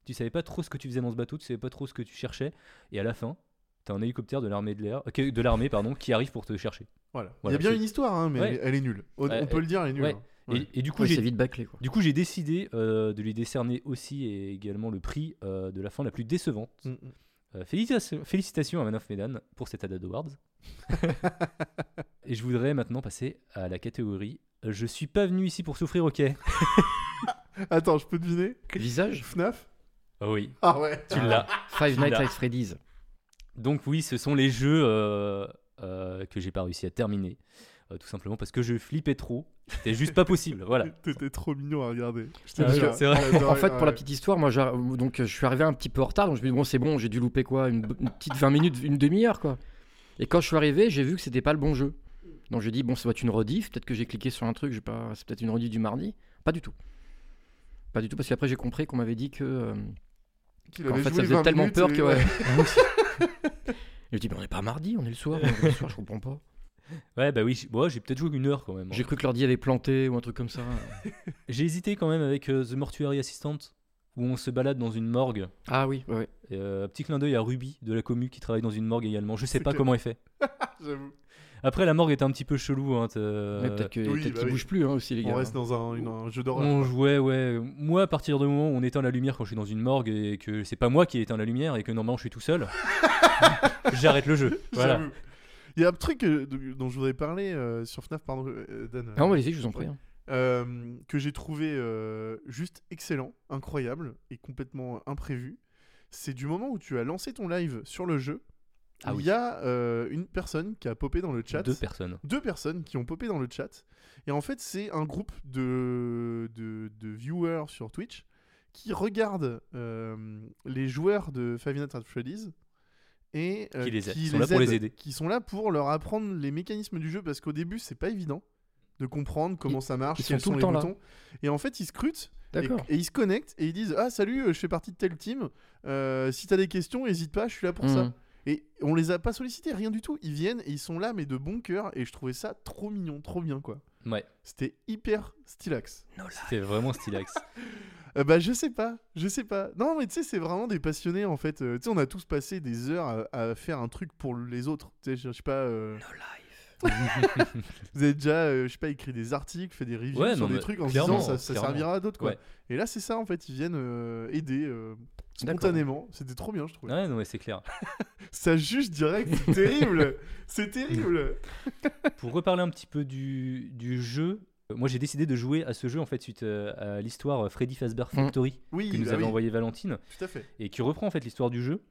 B: Tu savais pas trop ce que tu faisais dans ce bateau, tu savais pas trop ce que tu cherchais. Et à la fin, t'as un hélicoptère de l'armée de l'air, euh, de l'armée pardon, qui arrive pour te chercher.
A: Voilà. il y
B: Voilà,
A: a bien
B: c'est-
A: une histoire, hein, mais
B: Ouais.
A: elle, est- elle est nulle. On,
B: Ouais,
A: on peut
B: elle-
A: le dire, elle est nulle.
B: ouais.
A: hein.
B: Et- Et, du coup,
D: ouais,
B: j'ai
D: c'est vite bâclé quoi.
B: du coup, j'ai décidé euh, de lui décerner aussi et également le prix euh, de la fin la plus décevante.
A: Mm, mm.
B: Euh, félicitations, félicitations à Man of Medan pour cet Adad
A: [laughs]
B: Awards. Et je voudrais maintenant passer à la catégorie euh, Je suis pas venu ici pour souffrir, ok
A: [laughs] Attends, je peux deviner
D: Visage,
A: FNAF
B: Ah Oui,
A: Ah ouais.
B: tu l'as.
D: Five Nights
B: Celui-là.
D: at Freddy's.
B: Donc, oui, ce sont les jeux euh, euh, que j'ai pas réussi à terminer. euh, tout simplement parce que je flippais trop. C'était juste pas possible, voilà.
A: [laughs] T'étais trop mignon à regarder. Je te
B: Ah,
A: jure.
B: c'est vrai. [laughs]
A: J'adorais,
D: En fait, pour la
A: ouais.
D: petite histoire, moi, j'a- donc euh, je suis arrivé un petit peu en retard, donc je me dis bon, c'est bon, j'ai dû louper quoi, une, b- une petite 20 minutes, une demi-heure quoi. Et quand je suis arrivé, j'ai vu que c'était pas le bon jeu. Donc j'ai dit bon, ça doit être une rediff, peut-être que j'ai cliqué sur un truc, j'ai pas, c'est peut-être une rediff du mardi. Pas du tout. Pas du tout, parce qu'après j'ai compris qu'on m'avait dit que. euh,
A: Qu'il
D: qu'en
A: avait
D: fait,
A: joué
D: ça faisait
A: 20
D: tellement
A: minutes
D: peur
A: et-
D: que. Ouais.
A: [laughs]
D: Ah [laughs] Je dis, mais on n'est pas mardi, on est le soir, on est le soir, je comprends pas.
B: Ouais, bah oui, j- bon, j'ai peut-être joué une heure quand même. hein.
D: J'ai cru que l'ordi avait planté ou un truc comme ça.
B: [laughs] J'ai hésité quand même avec euh, The Mortuary Assistant, où on se balade dans une morgue.
D: Ah oui, ouais, ouais.
B: Et, euh, petit clin d'œil à Ruby de la commu qui travaille dans une morgue également. Je sais
A: [laughs] C'est
B: pas
A: clair.
B: comment elle fait.
A: J'avoue.
B: Après, la morgue était un petit peu chelou. hein, t'as-
D: Mais peut-être que-
A: oui,
D: peut-être
A: bah
D: qu'ils
A: oui.
D: bougent plus hein, aussi, les gars.
A: On reste dans un, une- un jeu d'horreur. [laughs]
B: On jouait, ouais. Moi, à partir du moment où on éteint la lumière quand je suis dans une morgue
A: [laughs]
B: et [laughs] que c'est pas moi qui ai éteint la lumière et que normalement je suis tout seul, j'arrête le jeu. Voilà.
A: J'avoue. Il y a un truc euh, de- dont je voudrais parler euh, sur FNAF, pardon, euh, Dan. euh,
D: Non, allez-y, je vous en prie. hein.
A: euh, que j'ai trouvé euh, juste excellent, incroyable et complètement imprévu. C'est du moment où tu as lancé ton live sur le jeu.
B: Ah
A: il
B: oui.
A: y a euh, une personne qui a popé dans le chat
B: Deux personnes.
A: deux personnes qui ont popé dans le chat. Et en fait, c'est un groupe de, de, de viewers sur Twitch qui regardent euh, les joueurs de Five Nights at Freddy's et euh,
B: Qui les aident, qui sont là pour les aider.
A: Qui sont là pour leur apprendre les mécanismes du jeu parce qu'au début, c'est pas évident de comprendre comment ça marche,
D: ils sont
A: quels
D: tout
A: sont
D: le
A: les
D: temps là.
A: boutons. Et en fait, ils scrutent et,
D: D'accord.
A: et ils se connectent et ils disent Ah, salut, euh, je fais partie de telle team. Euh, si t'as des questions, hésite pas, je suis là pour ça.
B: Mmh.
D: Mhm.
A: Et on les a pas sollicités, rien du tout. Ils viennent et ils sont là, mais de bon cœur. Et je trouvais ça trop mignon, trop bien, quoi.
B: Ouais,
A: C'était hyper stylax.
B: c'était vraiment stylax.
A: [laughs] Euh, bah, je sais pas, je sais pas. Non, mais tu sais, c'est vraiment des passionnés, en fait. Euh, tu sais, on a tous passé des heures à, à faire un truc pour les autres. Tu sais, je je sais pas. euh, [laughs] Vous avez déjà, euh, je sais pas, écrit des articles, fait des reviews
B: Ouais,
A: sur
B: non,
A: des
B: mais
A: trucs en se
B: clairement,
A: disant ça, ça
B: clairement.
A: servira à d'autres, quoi.
B: Ouais.
A: Et là, c'est ça, en fait. Ils viennent euh, aider euh,
D: D'accord.
A: spontanément. C'était trop bien, je trouvais.
B: ouais, non, mais c'est clair.
A: [laughs] Ça juge direct, c'est terrible. C'est terrible.
B: Pour reparler un petit peu du, [laughs] du jeu, euh, moi j'ai décidé de jouer à ce jeu en fait suite euh, à l'histoire euh, Freddy Fazbear
D: Mmh.
B: Factory
A: Oui,
B: que nous
A: bah
B: avait
A: oui,
B: envoyé Valentine
A: tout à fait.
B: et qui reprend en fait l'histoire du jeu.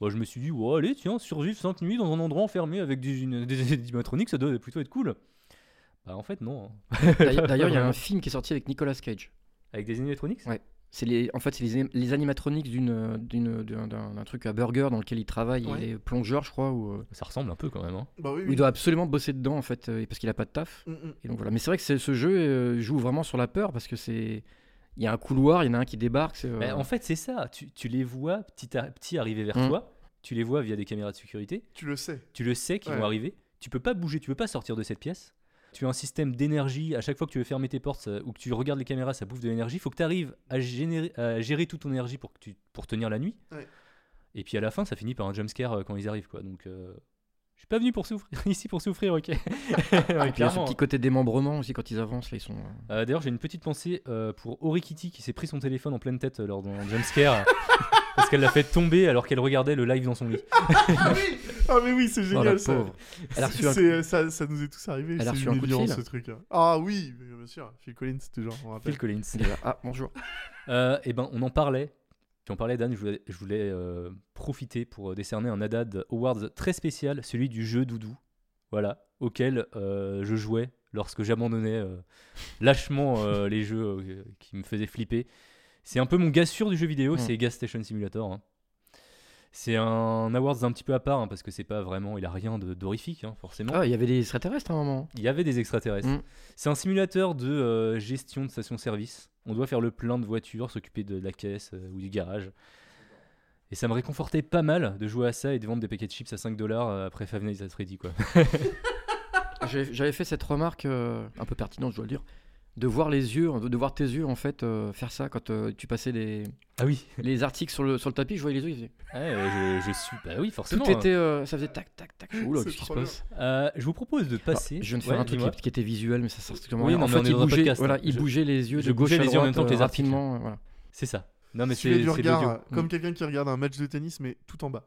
B: Bon, je me suis dit, ouais, allez, tiens, survivre 5 nuits dans un endroit enfermé avec des, une- des animatroniques, ça doit plutôt être cool. Bah, en fait, non. hein. [laughs]
D: D'ailleurs, d'ailleurs, il y a un film qui est sorti avec Nicolas Cage.
B: Avec des animatroniques
D: Ouais. C'est les, en fait, c'est les, les animatroniques d'une, d'une, d'un, d'un- d'un truc à burger dans lequel il travaille.
A: Ouais.
D: Il est plongeur, je crois, ou euh,
B: Ça ressemble un peu quand même. hein.
A: Bah oui,
D: où il doit absolument bosser dedans en fait, euh, parce qu'il a pas de taf.
A: Mm, mm.
D: Et donc voilà. Mais c'est vrai que c'est- ce jeu euh, joue vraiment sur la peur parce que c'est. Il y a un couloir, il y en a un qui débarque. c'est, euh,
B: Bah, en fait, c'est ça. Tu, tu les vois petit à petit arriver vers
D: Mm.
B: toi. Tu les vois via des caméras de sécurité.
A: Tu le sais.
B: Tu le sais qu'ils
A: Ouais.
B: vont arriver. Tu peux pas bouger, tu peux pas sortir de cette pièce. Tu as un système d'énergie. À chaque fois que tu veux fermer tes portes ça- ou que tu regardes les caméras, ça bouffe de l'énergie. Il faut que tu arrives à, générer- à gérer toute ton énergie pour, que tu, pour tenir la nuit.
A: Ouais.
B: Et puis à la fin, ça finit par un jumpscare euh, quand ils arrivent. Quoi. Donc, euh, je suis pas venu pour souffrir, [laughs] ici pour souffrir, ok. Ouais,
D: et puis il y a ce
B: clairement.
D: petit côté démembrement aussi quand ils avancent, là, ils sont. euh,
B: Euh, D'ailleurs, j'ai une petite pensée euh, pour Orikiti qui s'est pris son téléphone en pleine tête euh, lors d'un jumpscare. parce qu'elle l'a fait tomber alors qu'elle regardait le live dans son lit.
A: Ah oui Ah mais oui, c'est
D: oh, la
A: génial ça.
D: pauvre. Elle a reçu un-
A: C'est- euh, ça, ça nous est tous arrivé.
D: Elle a
A: c'est
D: reçu un coup de
A: humiliant,
D: fil.
A: ce truc. hein. Ah oui, mais bien sûr. Phil Collins, toujours, on rappelle.
B: Phil Collins.
A: [laughs]
D: Il est là. Ah bonjour.
B: [laughs] Euh, eh ben, on en parlait. Puis on parlait d'Anne, je voulais, je voulais, euh, profiter pour euh, décerner un Haddad Awards très spécial, celui du jeu Doudou, voilà, auquel euh, je jouais lorsque j'abandonnais euh, lâchement
D: [laughs]
B: euh, les jeux euh, qui me faisaient flipper. C'est un peu mon gars sûr du jeu vidéo,
D: Mm.
B: c'est Gas Station Simulator. hein. C'est un Awards un petit peu à part, hein, parce que c'est pas vraiment, il a rien de- d'horrifique, hein, forcément.
D: Ah, il y avait des extraterrestres à un moment.
B: Il y avait des extraterrestres.
D: Mm.
B: C'est un simulateur de euh, gestion de station-service. On doit faire le plein de voitures, s'occuper de la caisse euh, ou du garage. Et ça me réconfortait pas mal de jouer à ça et de vendre des paquets de chips à 5 dollars euh, après Five Nights at Freddy,
D: [laughs]
B: quoi.
D: J'avais j'avais fait cette remarque euh, un peu pertinente, je dois le dire, de voir les yeux, de, de voir tes yeux en fait euh, faire ça quand euh, tu passais les,
B: Ah oui Ah,
D: les articles sur le, sur le tapis, je voyais les yeux, ils faisaient-
B: je, je suis. Bah oui,
D: Tout
B: forcément.
D: était, euh, ça faisait tac tac tac. Oula,
A: C'est
D: qu'est-ce qui se
A: trop bien.
D: passe
B: Euh, je vous propose de
D: Alors,
B: passer.
D: Je viens de faire
B: Ouais,
D: un truc
B: dis-moi.
D: qui, qui était visuel, mais ça sert strictement à
B: Oui,
D: rien.
B: non,
D: En
B: mais on
D: fait,
B: est
D: il
B: dans un
D: bougeait,
B: podcast,
D: voilà,
B: hein.
D: il
B: Je-
D: bougeait les yeux
B: je
D: de gauche
B: bougeais
D: à
B: les yeux en
D: droite
B: même temps que les
D: euh,
B: articles.
D: rapidement. euh, voilà.
B: C'est ça. Non, mais
A: Suivez
B: c'est
A: du
B: c'est l'audio. Mm.
A: regard, euh, comme quelqu'un qui regarde un match de tennis, mais tout en
B: [laughs]
A: bas.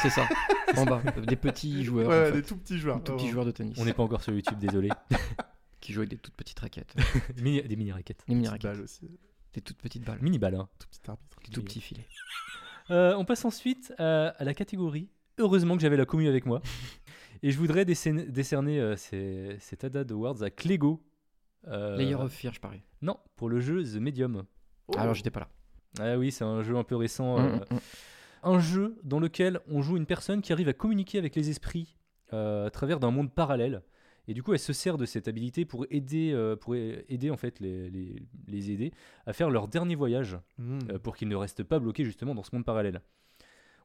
D: C'est ça, en bas, euh, des petits
A: Ouais,
D: joueurs, en
A: ouais,
D: fait.
A: des tout petits joueurs.
D: Des tout
A: Ah,
D: petits
A: ouais.
D: joueurs de tennis
B: On n'est pas encore sur YouTube, désolé.
D: [laughs] qui jouaient avec des toutes petites raquettes, [laughs]
B: Mini- des mini-raquettes.
D: euh. des mini
A: Petite
D: raquettes,
A: balle aussi.
D: des toutes petites balles,
B: Mini-balles, hein.
A: Tout petit arbitre.
D: des tout petits filets.
B: Euh, on passe ensuite euh, à, à la catégorie. Heureusement que j'avais la commu avec moi. [laughs] Et je voudrais décerne- décerner euh, ces- cet Haddad Awards à Clégo. Euh,
D: Layer of Fear, je parie.
B: Non, pour le jeu The Medium.
A: Oh.
D: Alors j'étais pas là.
B: Ah oui, c'est un jeu un peu récent. euh,
D: Mm, mm, mm.
B: un jeu dans lequel on joue une personne qui arrive à communiquer avec les esprits euh, à travers d'un monde parallèle. Et du coup, elle se sert de cette habilité pour aider, euh, pour a- aider en fait les, les- les aider à faire leur dernier voyage
A: Mm.
B: euh, pour qu'ils ne restent pas bloqués justement dans ce monde parallèle.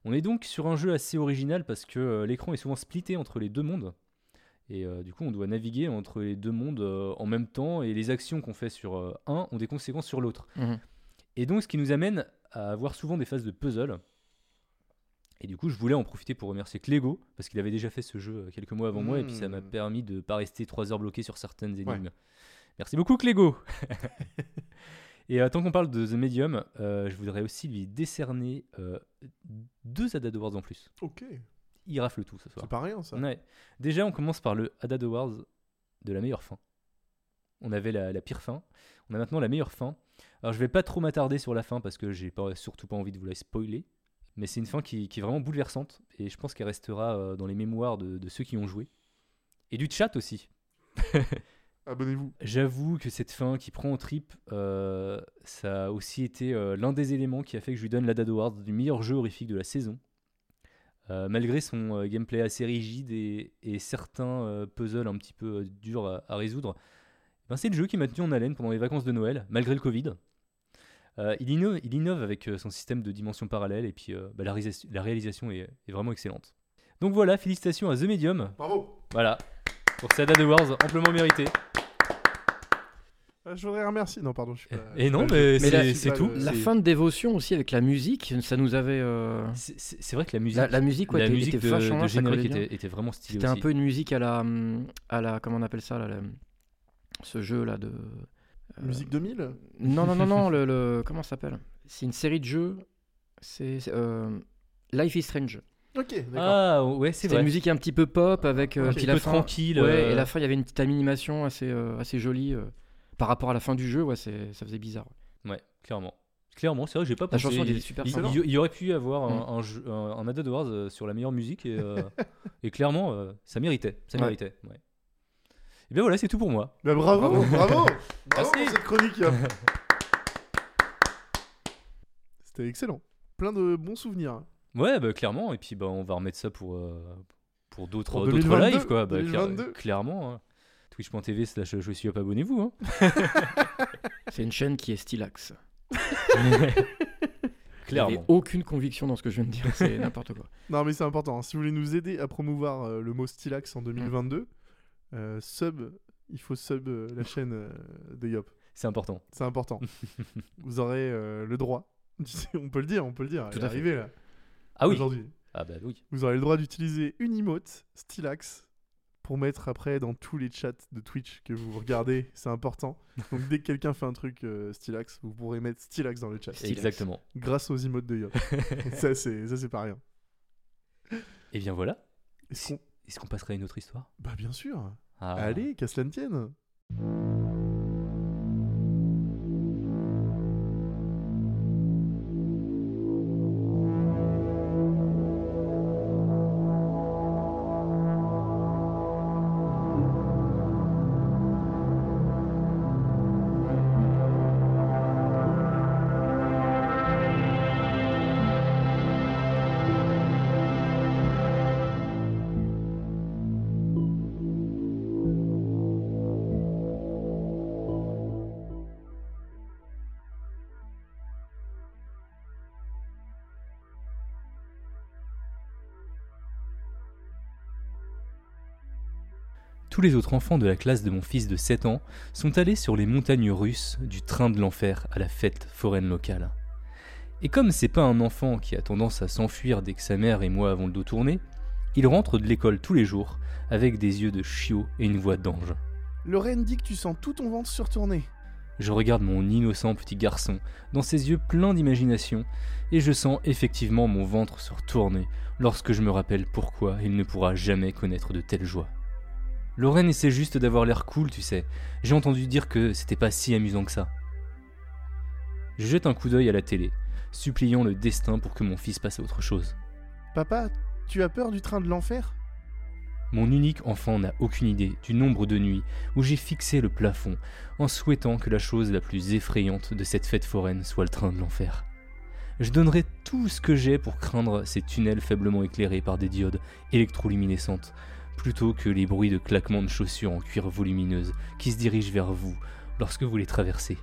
B: On est donc sur un jeu assez original parce que euh, l'écran est souvent splitté entre les deux mondes. Et euh, du coup, on doit naviguer entre les deux mondes euh, en même temps et les actions qu'on fait sur euh, un ont des conséquences sur l'autre.
D: Mhm.
B: Et donc, ce qui nous amène à avoir souvent des phases de puzzle. Et du coup, je voulais en profiter pour remercier Clégo parce qu'il avait déjà fait ce jeu euh, quelques mois avant moi et puis ça m'a
A: Mhm.
B: permis de pas rester trois heures bloqué sur certaines énigmes. Merci beaucoup, Clégo! [laughs] Et euh, tant qu'on parle de The Medium, euh, je voudrais aussi lui décerner euh, deux Haddad Awards en plus.
A: Ok.
B: il rafle tout ce soir.
A: C'est pas rien ça.
B: Ouais. Déjà, on commence par le Haddad Awards de la meilleure fin. On avait la, la pire fin. On a maintenant la meilleure fin. Alors, je vais pas trop m'attarder sur la fin parce que j'ai pas, surtout pas envie de vous la spoiler. Mais c'est une fin qui, qui est vraiment bouleversante et je pense qu'elle restera euh, dans les mémoires de, de ceux qui ont joué. Et du chat aussi. [laughs]
A: Abonnez-vous.
B: J'avoue que cette fin qui prend en trip, euh, ça a aussi été euh, l'un des éléments qui a fait que je lui donne la Dad Award du meilleur jeu horrifique de la saison. Euh, malgré son euh, gameplay assez rigide et, et certains euh, puzzles un petit peu euh, durs à, à résoudre, ben, c'est le jeu qui m'a tenu en haleine pendant les vacances de Noël, malgré le Covid. Euh, il, innove, il innove avec euh, son système de dimensions parallèles et puis euh, bah, la, résa- la réalisation est, est vraiment excellente. Donc voilà, félicitations à The Medium,
A: Bravo.
B: voilà, pour cette Dad Awards amplement méritée.
A: Ah, Je voudrais remercier. Non, pardon, je suis pas.
B: Et non,
A: je-
B: mais
A: Bah, je suis
B: c'est-
A: pas
B: c'est
A: le-
B: tout.
A: La- euh,
D: La
B: C'est-
D: fin de dévotion aussi avec la musique, ça nous avait. euh,
B: C'est- C'est c'est vrai que la musique,
D: La, la musique, ouais,
B: la
D: était-
B: musique
D: était
B: de,
D: vachement
B: de
D: là, ça
B: générique
D: collait bien.
B: était, était vraiment stylée
D: C'était un
B: aussi.
D: peu une musique à la, hum, à la, comment on appelle ça, là, la- ce jeu là de. euh,
A: Musique 2000
D: Non, non, non,
A: [laughs]
D: non, le, le- comment ça s'appelle C'est une série de jeux. C'est c'est, euh, Life is Strange.
A: Ok, d'accord.
B: Ah ouais, c'est
D: C'était
B: vrai.
D: une musique un petit peu pop avec euh,
A: Ok.
B: un
D: puis
B: petit
D: la
B: peu
D: fin.
B: tranquille.
D: Ouais,
B: euh,
D: et la fin, il y avait une petite animation assez, euh, assez jolie euh, par rapport à la fin du jeu. Ouais, c'est- ça faisait bizarre.
B: Ouais, clairement. Clairement, c'est vrai que j'ai pas
D: La
B: pensé.
D: chanson elle
B: il,
D: était super Mm.
B: il-
D: sympa.
B: il- il y aurait pu y avoir un, un, jeu- un, un Added Awards, euh, sur la meilleure musique
D: [laughs]
B: et, euh, et clairement, euh, ça méritait. Ça
D: Ouais.
B: méritait. Ouais. Et bien voilà, c'est tout pour moi.
A: Bah, bravo, bravo,
D: [laughs]
A: bravo,
B: [laughs] Merci.
A: pour cette chronique. Yop. C'était excellent. Plein de bons souvenirs.
B: Ouais, bah, clairement. Et puis bah, on va remettre ça pour, euh, pour d'autres
A: Pour
B: d'autres
A: 2022,
B: lives. Quoi. Bah, clair-
A: 2022.
B: clairement. hein. Twitch.tv slash je suis up, abonnez-vous.
A: [laughs]
B: hein.
D: C'est une chaîne qui est
B: [laughs]
D: stylax. J'avais
B: clairement.
D: aucune conviction dans ce que je viens de dire. C'est n'importe quoi.
A: Non, mais c'est important. hein. Si vous voulez nous aider à promouvoir euh, le mot Stylax en 2022, euh, sub, il faut sub euh, la chaîne euh, de Yop.
B: C'est important.
A: C'est
B: [laughs]
A: important. vous aurez euh, le droit. [laughs] on peut le dire, on peut le dire.
D: Tout
A: elle est
D: à fait.
A: arrivée, là.
B: Ah oui.
A: Aujourd'hui.
B: Ah bah oui.
A: Vous aurez le droit d'utiliser une emote Stylax pour mettre après dans tous les chats de Twitch que vous
B: [laughs]
A: regardez. C'est important. Donc dès que quelqu'un fait un truc euh, Stylax, vous pourrez mettre Stylax dans le chat
D: Stylax.
B: Exactement.
A: grâce aux emotes de
B: [laughs]
A: Yop. ça, c'est ça, c'est pas rien.
B: Et Eh bien voilà.
A: Est-ce
B: Si-
A: qu'on-
B: Est-ce qu'on passerait à une autre histoire
A: Bah bien sûr.
B: Ah.
A: Allez, qu'à cela ne tienne.
B: Tous les autres enfants de la classe de mon fils de 7 ans sont allés sur les montagnes russes du train de l'enfer à la fête foraine locale. Et comme c'est pas un enfant qui a tendance à s'enfuir dès que sa mère et moi avons le dos tourné, il rentre de l'école tous les jours avec des yeux de chiot et une voix d'ange.
A: Lorraine dit que tu sens tout ton ventre surtourné.
B: Je regarde mon innocent petit garçon dans ses yeux pleins d'imagination et je sens effectivement mon ventre se retourner lorsque je me rappelle pourquoi il ne pourra jamais connaître de telles joies. Lorraine essaie juste d'avoir l'air cool, tu sais. J'ai entendu dire que c'était pas si amusant que ça. Je jette un coup d'œil à la télé, suppliant le destin pour que mon fils passe à autre chose.
A: Papa, tu as peur du train de l'enfer
B: Mon unique enfant n'a aucune idée du nombre de nuits où j'ai fixé le plafond en souhaitant que la chose la plus effrayante de cette fête foraine soit le train de l'enfer. Je donnerais tout ce que j'ai pour craindre ces tunnels faiblement éclairés par des diodes électroluminescentes, plutôt que les bruits de claquements de chaussures en cuir volumineuse qui se dirigent vers vous lorsque vous les traversez.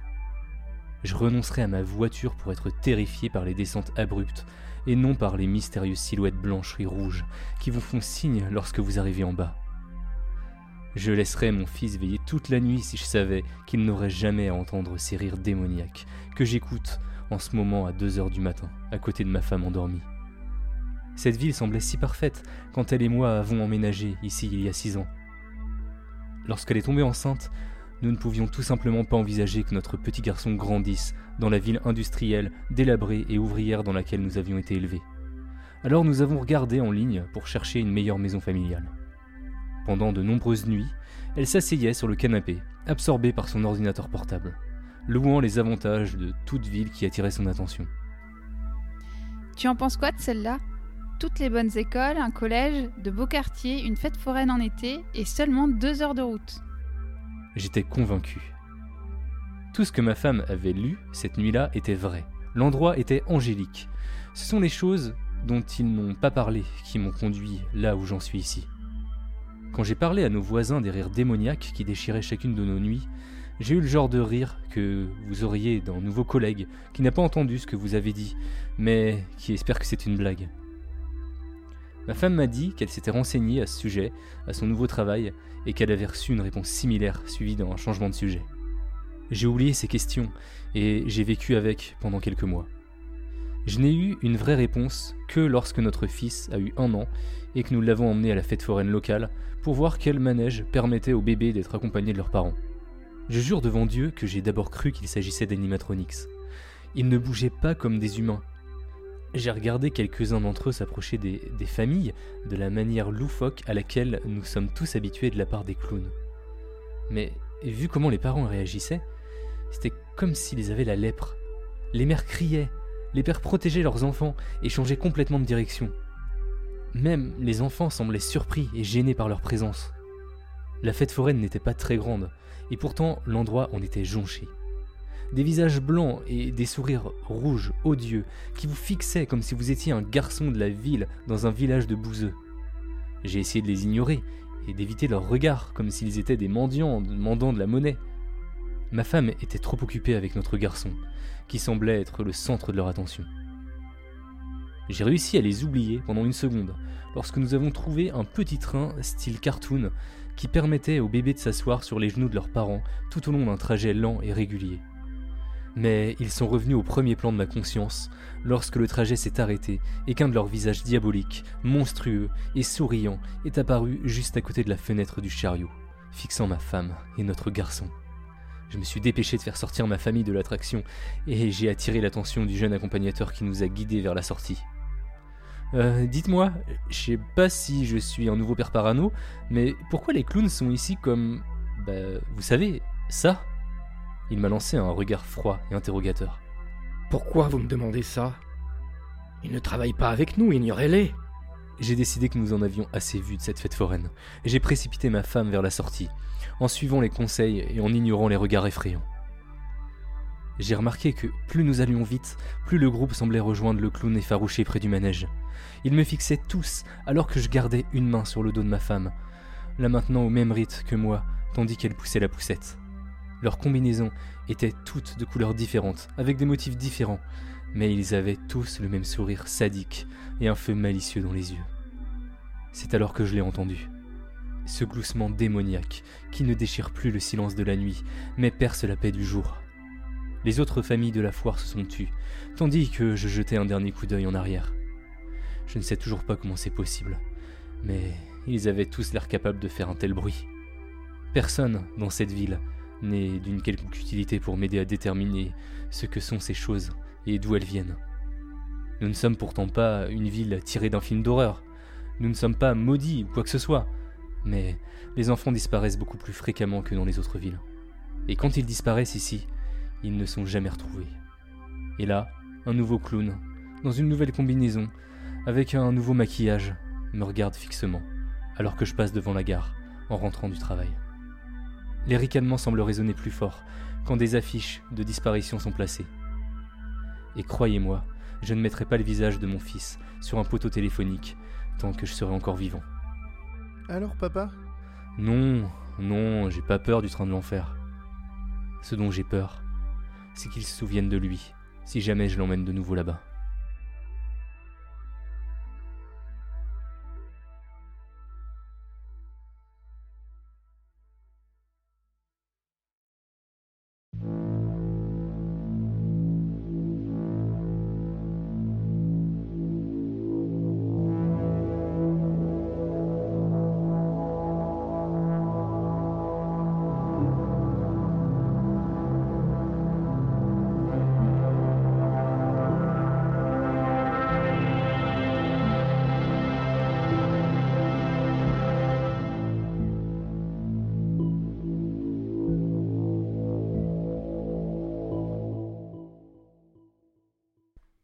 B: Je renoncerai à ma voiture pour être terrifié par les descentes abruptes et non par les mystérieuses silhouettes blanches et rouges qui vous font signe lorsque vous arrivez en bas. Je laisserais mon fils veiller toute la nuit si je savais qu'il n'aurait jamais à entendre ces rires démoniaques que j'écoute en ce moment à 2h du matin, à côté de ma femme endormie. Cette ville semblait si parfaite quand elle et moi avons emménagé ici il y a 6 ans. Lorsqu'elle est tombée enceinte, nous ne pouvions tout simplement pas envisager que notre petit garçon grandisse dans la ville industrielle, délabrée et ouvrière dans laquelle nous avions été élevés. Alors nous avons regardé en ligne pour chercher une meilleure maison familiale. Pendant de nombreuses nuits, elle s'asseyait sur le canapé, absorbée par son ordinateur portable, louant les avantages de toute ville qui attirait son attention.
E: Tu en penses quoi de celle-là Toutes les bonnes écoles, un collège, de beaux quartiers, une fête foraine en été et seulement deux heures de route.
B: J'étais convaincu. Tout ce que ma femme avait lu cette nuit-là était vrai. L'endroit était angélique. Ce sont les choses dont ils n'ont pas parlé qui m'ont conduit là où j'en suis ici. Quand j'ai parlé à nos voisins des rires démoniaques qui déchiraient chacune de nos nuits, j'ai eu le genre de rire que vous auriez d'un nouveau collègue qui n'a pas entendu ce que vous avez dit, mais qui espère que c'est une blague. Ma femme m'a dit qu'elle s'était renseignée à ce sujet, à son nouveau travail, et qu'elle avait reçu une réponse similaire suivie d'un changement de sujet. J'ai oublié ces questions, et j'ai vécu avec pendant quelques mois. Je n'ai eu une vraie réponse que lorsque notre fils a eu un an et que nous l'avons emmené à la fête foraine locale pour voir quel manège permettait aux bébés d'être accompagnés de leurs parents. Je jure devant Dieu que j'ai d'abord cru qu'il s'agissait d'animatronics. Ils ne bougeaient pas comme des humains. J'ai regardé quelques-uns d'entre eux s'approcher des, des familles de la manière loufoque à laquelle nous sommes tous habitués de la part des clowns. Mais vu comment les parents réagissaient, c'était comme s'ils avaient la lèpre. Les mères criaient, les pères protégeaient leurs enfants et changeaient complètement de direction. Même les enfants semblaient surpris et gênés par leur présence. La fête foraine n'était pas très grande, et pourtant l'endroit en était jonché. Des visages blancs et des sourires rouges, odieux, qui vous fixaient comme si vous étiez un garçon de la ville dans un village de bouseux. J'ai essayé de les ignorer et d'éviter leurs regards comme s'ils étaient des mendiants demandant de la monnaie. Ma femme était trop occupée avec notre garçon, qui semblait être le centre de leur attention. J'ai réussi à les oublier pendant une seconde, lorsque nous avons trouvé un petit train style cartoon qui permettait aux bébés de s'asseoir sur les genoux de leurs parents tout au long d'un trajet lent et régulier. Mais ils sont revenus au premier plan de ma conscience lorsque le trajet s'est arrêté et qu'un de leurs visages diaboliques, monstrueux et souriant est apparu juste à côté de la fenêtre du chariot, fixant ma femme et notre garçon. Je me suis dépêché de faire sortir ma famille de l'attraction et j'ai attiré l'attention du jeune accompagnateur qui nous a guidés vers la sortie. Euh, dites-moi, je sais pas si je suis un nouveau père parano, mais pourquoi les clowns sont ici comme. Bah, vous savez, ça Il m'a lancé un regard froid et interrogateur.
D: Pourquoi vous me demandez ça Ils ne travaillent pas avec nous, ignorez-les.
B: J'ai décidé que nous en avions assez vu de cette fête foraine. J'ai précipité ma femme vers la sortie, en suivant les conseils et en ignorant les regards effrayants. J'ai remarqué que plus nous allions vite, plus le groupe semblait rejoindre le clown effarouché près du manège. Ils me fixaient tous alors que je gardais une main sur le dos de ma femme, là maintenant au même rythme que moi, tandis qu'elle poussait la poussette. Leurs combinaisons étaient toutes de couleurs différentes, avec des motifs différents, mais ils avaient tous le même sourire sadique et un feu malicieux dans les yeux. C'est alors que je l'ai entendu ce gloussement démoniaque qui ne déchire plus le silence de la nuit, mais perce la paix du jour. Les autres familles de la foire se sont tues, tandis que je jetais un dernier coup d'œil en arrière. Je ne sais toujours pas comment c'est possible, mais ils avaient tous l'air capables de faire un tel bruit. Personne dans cette ville n'est d'une quelconque utilité pour m'aider à déterminer ce que sont ces choses et d'où elles viennent. Nous ne sommes pourtant pas une ville tirée d'un film d'horreur. Nous ne sommes pas maudits ou quoi que ce soit mais les enfants disparaissent beaucoup plus fréquemment que dans les autres villes. Et quand ils disparaissent ici, ils ne sont jamais retrouvés. Et là, un nouveau clown, dans une nouvelle combinaison, avec un nouveau maquillage, me regarde fixement, alors que je passe devant la gare, en rentrant du travail. Les ricanements semblent résonner plus fort quand des affiches de disparition sont placées. Et croyez-moi, je ne mettrai pas le visage de mon fils sur un poteau téléphonique tant que je serai encore vivant.
A: Alors, papa
B: Non, non, j'ai pas peur du train de l'enfer. Ce dont j'ai peur, c'est qu'il se souvienne de lui, si jamais je l'emmène de nouveau là-bas.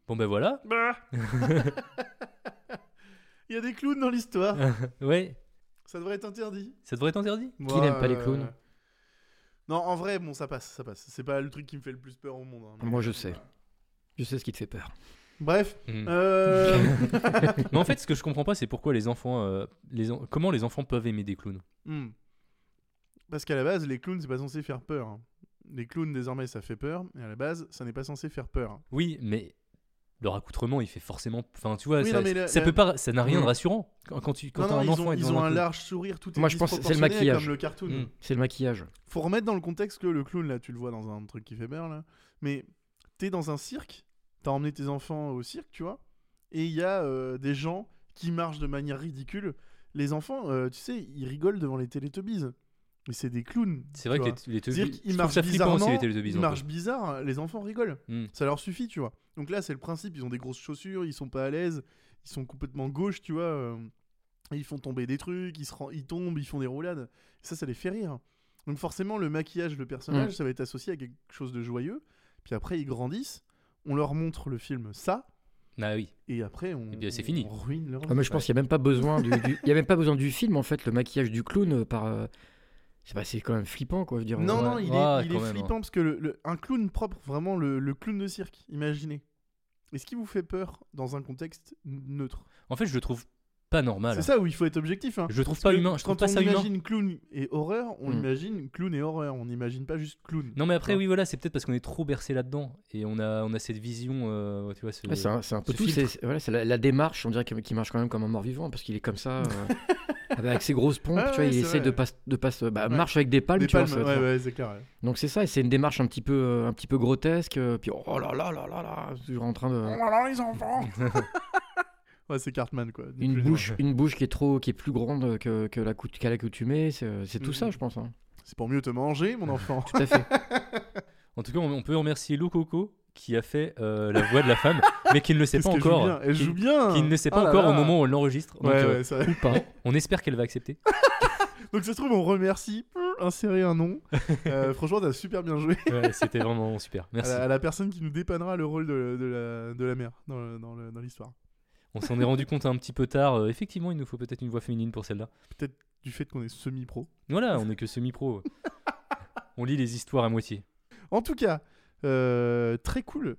B: Bon ben voilà.
A: Bah. [laughs] Il y a des clowns dans l'histoire.
B: [laughs] ouais,
A: Ça devrait être interdit.
B: ça devrait être interdit.
A: Moi,
D: n'aime pas les clowns
A: Non, en vrai, bon, ça passe, ça passe. C'est pas le truc qui me fait le plus peur au monde. hein, mais-
D: Moi, je sais. Je sais ce qui te fait peur.
A: Bref.
B: Mm.
A: euh,
B: [laughs] Mais en fait, ce que je comprends pas, c'est pourquoi les enfants, euh, les en- comment les enfants peuvent aimer des clowns.
A: hmm. Parce qu'à la base, les clowns, c'est pas censé faire peur. hein. Les clowns, désormais, ça fait peur. Et à la base, ça n'est pas censé faire peur.
B: Oui, mais leur accoutrement, il fait forcément. Enfin, tu vois,
A: Oui,
B: ça,
A: non, mais le-
B: ça
A: le-
B: peut pas, ça n'a rien de
D: Mm.
B: rassurant quand, quand tu, quand
A: non,
B: t'as
A: non,
B: un
A: ils
B: enfant
A: ont,
B: et
A: ils
B: dans
A: ont
B: un
A: un
B: clown.
A: large sourire, tout est
D: Moi, je pense que c'est le
A: disproportionné,
D: maquillage.
A: comme le cartoon.
B: Mm.
D: C'est le maquillage.
A: Faut remettre dans le contexte que le clown, là, tu le vois dans un truc qui fait peur, là. Mais t'es dans un cirque, t'as emmené tes enfants au cirque, tu vois, et il y a euh, des gens qui marchent de manière ridicule. Les enfants, euh, tu sais, ils rigolent devant les Teletubbies. Mais c'est des clowns.
B: C'est vrai
A: tu
B: que
A: vois.
B: les, les
A: C'est-à-dire
B: Teletubbies-
A: qu'ils
B: je trouve
A: marchent
B: ça flippant aussi
A: bizarrement,
B: les Teletubbies.
A: Ils
B: un peu.
A: marchent bizarre, hein. les enfants rigolent.
B: Mm.
A: Ça leur suffit, tu vois. Donc là, c'est le principe, ils ont des grosses chaussures, ils sont pas à l'aise, ils sont complètement gauches, tu vois. euh, et ils font tomber des trucs, ils, se ren- ils tombent, ils font des roulades. Ça, ça les fait rire. hein. Donc forcément, le maquillage, le personnage,
D: Hmm.
A: ça va être associé à quelque chose de joyeux. Puis après, ils grandissent, on leur montre le film ça,
B: Ah oui.
A: et après, on,
B: Et bien, c'est
A: on
B: fini.
A: ruine leur
D: Ah, mais je pense qu'il n'y a même pas
A: [laughs]
D: besoin du, du- il y a même pas besoin du film en fait. Le maquillage du clown euh, par, euh, c'est pas- c'est quand même flippant quoi. Je veux dire,
A: Non,
D: on-
A: non,
B: Ouais.
A: il
B: Ah,
A: est, il est
B: quand même,
A: flippant parce que le, le- un clown propre, vraiment le, le clown de cirque, imaginez. Est-ce qui vous fait peur dans un contexte neutre
B: En fait, je le trouve pas normal.
A: C'est ça où il faut être objectif. Hein.
B: Je le trouve
A: Parce
B: pas
A: que
B: humain. Je trouve
A: quand
B: pas
A: on
B: ça humain. Hmm.
A: imagine clown et horreur, on
D: Mm.
A: imagine clown et horreur. On n'imagine pas juste clown.
B: Non, mais après,
A: Ouais.
B: oui, voilà, c'est peut-être parce qu'on est trop bercé là-dedans et on a, on a cette vision, euh, tu vois. ce-
D: Ouais, c'est un, c'est un peu
B: ce
D: tout.
B: filtre.
D: C'est voilà, c'est la, la démarche, on dirait qu'il qu'il marche quand même comme un mort-vivant parce qu'il est comme ça, euh,
A: [laughs]
D: avec ses grosses pompes.
A: Ah
D: tu vois,
A: ouais,
D: il
A: c'est
D: essaie
A: vrai.
D: de pas, se- de pas se- bah,
A: Ouais.
D: marche avec des palmes.
A: Des
D: tu vois,
A: palmes,
D: ça va être-
A: ouais, ouais, c'est clair. ouais.
D: Donc c'est ça, et c'est une démarche un petit peu, euh, un petit peu grotesque. euh, puis oh là là là là là, toujours en train
A: Oh
D: de
A: Ouais, c'est Cartman quoi. ni
D: [laughs]
A: plus
D: une
A: ni moins.
D: bouche, une bouche qui est trop, qui est plus grande que, que la cou- qu'à l'accoutumée. C'est c'est tout
A: Mhm.
D: ça, je pense. hein.
A: C'est pour mieux te manger,
D: [laughs]
A: mon enfant.
D: Tout à fait.
B: En tout cas, on, on peut remercier Lou Coco qui a fait euh, la voix de
A: [laughs]
B: la femme, mais qui ne le sait
A: Qu'est-ce
B: pas
A: que je
B: encore.
A: joue bien Elle
B: Qui-
A: joue bien.
B: qui ne le sait
A: Oh
B: pas
A: là
B: encore
A: là.
B: au moment où on l'enregistre. Donc,
A: Ouais,
B: euh,
A: ouais, ça...
D: Ou
A: [laughs]
D: pas.
B: on espère qu'elle va accepter.
A: Donc ça se trouve, on remercie, insérer un
B: [laughs]
A: nom. Euh, franchement, t'as super bien joué.
B: Ouais, C'était vraiment super.
A: à
B: Merci.
A: la, à la personne qui nous dépannera le rôle de, de la, de la mère dans le- dans le- dans l'histoire.
B: On s'en est rendu compte un petit peu tard. Euh, effectivement, il nous faut peut-être une voix féminine pour celle-là.
A: du fait qu'on est semi-pro.
B: Voilà, Ah, on est que semi-pro. on lit les histoires à moitié.
A: En tout cas, euh, très cool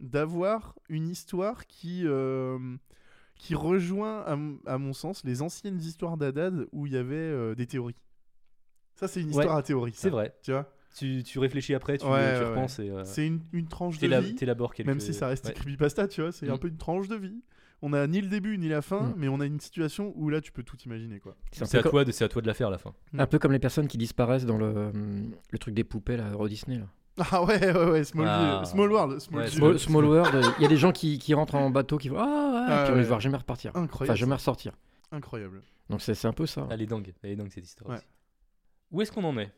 A: d'avoir une histoire qui, euh, qui rejoint, à, mon- à mon sens, les anciennes histoires d'Adad où il y avait euh, des théories. Ça, c'est une
B: Ouais,
A: histoire à théorie.
B: C'est
A: ça,
B: vrai.
A: Tu vois
B: Tu, tu réfléchis après, tu,
A: Ouais,
B: tu
A: ouais,
B: repenses et euh,
A: C'est une, une tranche de
B: t'éla-
A: vie,
B: t'élabores quelque
A: même si ça reste
B: Ouais.
A: creepypasta, tu vois. C'est un
B: Mm.
A: peu une tranche de vie. On a ni le début ni la fin,
D: Mm.
A: mais on a une situation où là, tu peux tout imaginer, quoi.
D: C'est un
B: C'est
D: peu
B: à,
D: comme- Ah.
B: toi de- c'est à toi de la faire à la fin.
A: Mm.
D: Un peu comme les personnes qui disparaissent dans le, hum, le truc des poupées là, Euro Disney. Là.
A: [laughs] Ah ouais, ouais, ouais, Small,
B: Ah.
A: Ville- Small World, Small
B: Ouais,
A: Ville.
D: Small, Small World, euh, il y a des gens qui, qui rentrent en bateau qui vont Ah ouais,
A: Ah
D: et puis on
A: ouais.
D: les voit jamais repartir. Enfin,
A: Incroyable,
D: jamais ressortir.
A: incroyable.
D: Donc c'est c'est un peu ça.
B: Elle est dingue, elle est dingue cette histoire.
A: Ouais.
B: aussi. Où est-ce qu'on en est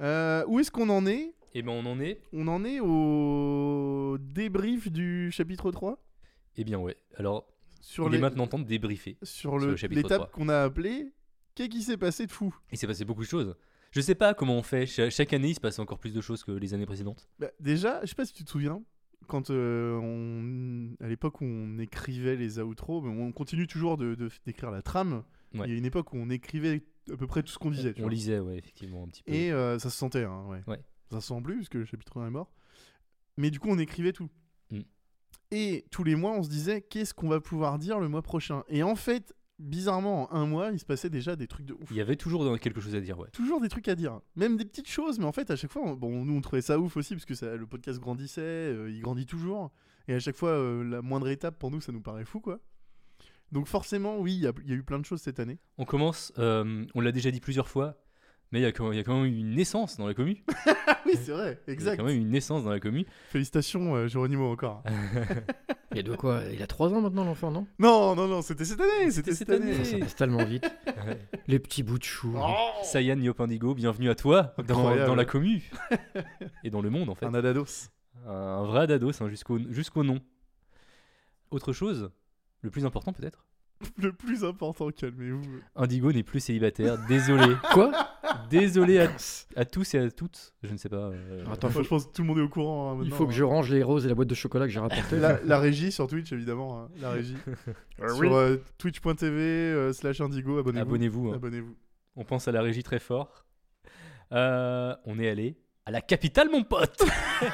A: Euh, où est-ce qu'on en est
B: Eh ben, on en est.
A: On en est au débrief du chapitre 3
B: Eh bien, ouais. Alors,
A: sur
B: il est
A: les-
B: maintenant temps de débriefer.
A: sur le-
B: le chapitre
A: l'étape
B: 3.
A: qu'on a appelée Qu'est-ce qui s'est passé de fou
B: Il s'est passé beaucoup de choses. Je sais pas comment on fait. Cha- chaque année, il se passe encore plus de choses que les années précédentes.
A: Bah, Déjà, je sais pas si tu te souviens, quand euh, on à l'époque où on écrivait les outros, mais on continue toujours de de- d'écrire la trame.
B: Ouais.
A: Il y a une époque où on écrivait à peu près tout ce qu'on disait. tu
B: on
A: vois.
B: lisait, ouais, effectivement, un petit peu.
A: Et euh, ça se sentait, hein, ouais.
B: Ouais.
A: Ça se sent plus, puisque le chapitre 1 est mort. Mais du coup, on écrivait tout.
B: Mm.
A: Et tous les mois, on se disait, qu'est-ce qu'on va pouvoir dire le mois prochain Et en fait, bizarrement, en un mois, il se passait déjà des trucs de ouf.
B: Il y avait toujours dans- quelque chose à dire, ouais.
A: Toujours des trucs à dire. Même des petites choses, mais en fait, à chaque fois, on- bon, nous, on trouvait ça ouf aussi, parce que ça- le podcast grandissait, euh, il grandit toujours. Et à chaque fois, euh, la moindre étape, pour nous, ça nous paraît fou, quoi. Donc forcément, oui, il y, a- il y a eu plein de choses cette année. [laughs]
B: On commence, euh, on l'a déjà dit plusieurs fois, mais il y, a quand il y a quand même eu une naissance dans la commu.
A: Ah [laughs] oui, c'est vrai,
B: Il y a
A: exact.
B: quand même eu une naissance dans la commu.
A: Félicitations, euh, Géronimo, encore.
B: [laughs]
D: Il y a de quoi Il a 3 ans maintenant l'enfant, non
A: Non, non, non, c'était cette année, c'était cette
B: cette
A: année. Oh.
D: Ça, ça
B: année.
D: passe tellement
B: [laughs]
D: vite. les petits bouts de chou.
B: Sayan Yopandigo, bienvenue à toi dans,
A: Incroyable.
B: dans
A: [laughs]
B: la commu. Et dans le monde, en fait.
A: Un adados.
B: Un vrai dados hein, jusqu'au jusqu'au nom. Autre chose, le plus important peut-être,
A: le plus important, calmez-vous.
B: Indigo n'est plus célibataire, désolé.
D: [laughs] Quoi
B: désolé à, à tous et à toutes. Je ne sais pas. euh,
D: Attends,
A: Moi, je pense que tout le monde est au courant. hein,
D: Il
A: maintenant,
D: faut que je
A: hein.
D: range les roses et la boîte de chocolat
A: [laughs]
D: que j'ai rapportée.
A: La, la régie sur Twitch, évidemment. hein, la
D: [laughs]
A: régie.
D: Ah
A: sur euh, twitch.tv euh, slash indigo, abonnez-vous.
B: Abonnez-vous. hein.
A: Abonnez-vous.
B: On pense à la régie très fort. Euh, on est allé à la capitale,
D: [laughs]
B: mon pote.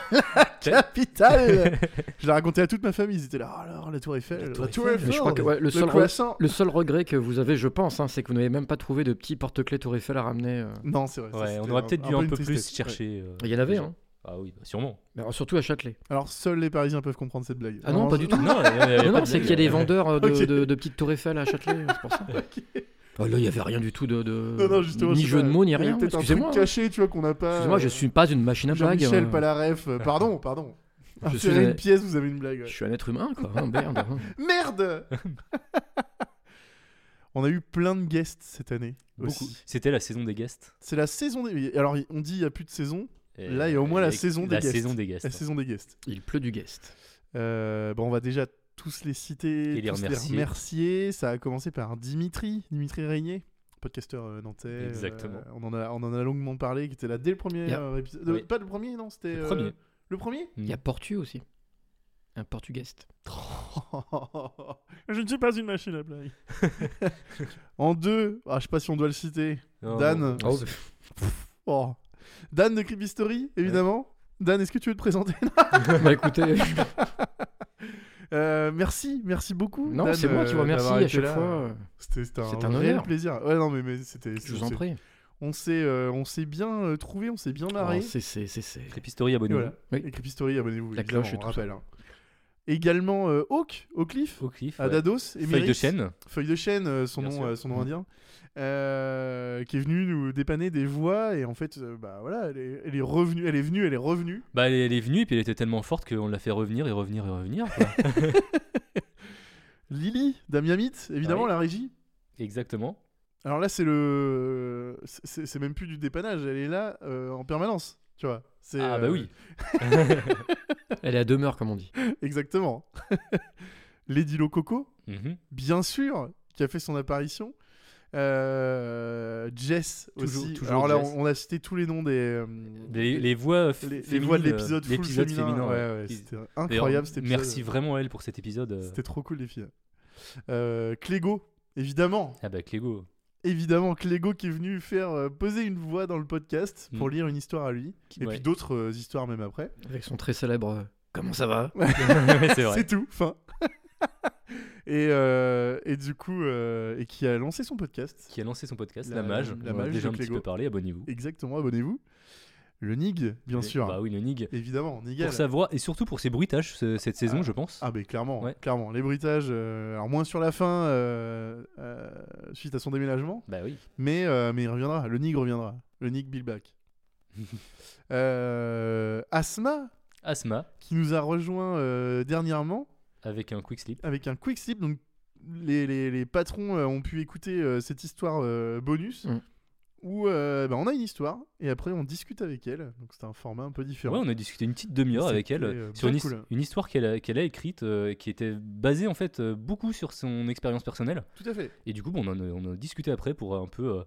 B: [laughs]
A: Capital Je l'ai raconté à toute ma famille, ils étaient là, alors la tour Eiffel, euh, la tour, Eiffel,
D: Mais je crois que ouais, le,
A: le,
D: seul re-
A: croissant.
D: le seul regret que vous avez, je pense, hein, c'est que vous n'avez même pas trouvé de petit porte-clés Tour Eiffel à ramener. euh.
A: Non, c'est vrai. ça,
B: Ouais,
A: c'était
B: on aurait peut-être dû un,
A: une
B: peu plus
A: tristesse. Ouais.
B: chercher. euh,
D: Il y en avait,
B: déjà.
D: hein.
B: [laughs] Ah oui, bah sûrement.
D: Mais alors, surtout à Châtelet.
A: Alors, seuls les Parisiens peuvent comprendre cette blague.
D: Ah
A: Alors,
D: non, pas
A: je- [laughs]
D: du tout.
B: Non, il y avait
D: Non,
B: pas
D: non,
B: de
D: c'est
B: blague.
D: qu'il y a des vendeurs euh, de,
A: Ok.
D: de- de petites tours Eiffel à Châtelet, c'est pour ça. [laughs] Ah, là, il n'y avait rien du tout de. de-
A: Non, non, justement. je
D: ni
A: sais
D: jeu
A: pas,
D: de mots,
A: il y
D: ni
A: avait
D: rien.
A: peut-être un
D: Excusez-moi. hein.
A: truc caché, tu vois, qu'on n'a pas.
D: Excusez-moi, je
A: euh,
D: suis pas une machine à blagues.
A: Jean-Michel,
D: euh.
A: pas la ref. euh,
B: [laughs]
A: Pardon, pardon.
D: Je
A: Je
D: suis
A: une
D: un-
A: pièce, vous avez une blague. ouais.
D: Je suis un être humain,
B: Oh,
D: quoi. hein,
A: [laughs]
D: merde. hein.
B: [laughs]
A: Merde On a eu plein de guests cette année.
B: Beaucoup.
A: aussi.
B: C'était la saison des guests.
A: C'est la saison des. Alors, on dit il n'y a plus de saison.
B: Et-
A: Là, il y a au moins la
B: et-
A: saison des
B: la
A: guests.
B: saison des guests. hein.
A: La saison des guests.
D: Il pleut du guest.
A: Euh, bon, on va déjà tous les citer,
B: Et les
A: tous
B: remercier.
A: remercier. Ça a commencé par Dimitri, Dimitri Régnier, podcasteur euh, nantais. euh,
B: Exactement.
A: on, en a, on en a longuement parlé, qui était là dès le premier
D: Yeah.
A: euh, épisode. Euh,
B: Oui.
A: Pas le premier, non, c'était.
B: Le
A: euh,
B: premier.
A: le premier
D: Il y a Portu aussi. Un portugeste.
A: [laughs] Je ne suis pas une machine à blague. en deux, ah, je sais pas si on doit le citer.
B: Non,
A: Dan.
B: non,
D: Ah,
B: non, c'est-
A: [laughs] Oh. Dan de Creepy Story, évidemment. Dan, est-ce que tu veux te présenter [laughs]
D: bah écoutez,
A: Euh, Merci, merci beaucoup.
D: non,
A: Dan,
D: c'est moi qui vous
A: euh,
D: remercie
A: d'avoir
D: à
A: été
D: chaque
A: là.
D: fois.
A: C'était c'était un,
D: C'est un
A: réel
D: honneur.
A: plaisir. Ouais, non, mais, mais c'était.
D: Je vous en prie.
A: On s'est, euh, on s'est bien euh, trouvé, on s'est bien marré.
D: Oh, c'est- c'est- c'est- c'est-
B: Crépistory,
A: Et
B: abonnez-vous.
A: voilà.
D: Oui.
A: Et Creepy Story, abonnez-vous.
D: La
A: évidemment,
D: cloche et
A: on
D: tout
A: rappelle, hein. Également euh, Hawk, Hawkcliff,
B: Au cliff.
A: à
B: ouais.
A: Dados.
B: Feuille de
A: Emeric,
B: chêne.
A: Feuille de chêne, euh, son,
B: Bien
A: nom,
B: sûr. Mmh.
A: euh, son nom indien. euh, qui est venu nous dépanner des voix et en fait, euh, bah voilà, elle est, elle est revenue, elle est venue, elle est revenue.
B: Bah, elle, est- elle est venue et puis elle était tellement forte qu'on l'a fait revenir et revenir et revenir. quoi.
A: [laughs] Lily, Damiamite, évidemment,
B: Ah oui.
A: la régie.
B: Exactement.
A: Alors là, c'est le. C'est c'est même plus du dépannage, elle est là euh, en permanence, tu vois. C'est,
B: Ah bah
A: euh,
B: oui.
D: Elle est à demeure, comme on dit.
A: [laughs] Exactement. Lady Lococo,
B: Mhm.
A: bien sûr, qui a fait son apparition. Euh, Jess
B: Toujours-
A: aussi.
B: toujours
A: Alors là,
B: Jess.
A: on, on a cité tous les noms des. euh,
B: Les, les voix f-
A: les- les
B: féminines,
A: voix de
B: euh,
A: l'épisode full
B: l'épisode
A: féminin.
B: féminin,
A: ouais,
B: ouais.
A: ouais,
B: Qui-
A: c'était
B: D'ailleurs,
A: incroyable cet épisode.
B: Merci vraiment à elle pour cet épisode. euh.
A: C'était trop cool, les filles. Euh, Clégo, évidemment.
B: Ah bah Clégo.
A: Évidemment, Clégo qui est venu faire euh, poser une voix dans le podcast pour
B: Mm.
A: lire une histoire à lui.
B: Qui-
A: Et
B: ouais.
A: puis d'autres euh, histoires même après.
D: Avec son très célèbre. euh, Comment ça va
B: [laughs] Ouais, c'est vrai.
A: [laughs] C'est tout, fin. et, euh, et du coup, euh, et qui a lancé son podcast.
B: Qui a lancé son podcast,
A: La-
B: La, Mage.
A: La
B: On en a
A: Mage de
B: déjà un petit
A: Clégo.
B: peu parlé, abonnez-vous.
A: Exactement, abonnez-vous. Le Nig, bien
B: Et-
A: sûr.
B: Bah oui, le Nig.
A: Évidemment, Nigel.
B: Pour sa voix et surtout pour ses bruitages ce- cette saison, je pense.
A: Ah, ben clairement,
B: Ouais.
A: clairement. Les bruitages, euh, alors moins sur la fin, euh, euh, suite à son déménagement,
B: Bah oui.
A: mais, euh, mais il reviendra. Le Nig reviendra. Le Nig
B: [laughs]
A: Billback. euh, Asma,
B: Asma
A: qui nous a rejoint euh, dernièrement
B: avec un quick slip.
A: avec un quick slip. Donc, les, les- les patrons euh, ont pu écouter euh, cette histoire euh, bonus.
D: Mm.
A: Où euh, ben, on a une histoire et après on discute avec elle. Donc c'est un format un peu différent.
B: Ouais, on a discuté une petite demi-heure avec elle
A: C'était, euh,
B: sur une,
A: bien
B: his-
A: cool.
B: une histoire qu'elle a, qu'elle a écrite euh, qui était basée en fait euh, beaucoup sur son expérience personnelle.
A: Tout à fait.
B: Et du coup, bon, on, en a, on en a discuté après pour un peu euh,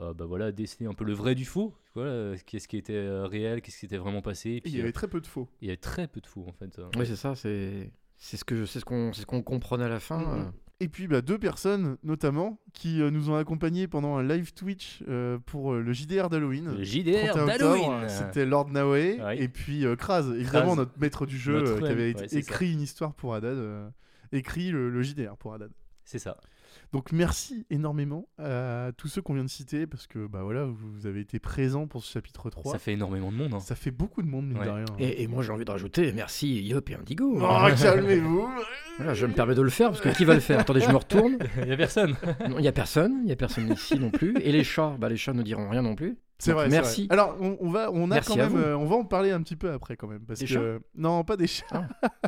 B: euh, bah voilà, déceler un peu le vrai du faux. Voilà, euh, qu'est-ce qui était euh, réel, qu'est-ce qui était vraiment passé. Et
A: Et
B: puis,
A: il y
B: euh,
A: avait très peu de faux.
B: il y avait très peu de faux en fait. euh.
D: Oui, c'est ça, c'est. C'est ce que je- c'est ce qu'on c'est ce qu'on comprenait à la fin.
A: Mhm.
D: euh.
A: Et puis bah, deux personnes notamment qui euh, nous ont accompagnés pendant un live Twitch euh, pour euh, le JDR d'Halloween.
B: Le
A: 31
B: JDR
A: octobre,
B: d'Halloween
A: C'était Lord Naoe
B: Ouais.
A: et puis euh, Kraz, évidemment
B: Kraz.
A: notre maître du jeu
B: Notre
A: euh, qui
B: M,
A: avait
B: ouais, c'est
A: écrit une histoire pour Haddad, euh, écrit le, le JDR pour Haddad.
B: C'est ça.
A: Donc merci énormément à tous ceux qu'on vient de citer parce que bah voilà vous vous avez été présents pour ce chapitre 3.
B: Ça fait énormément de monde. hein.
A: Ça fait beaucoup de monde mine
B: Ouais.
A: de rien.
D: Et, et moi j'ai envie de rajouter merci Yop et Indigo.
A: Oh, calmez-vous.
D: [laughs] Voilà, je me permets de le faire parce que qui va le faire Attendez, je me retourne.
B: [laughs] Il y a personne.
D: Non, Il y a personne, il y a personne ici non plus. Et les chats, bah les chats ne diront rien non plus.
A: C'est
D: Donc,
A: vrai. c'est
D: Merci.
A: vrai. Alors on, on va on a quand
D: Merci à
A: même
D: vous.
A: euh, on va en parler un petit peu après quand même parce
D: Des
A: que
D: chats
A: non pas des chats.
D: Ah.
A: [laughs]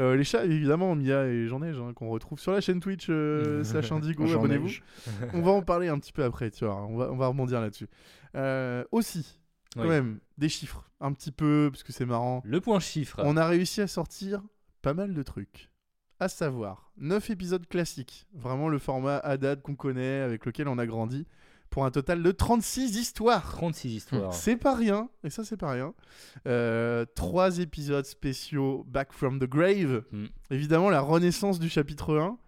A: Euh, les chats évidemment Mia et Jean Neige hein, qu'on retrouve sur la chaîne Twitch
D: [laughs]
A: euh, slash Indigo
D: J'en ai-
A: abonnez-vous.
D: [laughs]
A: [laughs] on va en parler un petit peu après, tu vois. On va, on va rebondir là-dessus. Euh, aussi, quand
B: Oui.
A: même, des chiffres, un petit peu, parce que c'est marrant.
B: Le point chiffre.
A: On a réussi à sortir pas mal de trucs. à savoir 9 épisodes classiques, vraiment le format Haddad qu'on connaît, avec lequel on a grandi, pour un total de 36 histoires.
B: 36 histoires.
A: C'est pas rien, et ça c'est pas rien. Euh, trois épisodes spéciaux Back from the Grave,
B: Mm.
A: évidemment la renaissance du chapitre 1.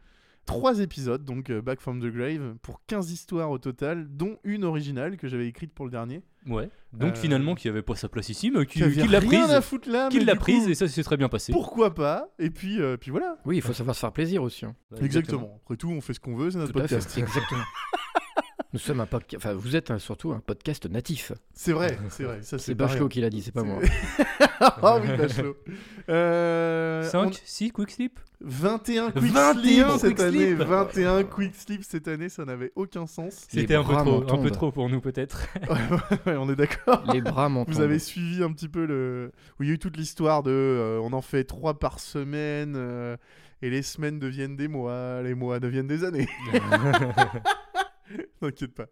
A: Trois épisodes, donc euh, Back from the Grave, pour 15 histoires au total, dont une originale que j'avais écrite pour le dernier.
B: Ouais. Donc
A: Euh,
B: finalement, qui avait pas sa place ici, mais qui,
A: Qui avait
B: qui l'a
A: rien à
B: prise.
A: foutre là,
B: Qui
A: mais
B: l'a
A: du coup,
B: prise et ça s'est très bien passé.
A: Pourquoi pas Et puis, euh, puis voilà.
D: Oui, il faut savoir se faire plaisir aussi. hein.
B: Ouais,
A: Exactement. Après tout, on fait ce qu'on veut, c'est notre
D: Tout à fait,
A: podcast. [laughs]
D: Exactement. Nous sommes un podcast. Enfin, vous êtes un- surtout un podcast natif.
A: C'est vrai, c'est vrai. Ça
D: C'est
A: pas rien.
D: Bachelot qui l'a dit, c'est pas moi.
A: [laughs] Ah
D: [laughs]
A: oui, Bachelot. Euh,
B: 5, 6 quick slip
A: 21 quick
B: 21
A: slip cette
B: quick
A: année,
B: slip.
A: 21 quick slip cette année, ça n'avait aucun sens.
D: Les
B: C'était un peu
D: bras
B: trop,
D: m'en
B: un peu
D: tombent.
B: trop pour
A: [laughs]
D: [laughs]
B: nous peut-être.
A: Ouais, ouais, on est d'accord.
D: Les bras m'en
A: [laughs] Vous
D: tombent.
A: avez suivi un petit peu le où il y a eu toute l'histoire de euh, on en fait 3 par semaine euh, et les semaines deviennent des mois, les mois deviennent des
D: [laughs]
A: années. [laughs] T'inquiète pas.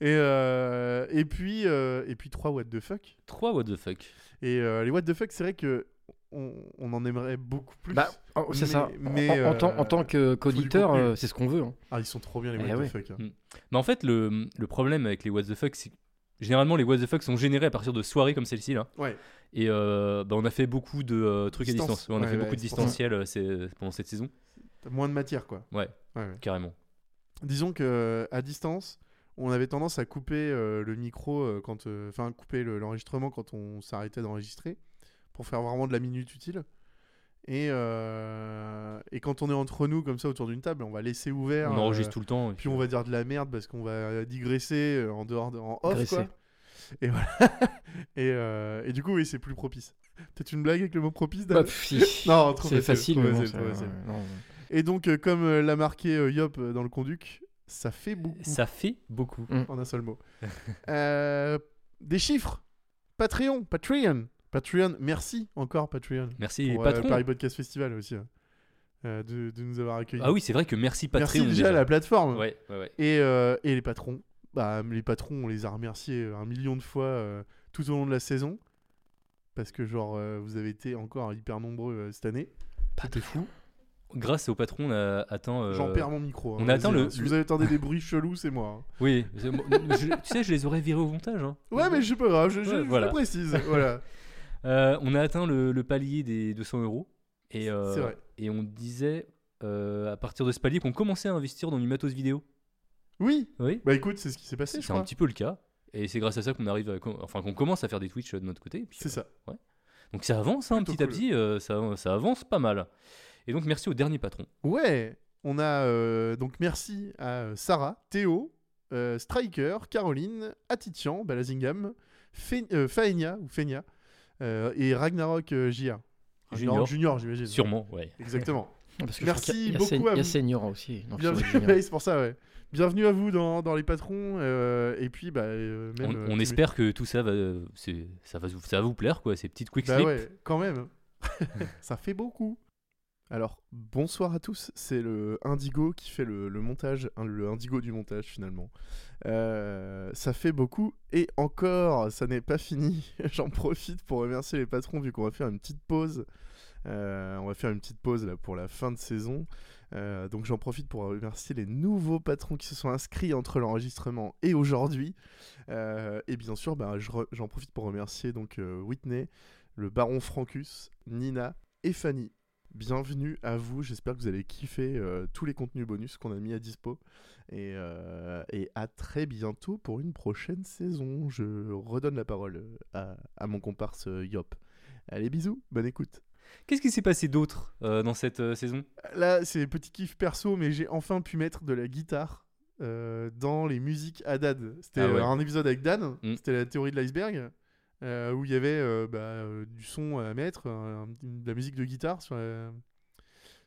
A: Et euh, et puis euh, et puis 3 what the fuck
B: 3 what the fuck.
A: et euh, les what the fuck, c'est vrai que on, on en aimerait beaucoup plus.
D: Bah, oh, c'est
A: Mais-
D: ça. En-
A: mais,
D: en, en tant- en
A: euh,
D: tant que- qu'auditeur,
A: contenu.
D: euh, c'est ce qu'on veut. hein.
A: Ah, ils sont trop bien les
D: Eh
A: what
D: ouais.
A: the fuck. hein.
B: Hmm. Mais en fait, le, le problème avec les what the fuck, c'est que généralement les what the fuck sont générés à partir de soirées comme celle-ci là.
A: Ouais.
B: Et euh, bah, on a fait beaucoup de euh, trucs à
A: Distance.
B: distance. On
A: Ouais,
B: a fait
A: ouais,
B: beaucoup de
A: c'est pour ça.
B: distanciel euh, c'est- pendant cette saison,
A: T'as moins de matière quoi.
B: Ouais.
A: ouais.
B: carrément.
A: Disons que euh, à distance, on avait tendance à couper euh, le micro euh, quand, euh, enfin couper le- l'enregistrement quand on s'arrêtait d'enregistrer pour faire vraiment de la minute utile. Et, euh, et quand on est entre nous comme ça autour d'une table, on va laisser ouvert.
B: on enregistre
A: euh,
B: tout le temps. et
A: Puis on va dire de la merde parce qu'on va digresser euh, en dehors de, en off
D: Graisser.
A: quoi. Et voilà. [laughs] et, euh, et du coup oui c'est plus propice. Peut-être une blague avec le mot propice. Dan
D: Bah, pff, si.
A: Non trop
D: c'est facile.
A: trop
D: mais bon,
A: facile,
D: ça-
A: trop facile.
D: non.
A: Et donc euh, comme euh, l'a marqué euh, Yop euh, dans le conduc, ça fait beaucoup
B: Ça fait beaucoup.
A: en un seul mot. Euh, des chiffres. Patreon, Patreon, Patreon. Merci encore Patreon
B: Merci
A: pour euh,
B: patron.
A: Paris Podcast Festival aussi euh, de, de nous avoir accueillis.
B: ah oui, c'est vrai que merci patron.
A: merci déjà à la plateforme.
B: Ouais, ouais, ouais.
A: Et, euh, et les patrons, bah, les patrons, on les a remerciés euh, un million de fois euh, tout au long de la saison. Parce que, genre, euh, vous avez été encore hyper nombreux euh, cette année. C'était fou.
B: Grâce au patron, on a atteint. euh,
A: J'en perds mon micro. hein,
B: on
A: vas-y,
B: attend le-
A: hein. Si vous attendez des bruits chelous, c'est moi. hein.
B: Oui, c'est- moi, [laughs] je- tu sais, je les aurais virés au montage. hein.
A: Ouais, mais je sais pas grave, je, je-
B: Ouais,
A: je le
B: voilà.
A: précise. [laughs]
B: [laughs]
A: Voilà.
B: Euh, on a atteint le, le palier des 200 euros. Et, euh,
A: C'est vrai.
B: et on disait euh, à partir de ce palier qu'on commençait à investir dans du matos vidéo.
A: Oui,
B: Oui,
A: bah écoute, c'est ce qui s'est passé, je
B: c'est un
A: crois.
B: petit peu le cas. Et c'est grâce à ça qu'on arrive, à, com- enfin qu'on commence à faire des Twitch euh, de notre côté. et puis,
A: C'est
B: euh,
A: ça.
B: Donc ça avance, hein, petit
A: Plutôt
B: à petit, euh, ça, ça avance pas mal. Et donc merci au dernier patron.
A: Ouais, on a euh, donc merci à euh, Sarah, Théo, euh, Striker, Caroline, Atitian, Balazingam, Fe- euh, Faenia ou Fenia euh, et Ragnarok euh, JR. Ragnarok
B: Junior.
A: Junior, j'imagine.
B: Sûrement, ouais.
A: Exactement.
D: [laughs] Non, parce que je
A: Merci
D: crois qu'il y a- il y a
A: beaucoup
D: Seign-
A: à
D: Il y
A: vous.
D: a Seigneur aussi. Non, c'est
A: Bienvenue,
D: original.
A: ouais, c'est pour ça, ouais. Bienvenue à vous dans, dans les patrons. euh, et puis, bah, euh, même,
B: On,
A: euh,
B: on
A: tu-
B: espère que tout ça va, c'est- ça va, vous- ça va vous plaire, quoi, ces petites quick
A: Bah
B: slip.
A: ouais, quand même. hein. [laughs] ça fait beaucoup. Alors, bonsoir à tous. C'est le Indigo qui fait le, le montage, hein, le Indigo du montage finalement. Euh, ça fait beaucoup. Et encore, ça n'est pas fini. [laughs] J'en profite pour remercier les patrons vu qu'on va faire une petite pause. Euh, on va faire une petite pause là pour la fin de saison. Euh, donc j'en profite pour remercier les nouveaux patrons qui se sont inscrits entre l'enregistrement et aujourd'hui. Euh, et bien sûr, bah, je re- j'en profite pour remercier donc euh, Whitney, le baron Francus, Nina et Fanny. Bienvenue à vous, j'espère que vous allez kiffer euh, tous les contenus bonus qu'on a mis à dispo. Et, euh, et à très bientôt pour une prochaine saison. Je redonne la parole euh, à, à mon comparse euh, Yop. Allez, bisous, bonne écoute.
B: Qu'est-ce qui s'est passé d'autre euh, dans cette euh, saison
A: Là, c'est petit kiff perso, mais j'ai enfin pu mettre de la guitare euh, dans les musiques à Dad. C'était
B: Ah ouais.
A: euh, un épisode avec Dan,
B: Mm.
A: c'était la théorie de l'iceberg, euh, où il y avait euh, bah, euh, du son à mettre, euh, de la musique de guitare sur la,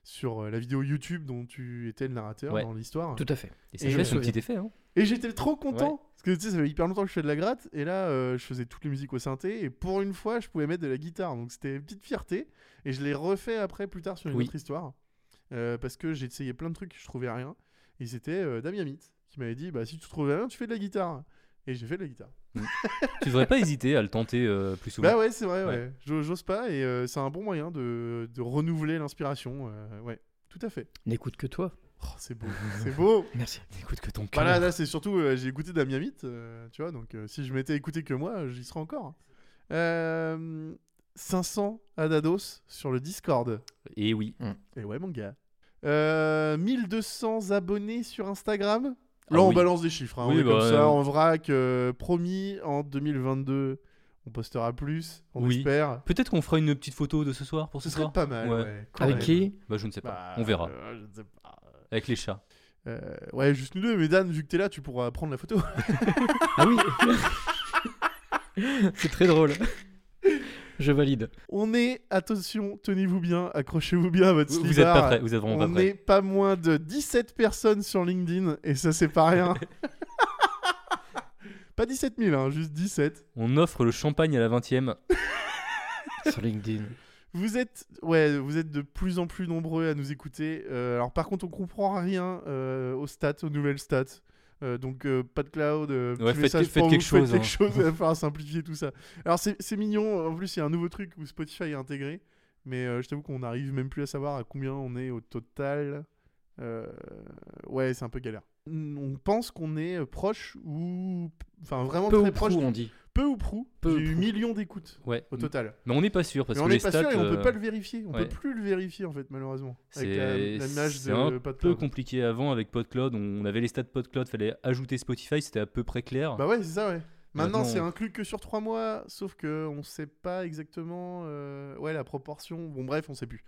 A: sur euh, la vidéo YouTube dont tu étais le narrateur
B: Ouais.
A: dans l'histoire.
D: Tout à fait.
B: Et ça
A: Et
B: fait
A: je
B: son
D: me
B: petit effet. Hein.
A: Et j'étais trop content, parce que tu sais, ça fait hyper longtemps que je fais de la gratte, et là, euh, je faisais toutes les musiques au synthé, et pour une fois, je pouvais mettre de la guitare, donc c'était une petite fierté, et je l'ai refait après, plus tard, sur une
B: Oui.
A: autre histoire, Euh, parce que j'ai essayé plein de trucs, je trouvais rien, et c'était euh, Damien Mitt qui m'avait dit, bah si tu trouves rien, tu fais de la guitare. et j'ai fait de la guitare.
B: tu devrais pas [laughs] hésiter à le tenter euh, plus souvent.
A: Bah ouais, c'est vrai, ouais.
B: Ouais.
A: Je- J'ose pas et euh, c'est un bon moyen de, de renouveler l'inspiration. euh, ouais, tout à fait.
D: N'écoute que toi.
A: Oh, c'est
D: [laughs]
A: beau, c'est beau.
D: Merci.
B: Écoute que ton cœur.
A: Voilà, là, c'est surtout, euh, j'ai écouté Damien Mitt, euh, tu vois, donc euh, si je m'étais écouté que moi, j'y serais encore. hein. Euh, 500 Adados sur le Discord.
B: Et Eh oui.
D: Hmm.
A: Et ouais, mon gars. Euh, 1200 abonnés sur Instagram.
B: Ah
A: Là, on
B: oui.
A: balance des chiffres, hein,
B: Oui,
A: on est
B: bah,
A: comme
B: euh,
A: ça, en vrac. euh, promis, en 2022, on postera plus, on
B: Oui.
A: espère.
B: Peut-être qu'on fera une petite photo de ce soir pour ce,
A: Ce serait
B: soir.
A: pas mal.
B: Ouais.
A: ouais, quand
D: Avec
A: même.
D: qui
B: Bah je ne sais pas.
A: Bah,
B: On verra.
A: euh, je ne sais pas.
B: Avec les chats.
A: Euh, ouais, juste nous deux, mais Dan, vu que t'es là, tu pourras prendre la photo.
D: [laughs] Ah oui
A: [laughs]
D: C'est très drôle. Je valide.
A: On est, attention, tenez-vous bien, accrochez-vous bien à votre
B: Vous, vous êtes
A: slibard.
B: pas prêts. Vous êtes vraiment pas
A: On
B: prêts.
A: n'est pas moins de 17 personnes sur LinkedIn, et ça, c'est pas
B: [laughs]
A: rien. pas 17 000, hein, juste 17.
B: On offre le champagne à la 20ème.
D: [laughs] Sur LinkedIn.
A: Vous êtes, ouais, vous êtes de plus en plus nombreux à nous écouter. Euh, alors, par contre, on comprend rien euh, aux stats, aux nouvelles stats. Euh, donc, euh, pas de cloud, euh, petit
B: Ouais, faites-
A: message
B: faites
A: pour
B: quelque
A: vous, faites
B: chose,
A: quelque
B: hein.
A: chose. [laughs]
B: [laughs]
A: Il va falloir simplifier tout ça. Alors, c'est c'est mignon. En plus, il y a un nouveau truc où Spotify est intégré. Mais euh, je t'avoue qu'on n'arrive même plus à savoir à combien on est au total. Euh, ouais, c'est un peu galère. On pense qu'on est euh, proche ou. Enfin, vraiment
D: Peu
A: très
D: ou
A: proche.
D: prou, on dit.
A: Peu ou prou.
D: Peu ou
A: J'ai eu
D: prou.
A: millions d'écoutes
B: Ouais.
A: au total.
B: Mais on n'est pas sûr parce
A: Mais
B: que
A: on
B: les
A: n'est pas sûr
B: stats.
A: et on peut
B: euh,
A: pas le vérifier. On
B: ouais.
A: peut plus le vérifier en fait malheureusement. Avec la-
B: C'est-
A: l'image
B: c'est un
A: de Pat
B: peu
A: Cloud.
B: compliqué avant avec PodCloud. On avait les stats PodCloud, fallait ajouter Spotify, c'était à peu près clair.
A: Bah ouais, c'est ça ouais. Maintenant,
B: Maintenant,
A: c'est
B: on-
A: inclus que sur 3 mois, sauf que on sait pas exactement euh, ouais la proportion. Bon bref, on sait plus.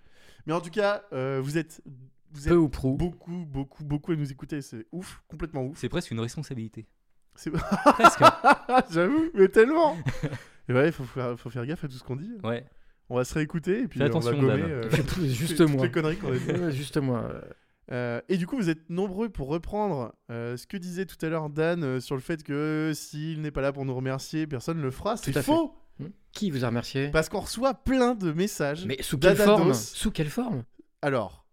A: Mais en tout cas, euh, vous êtes vous êtes
D: Peu ou prou.
A: beaucoup beaucoup beaucoup à nous écouter, c'est ouf, complètement ouf.
B: C'est presque une responsabilité.
A: C'est-
B: presque. hein.
A: Ah, [laughs] j'avoue, mais
D: [laughs]
A: tellement. et ouais, faut, faire- faut faire gaffe à tout ce qu'on dit.
B: Ouais.
A: On va se réécouter et puis
B: Fais
A: on va
B: attention,
A: gommer
B: Dan.
A: euh, [laughs]
D: Juste
A: toutes
D: moi.
A: les conneries qu'on a dit.
D: Euh, Juste moi. euh,
A: Euh, et du coup, vous êtes nombreux pour reprendre euh, ce que disait tout à l'heure Dan euh, sur le fait que s'il n'est pas là pour nous remercier, personne ne le fera. C'est
D: Tout à Hmm.
A: faux
D: Qui vous a remercié
A: Parce qu'on reçoit plein de messages.
D: Mais sous quelle
A: Dadados.
D: forme Sous quelle forme
A: Alors,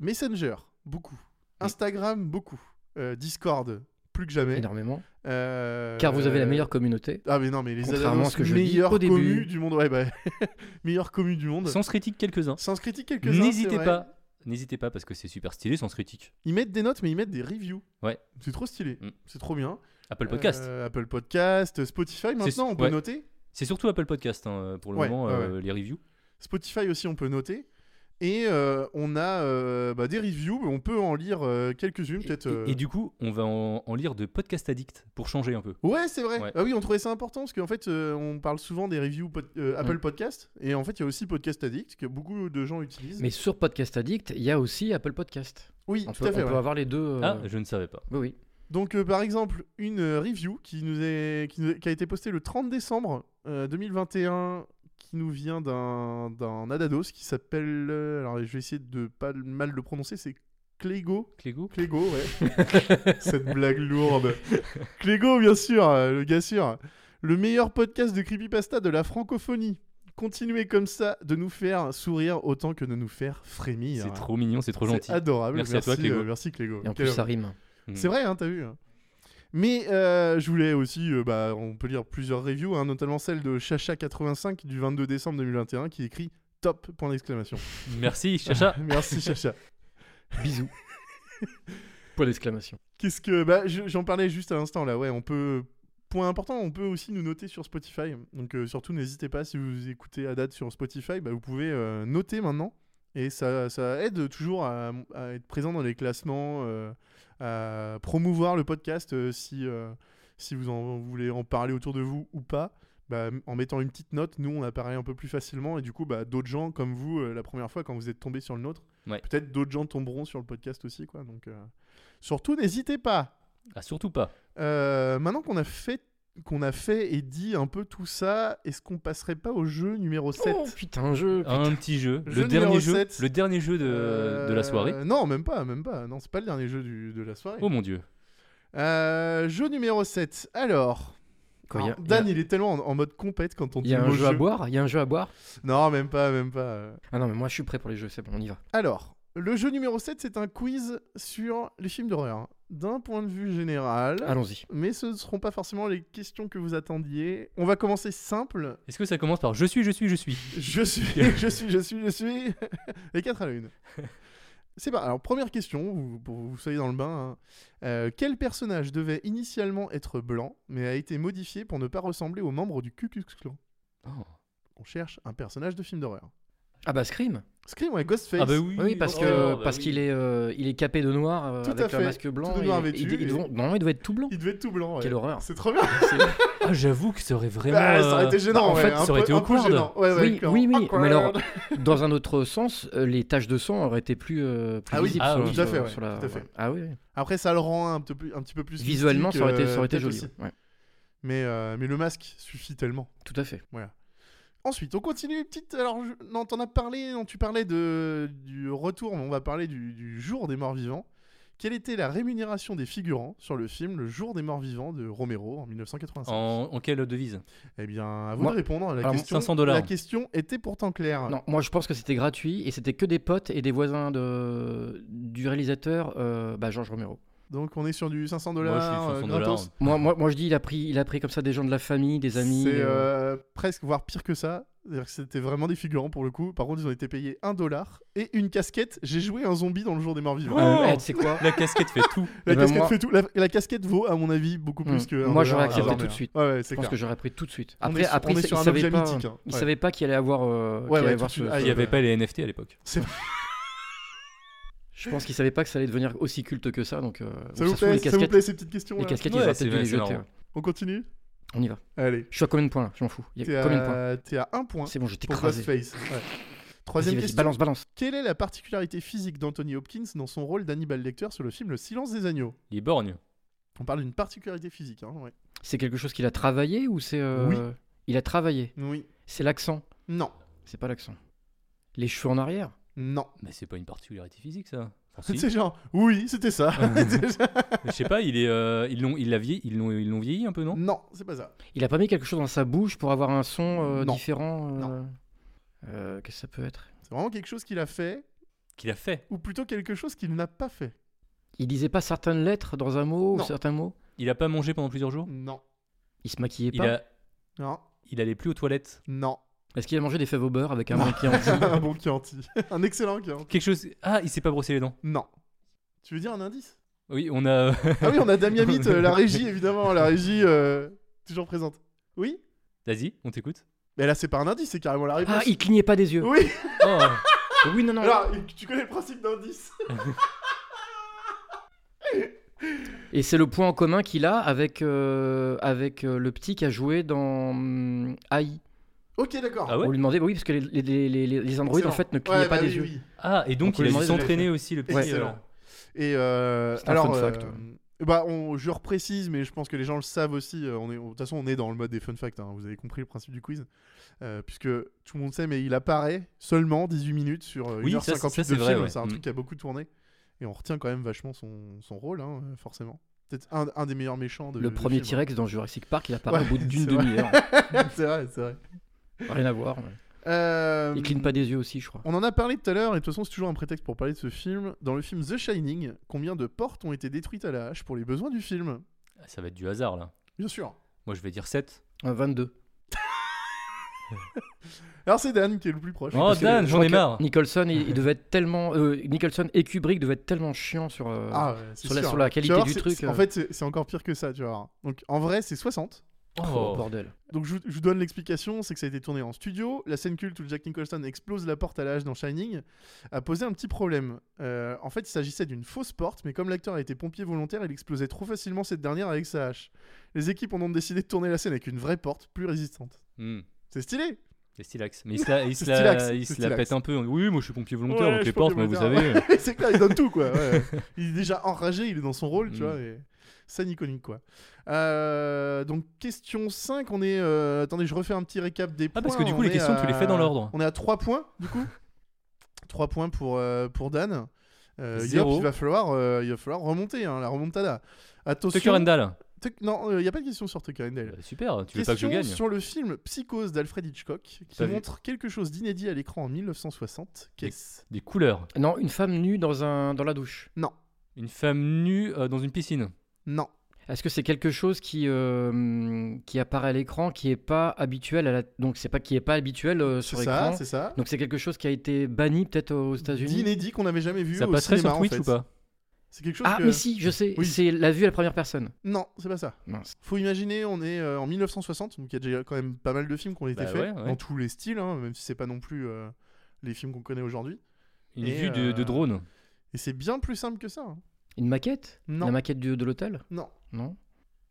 A: Messenger, beaucoup. Instagram, beaucoup. Euh, Discord, plus que jamais.
D: Énormément.
A: Euh,
D: Car vous avez la
A: euh,
D: meilleure communauté.
A: Ah mais non, mais les
D: Contrairement
A: Adanos,
D: à ce que je dis
A: meilleure
D: au début.
A: commu du monde. Ouais, bah, [laughs] meilleure commu du monde.
B: Sens critique quelques-uns.
A: Sans critique quelques-uns. c'est
B: N'hésitez
A: vrai.
B: pas. N'hésitez pas parce que c'est super stylé sans critique.
A: Ils mettent des notes, mais ils mettent des reviews.
B: Ouais.
A: C'est trop stylé.
B: Mm.
A: C'est trop bien.
B: Apple Podcast.
A: Euh, Apple Podcast, Spotify maintenant, on peut
B: ouais.
A: noter.
B: C'est surtout Apple Podcast hein, pour le
A: Ouais,
B: moment,
A: ouais,
B: euh, les reviews.
A: Spotify aussi, on peut noter. Et euh, on a euh, bah, des reviews, on peut en lire euh, quelques-unes,
B: Et-
A: peut-être.
B: et,
A: euh,
B: et du coup, on va en, en lire de Podcast Addict pour changer un peu.
A: Ouais, c'est vrai.
B: Ouais.
A: Ah oui, on trouvait ça important parce qu'en fait, euh, on parle souvent des reviews pod- euh, Apple Podcast. Et en fait, il y a aussi Podcast Addict que beaucoup de gens utilisent.
D: Mais sur Podcast Addict, il y a aussi Apple Podcast.
A: Oui,
D: On,
A: tout
D: peut,
A: à fait.
D: on peut
A: ouais.
D: avoir les deux. euh,
B: Ah, je ne savais pas.
D: Oui, oui.
A: Donc, euh, par exemple, une euh, review qui, nous est... qui, nous- qui a été postée le 30 décembre euh, 2021 qui nous vient d'un d'un Adados qui s'appelle. euh, alors, je vais essayer de pas le- mal le prononcer, c'est Clégo.
B: Clégo
A: Clégo, ouais.
D: [laughs]
A: Cette blague lourde. Clégo, bien sûr, euh, le gars sûr. Le meilleur podcast de creepypasta de la francophonie. Continuez comme ça de nous faire sourire autant que de nous faire frémir.
B: C'est trop mignon, c'est trop gentil.
A: C'est adorable.
B: Merci à toi, Clégo.
A: euh, merci Clégo.
D: Et en
A: Quel
D: plus,
A: homme.
D: ça rime.
B: Mm.
A: C'est vrai, hein, t'as vu. Mais euh, je voulais aussi, euh, bah, on peut lire plusieurs reviews, hein, notamment celle de Chacha85 du 22 décembre 2021 qui écrit top point d'exclamation.
B: Merci, Chacha.
A: [laughs] Merci Chacha.
D: Bisous. Point d'exclamation.
A: Qu'est-ce que. Bah, je- j'en parlais juste à l'instant là, ouais, on peut. Point important, on peut aussi nous noter sur Spotify. Donc euh, surtout, n'hésitez pas, si vous écoutez à date sur Spotify, bah, vous pouvez euh, noter maintenant. Et ça, ça aide toujours à, à être présent dans les classements, euh, à promouvoir le podcast euh, si, euh, si vous, en, vous voulez en parler autour de vous ou pas. Bah, en mettant une petite note, nous, on apparaît un peu plus facilement. Et du coup, bah, d'autres gens comme vous, euh, la première fois, quand vous êtes tombé sur le nôtre,
B: Ouais.
A: peut-être d'autres gens tomberont sur le podcast aussi. Quoi, donc, euh, Surtout, n'hésitez pas.
B: Ah, surtout pas.
A: Euh, maintenant qu'on a fait qu'on a fait et dit un peu tout ça, est-ce qu'on passerait pas au jeu numéro 7
D: Oh putain, jeu.
B: Un petit jeu.
A: Jeu
B: le,
A: numéro
B: dernier jeu
A: sept.
B: le dernier jeu de, de la soirée.
A: Euh, Non, même pas, même pas. Non, c'est pas le dernier jeu du- de la soirée.
B: Oh mon dieu.
A: Euh, jeu numéro 7. Alors,
D: Quoi, il y a-
A: alors, Dan, il est tellement en, en mode compète quand on
D: Il
A: dit
D: y a
A: le
D: un
A: mot
D: jeu à boire Il y a un jeu à boire
A: Non, même pas, même pas.
D: Ah non, mais moi je suis prêt pour les jeux, c'est bon, on y va.
A: Alors, le jeu numéro 7, c'est un quiz sur les films d'horreur. d'un point de vue général.
D: Allons-y.
A: Mais ce ne seront pas forcément les questions que vous attendiez. On va commencer simple.
B: Est-ce que ça commence par je suis, je suis, je suis
A: Je
B: [laughs]
A: suis, je suis, je suis, je suis. [laughs] les quatre à la une. C'est pas. Alors, première question, vous- pour vous soyez dans le bain. hein. Euh, quel personnage devait initialement être blanc, mais a été modifié pour ne pas ressembler aux membres du Ku Klux Klan
B: Oh.
A: On cherche un personnage de film d'horreur.
D: Ah bah Scream
A: Scream, ouais, Ghostface.
B: Ah bah oui,
D: Oui, parce
B: oh,
D: que
B: bah
D: parce
B: oui.
D: qu'il est euh, il est capé de noir euh,
A: Tout à
D: avec
A: fait.
D: un masque blanc.
A: Tout de noir
D: et-
A: vêtu,
D: il- il-
A: et-
D: devons- normalement, il doit être tout blanc.
A: Il devait être tout blanc. ouais.
D: Quelle horreur.
A: C'est trop bien.
B: Ah, j'avoue que ça aurait vraiment.
A: Bah, ça aurait
B: euh,
A: été gênant.
B: bah, en
A: ouais,
B: fait,
A: un
B: ça aurait
A: peu-
B: été
A: un peu
B: awkward.
A: gênant. Ouais, ouais,
D: Oui,
A: clairement.
D: oui, oui, mais alors-
A: Awkward.
D: Dans un autre sens, euh, les taches de sang auraient été plus, euh, plus
A: Ah oui,
D: visibles
B: ah
D: sur,
B: oui,
D: sur-
A: tout à fait,
D: sur
A: ouais,
D: la-
A: tout à fait.
D: ouais. Ah oui, oui.
A: Après, ça le rend un, petit peu- un petit peu plus.
D: visuellement, ça aurait été,
A: mystique,
D: ça aurait été
A: euh,
D: joli.
A: peut-être aussi.
D: ouais.
A: Mais, euh, mais le masque suffit tellement.
D: Tout à fait.
A: Ensuite, on continue. Petite. Alors, je- non, t'en as parlé. Non, tu parlais de du retour, mais on va parler du, du jour des morts vivants. Quelle était la rémunération des figurants sur le film Le Jour des morts vivants de Romero en 1985
B: En, en quelle devise
A: Eh bien, à vous
D: Moi-
A: de répondre. La
D: Alors,
A: question.
B: 500 dollars.
A: La question était pourtant claire.
D: Non, moi je pense que c'était gratuit et c'était que des potes et des voisins de, du réalisateur euh, bah, Georges Romero.
A: Donc, on est sur du 500
B: Moi, je suis
A: dollars
B: 500 dollars.
A: gratos.
D: Moi, moi, moi je dis, il a, pris, il a pris comme ça des gens de la famille, des amis.
A: C'est
D: euh,
A: euh, presque, voire pire que ça. C'est-à-dire que C'était vraiment des figurants pour le coup. Par contre, ils ont été payés 1 dollar et une casquette. J'ai joué un zombie dans le jour des morts vivants.
D: euh,
B: Oh
D: eh, tu sais quoi
B: La casquette fait tout.
A: La
D: Eh ben,
A: casquette
D: moi-
A: fait tout. La, la casquette vaut, à mon avis, beaucoup plus
D: Mm.
A: que. un
D: Moi,
A: dollar
D: j'aurais
A: à
D: accepté
A: Warner.
D: tout de suite.
A: Ouais, ouais, c'est
D: Je pense
A: clair.
D: que j'aurais pris tout de suite.
A: On
D: Après,
A: est sur-
D: après
A: on est
D: il
A: sur un
D: savait
A: objet
D: pas,
A: mythique. hein.
D: il
A: Ouais.
D: savait pas qu'il allait avoir, euh, qu'il
A: Ouais,
D: allait
A: ouais,
D: avoir
A: tout de suite.
D: ce-
A: Ah,
B: Il
D: ce-
B: n'y avait pas les NFT à l'époque.
D: Je pense qu'il savait pas que ça allait devenir aussi culte que ça. Donc, euh, donc,
A: Ça vous
D: se trouve,
A: plaît,
D: les
A: ça vous
D: casquettes,
A: plaît ces petites questions
D: les
A: là
D: casquettes,
B: Ouais,
D: il aurait
B: c'est
D: peut-être dû les
B: vrai, c'est
D: jeter. hein.
B: marrant.
D: ouais.
A: On continue
D: On y va.
A: Allez.
D: Je suis à combien de points là Je m'en fous. Il y a
A: T'es
D: combien de points
A: à... t'es à un point
D: C'est bon, j'étais
A: pour
D: écrasé.
A: Ghostface. Ouais.
D: Vas-y,
A: Troisième
D: vas-y,
A: question.
D: balance, balance.
A: Quelle est la particularité physique d'Anthony Hopkins dans son rôle d'Hannibal Lecter sur le film Le Silence des Agneaux
B: Il est borgne.
A: On parle d'une particularité physique. Hein, ouais.
D: C'est quelque chose qu'il a travaillé ou c'est. euh,
A: Oui.
D: Il a travaillé.
A: Oui.
D: C'est l'accent.
A: Non.
D: C'est pas l'accent. Les cheveux en arrière
A: Non.
B: Mais c'est pas une particularité physique, [laughs] ça. Enfin, Ah, si.
A: C'est genre, [laughs] oui, c'était ça.
D: Ah.
A: [laughs]
B: Je sais pas, il est, euh, ils l'ont, il l'a vieilli, ils l'ont, ils l'ont vieilli un peu, non
A: non, c'est pas ça.
D: Il a pas mis quelque chose dans sa bouche pour avoir un son euh,
A: Non.
D: différent euh,
A: Non.
D: euh, Qu'est-ce que ça peut être
A: C'est vraiment quelque chose qu'il a fait,
B: Qu'il a fait.
A: ou plutôt quelque chose qu'il n'a pas fait.
D: Il disait pas certaines lettres dans un mot ou
A: Non.
D: certains mots
B: Il a pas mangé pendant plusieurs jours.
A: Non.
D: Il se maquillait
B: Il
D: pas
B: a,
A: Non.
B: il allait plus aux toilettes.
A: Non.
D: Est-ce qu'il a mangé des fèves au beurre avec un manqué en
A: [laughs] un bon Chianti. un excellent Chianti.
B: Quelque chose. Ah, il s'est pas brossé les dents.
A: Non. Tu veux dire un indice
B: Oui, on a.
A: Ah oui, on a [laughs] Damien Mitt, euh, la
B: [laughs]
A: régie, évidemment. La régie, euh, toujours présente. Oui
B: Vas-y, on t'écoute.
A: Mais là, c'est pas un indice, c'est carrément la réponse.
D: Ah, il clignait pas des yeux.
A: Oui
B: Oh,
D: Ah Oui, non, non.
A: Alors, tu connais le principe
B: [laughs]
A: d'indice
D: Et c'est le point en commun qu'il a avec, euh, avec euh, le petit qui a joué dans hum, AI.
A: Ok, d'accord.
B: ah ouais.
D: On lui demandait, bah oui, parce que les, les, les, les- les androïdes, en
A: Excellent.
D: fait, ne clignaient
A: Ouais,
D: pas
A: bah
D: des
A: oui,
D: yeux.
A: oui.
B: Ah, et donc
D: On peut lui
B: il a dû
D: demander de
B: s'entraîner aussi le petit.
A: Excellent. Et euh,
D: C'est un
A: alors,
D: fun fact,
A: euh,
D: ouais.
A: bah, on, je reprécise, mais je pense que les gens le savent aussi. euh, On est, de toute façon, on est dans le mode des fun facts. hein, vous avez compris le principe du quiz, Euh, puisque tout le monde sait, mais il apparaît seulement 18 minutes sur euh,
B: Oui,
A: 1h58
B: ça, ça,
A: de
B: c'est
A: film.
B: vrai, ouais.
A: C'est un
B: Mm.
A: truc qui a beaucoup tourné, et on retient quand même vachement son, son rôle, hein, euh, forcément. Peut-être un, un des meilleurs méchants de
D: Le
A: du
D: premier
A: film, hein.
D: T-Rex dans Jurassic Park, il apparaît
A: Ouais,
D: au bout d'une
A: [laughs] c'est vrai.
D: demi-heure.
A: [laughs] c'est vrai, c'est vrai.
D: Rien à voir.
A: Euh,
D: Il cligne pas des yeux aussi, je crois.
A: On en a parlé tout à l'heure, et de toute façon, c'est toujours un prétexte pour parler de ce film. Dans le film The Shining, combien de portes ont été détruites à la hache pour les besoins du film
B: Ah, Ça va être du hasard là.
A: Bien sûr.
B: Moi, je vais dire 7.
D: Un 22.
A: [laughs] Alors, c'est Dan qui est le plus proche.
B: Oh,
D: Parce que
B: Dan,
D: je
B: j'en
D: crois
B: ai
D: que
B: marre.
D: Nicholson, il, il devait être tellement. euh, Nicholson et Kubrick devaient être tellement chiants sur. euh,
A: Ah, ouais, c'est
D: sur la-
A: sûr.
D: sur
A: Tu
D: la
A: vas
D: qualité
A: voir,
D: du
A: c'est-
D: truc,
A: c'est-
D: euh.
A: En fait, c'est c'est encore pire que ça, tu vas voir. Donc, en vrai, c'est 60.
D: oh,
B: Oh.
D: bordel.
A: Donc, je, vous- je vous donne l'explication c'est que ça a été tourné en studio. La scène culte où Jack Nicholson explose la porte à l'âge dans Shining a posé un petit problème. Euh, en fait, il s'agissait d'une fausse porte, mais comme l'acteur a été pompier volontaire, il explosait trop facilement cette dernière avec sa hache. Les équipes ont donc décidé de tourner la scène avec une vraie porte plus résistante.
B: Hmm.
A: C'est stylé
B: C'est Stylax. Mais il se la,
A: [laughs]
B: il se
A: C'est
B: la-
A: Stylax,
B: il
A: c'est
B: se la
A: Stylax.
B: pète un peu. Oui, moi je suis pompier
A: Ouais,
B: volontaire, donc
A: je
B: les
A: suis
B: portes,
A: pompier
B: moi, vous savez.
A: volontaire. [laughs] C'est clair, il donne tout, quoi.
B: [laughs]
A: ouais. Il est déjà enragé, il est dans son rôle, tu
B: Mm.
A: vois. Et... Scène iconique, quoi. Euh, donc, question 5, on est. euh, Attendez, je refais un petit récap des points.
B: Ah, parce que du
A: on
B: coup, les
A: est
B: questions, tu les
A: à-
B: fais dans l'ordre.
A: On est à 3 points, du
B: [laughs]
A: coup. 3 points pour, euh, pour Dan. Euh, Yop,
B: Zéro.
A: il, va falloir, euh, il va falloir remonter, hein, la remontada. Attention.
B: Tucker Endal. Bah,
A: Tuck- Non, euh, il n'y a pas de question sur Tucker Handel.
B: Super, tu veux pas que je
A: Question
B: gagne
A: sur le film Psychose d'Alfred Hitchcock qui
B: Pas vu.
A: montre quelque chose d'inédit à l'écran en 1960. Qu'est-ce
B: Des couleurs.
D: Non, une femme nue dans, un, dans la douche.
A: Non.
B: Une femme nue euh, dans une piscine.
A: Non.
D: Est-ce que c'est quelque chose qui, euh, qui apparaît à l'écran, qui est pas habituel à la... Donc c'est pas qui est pas habituel euh, sur
A: C'est ça,
D: écran.
A: c'est ça.
D: Donc c'est quelque chose qui a été banni peut-être aux États-Unis.
A: D'inédit qu'on n'avait jamais vu
B: ça
A: au
B: passerait
A: cinéma,
B: sur
A: en
B: Twitch
A: fait.
B: ou pas
A: C'est quelque chose
D: Ah
A: que...
D: mais si, je sais,
A: Oui.
D: c'est la vue à la première personne.
A: Non, c'est pas ça.
D: Mince.
A: Faut imaginer, on est euh, en 1960, donc il y a déjà quand même pas mal de films qui ont été
B: Bah
A: faits,
B: ouais, ouais.
A: dans tous les styles, hein, même si c'est pas non plus euh, les films qu'on connaît aujourd'hui.
B: Une
A: Et,
B: vue de, de
A: euh,
B: drone.
A: Et c'est bien plus simple que ça. hein.
D: Une maquette
A: Non.
D: La maquette du- de l'hôtel
A: Non.
D: Non.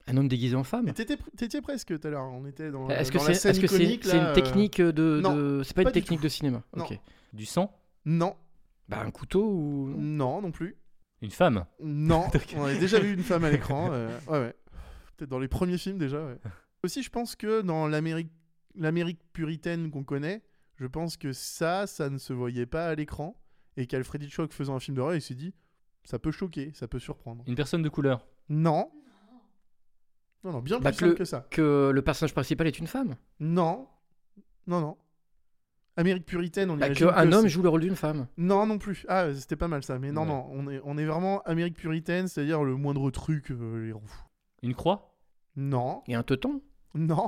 D: Un homme déguisé en femme
A: Mais t'étais, pr- t'étais presque tout à l'heure, hein. on était dans,
D: Hmm. Bah, Est-ce que
A: dans la
D: c'est
A: scène
D: est-ce que c'est-
A: iconique,
D: c'est
A: là,
D: une
A: euh,
D: technique de,
A: non,
D: de- c'est pas une
A: pas du
D: technique
A: tout.
D: de cinéma.
A: Non.
D: Ok.
B: Du sang
A: Non,
D: Bah un couteau ou
A: non, non plus.
B: Une femme
D: [laughs]
B: [laughs]
A: Non, on a déjà vu une femme à l'écran. euh, ouais, ouais. Peut-être dans les premiers films déjà.
D: [laughs]
A: ouais. Aussi, je pense que dans l'Amérique, l'Amérique puritaine qu'on connaît, je pense que ça, ça ne se voyait pas à l'écran. Et qu'Alfred Hitchcock faisant un film d'horreur, il s'est dit, ça peut choquer, ça peut surprendre.
B: Une personne de couleur
A: Non. Non, non, bien plus
D: Bah, que
A: simple
D: le-
A: que ça.
D: que le personnage principal est une femme.
A: Non. Non, non. Amérique puritaine, on
D: Bah,
A: imagine
D: que un
A: que
D: homme
A: c'est-
D: joue le rôle d'une femme.
A: Non, non plus. Ah, c'était pas mal ça. Mais non,
B: Ouais.
A: non, on est, on est vraiment Amérique puritaine, c'est-à-dire le moindre truc, euh, les roues.
B: Une croix
A: Non.
D: Et un teuton.
A: Non.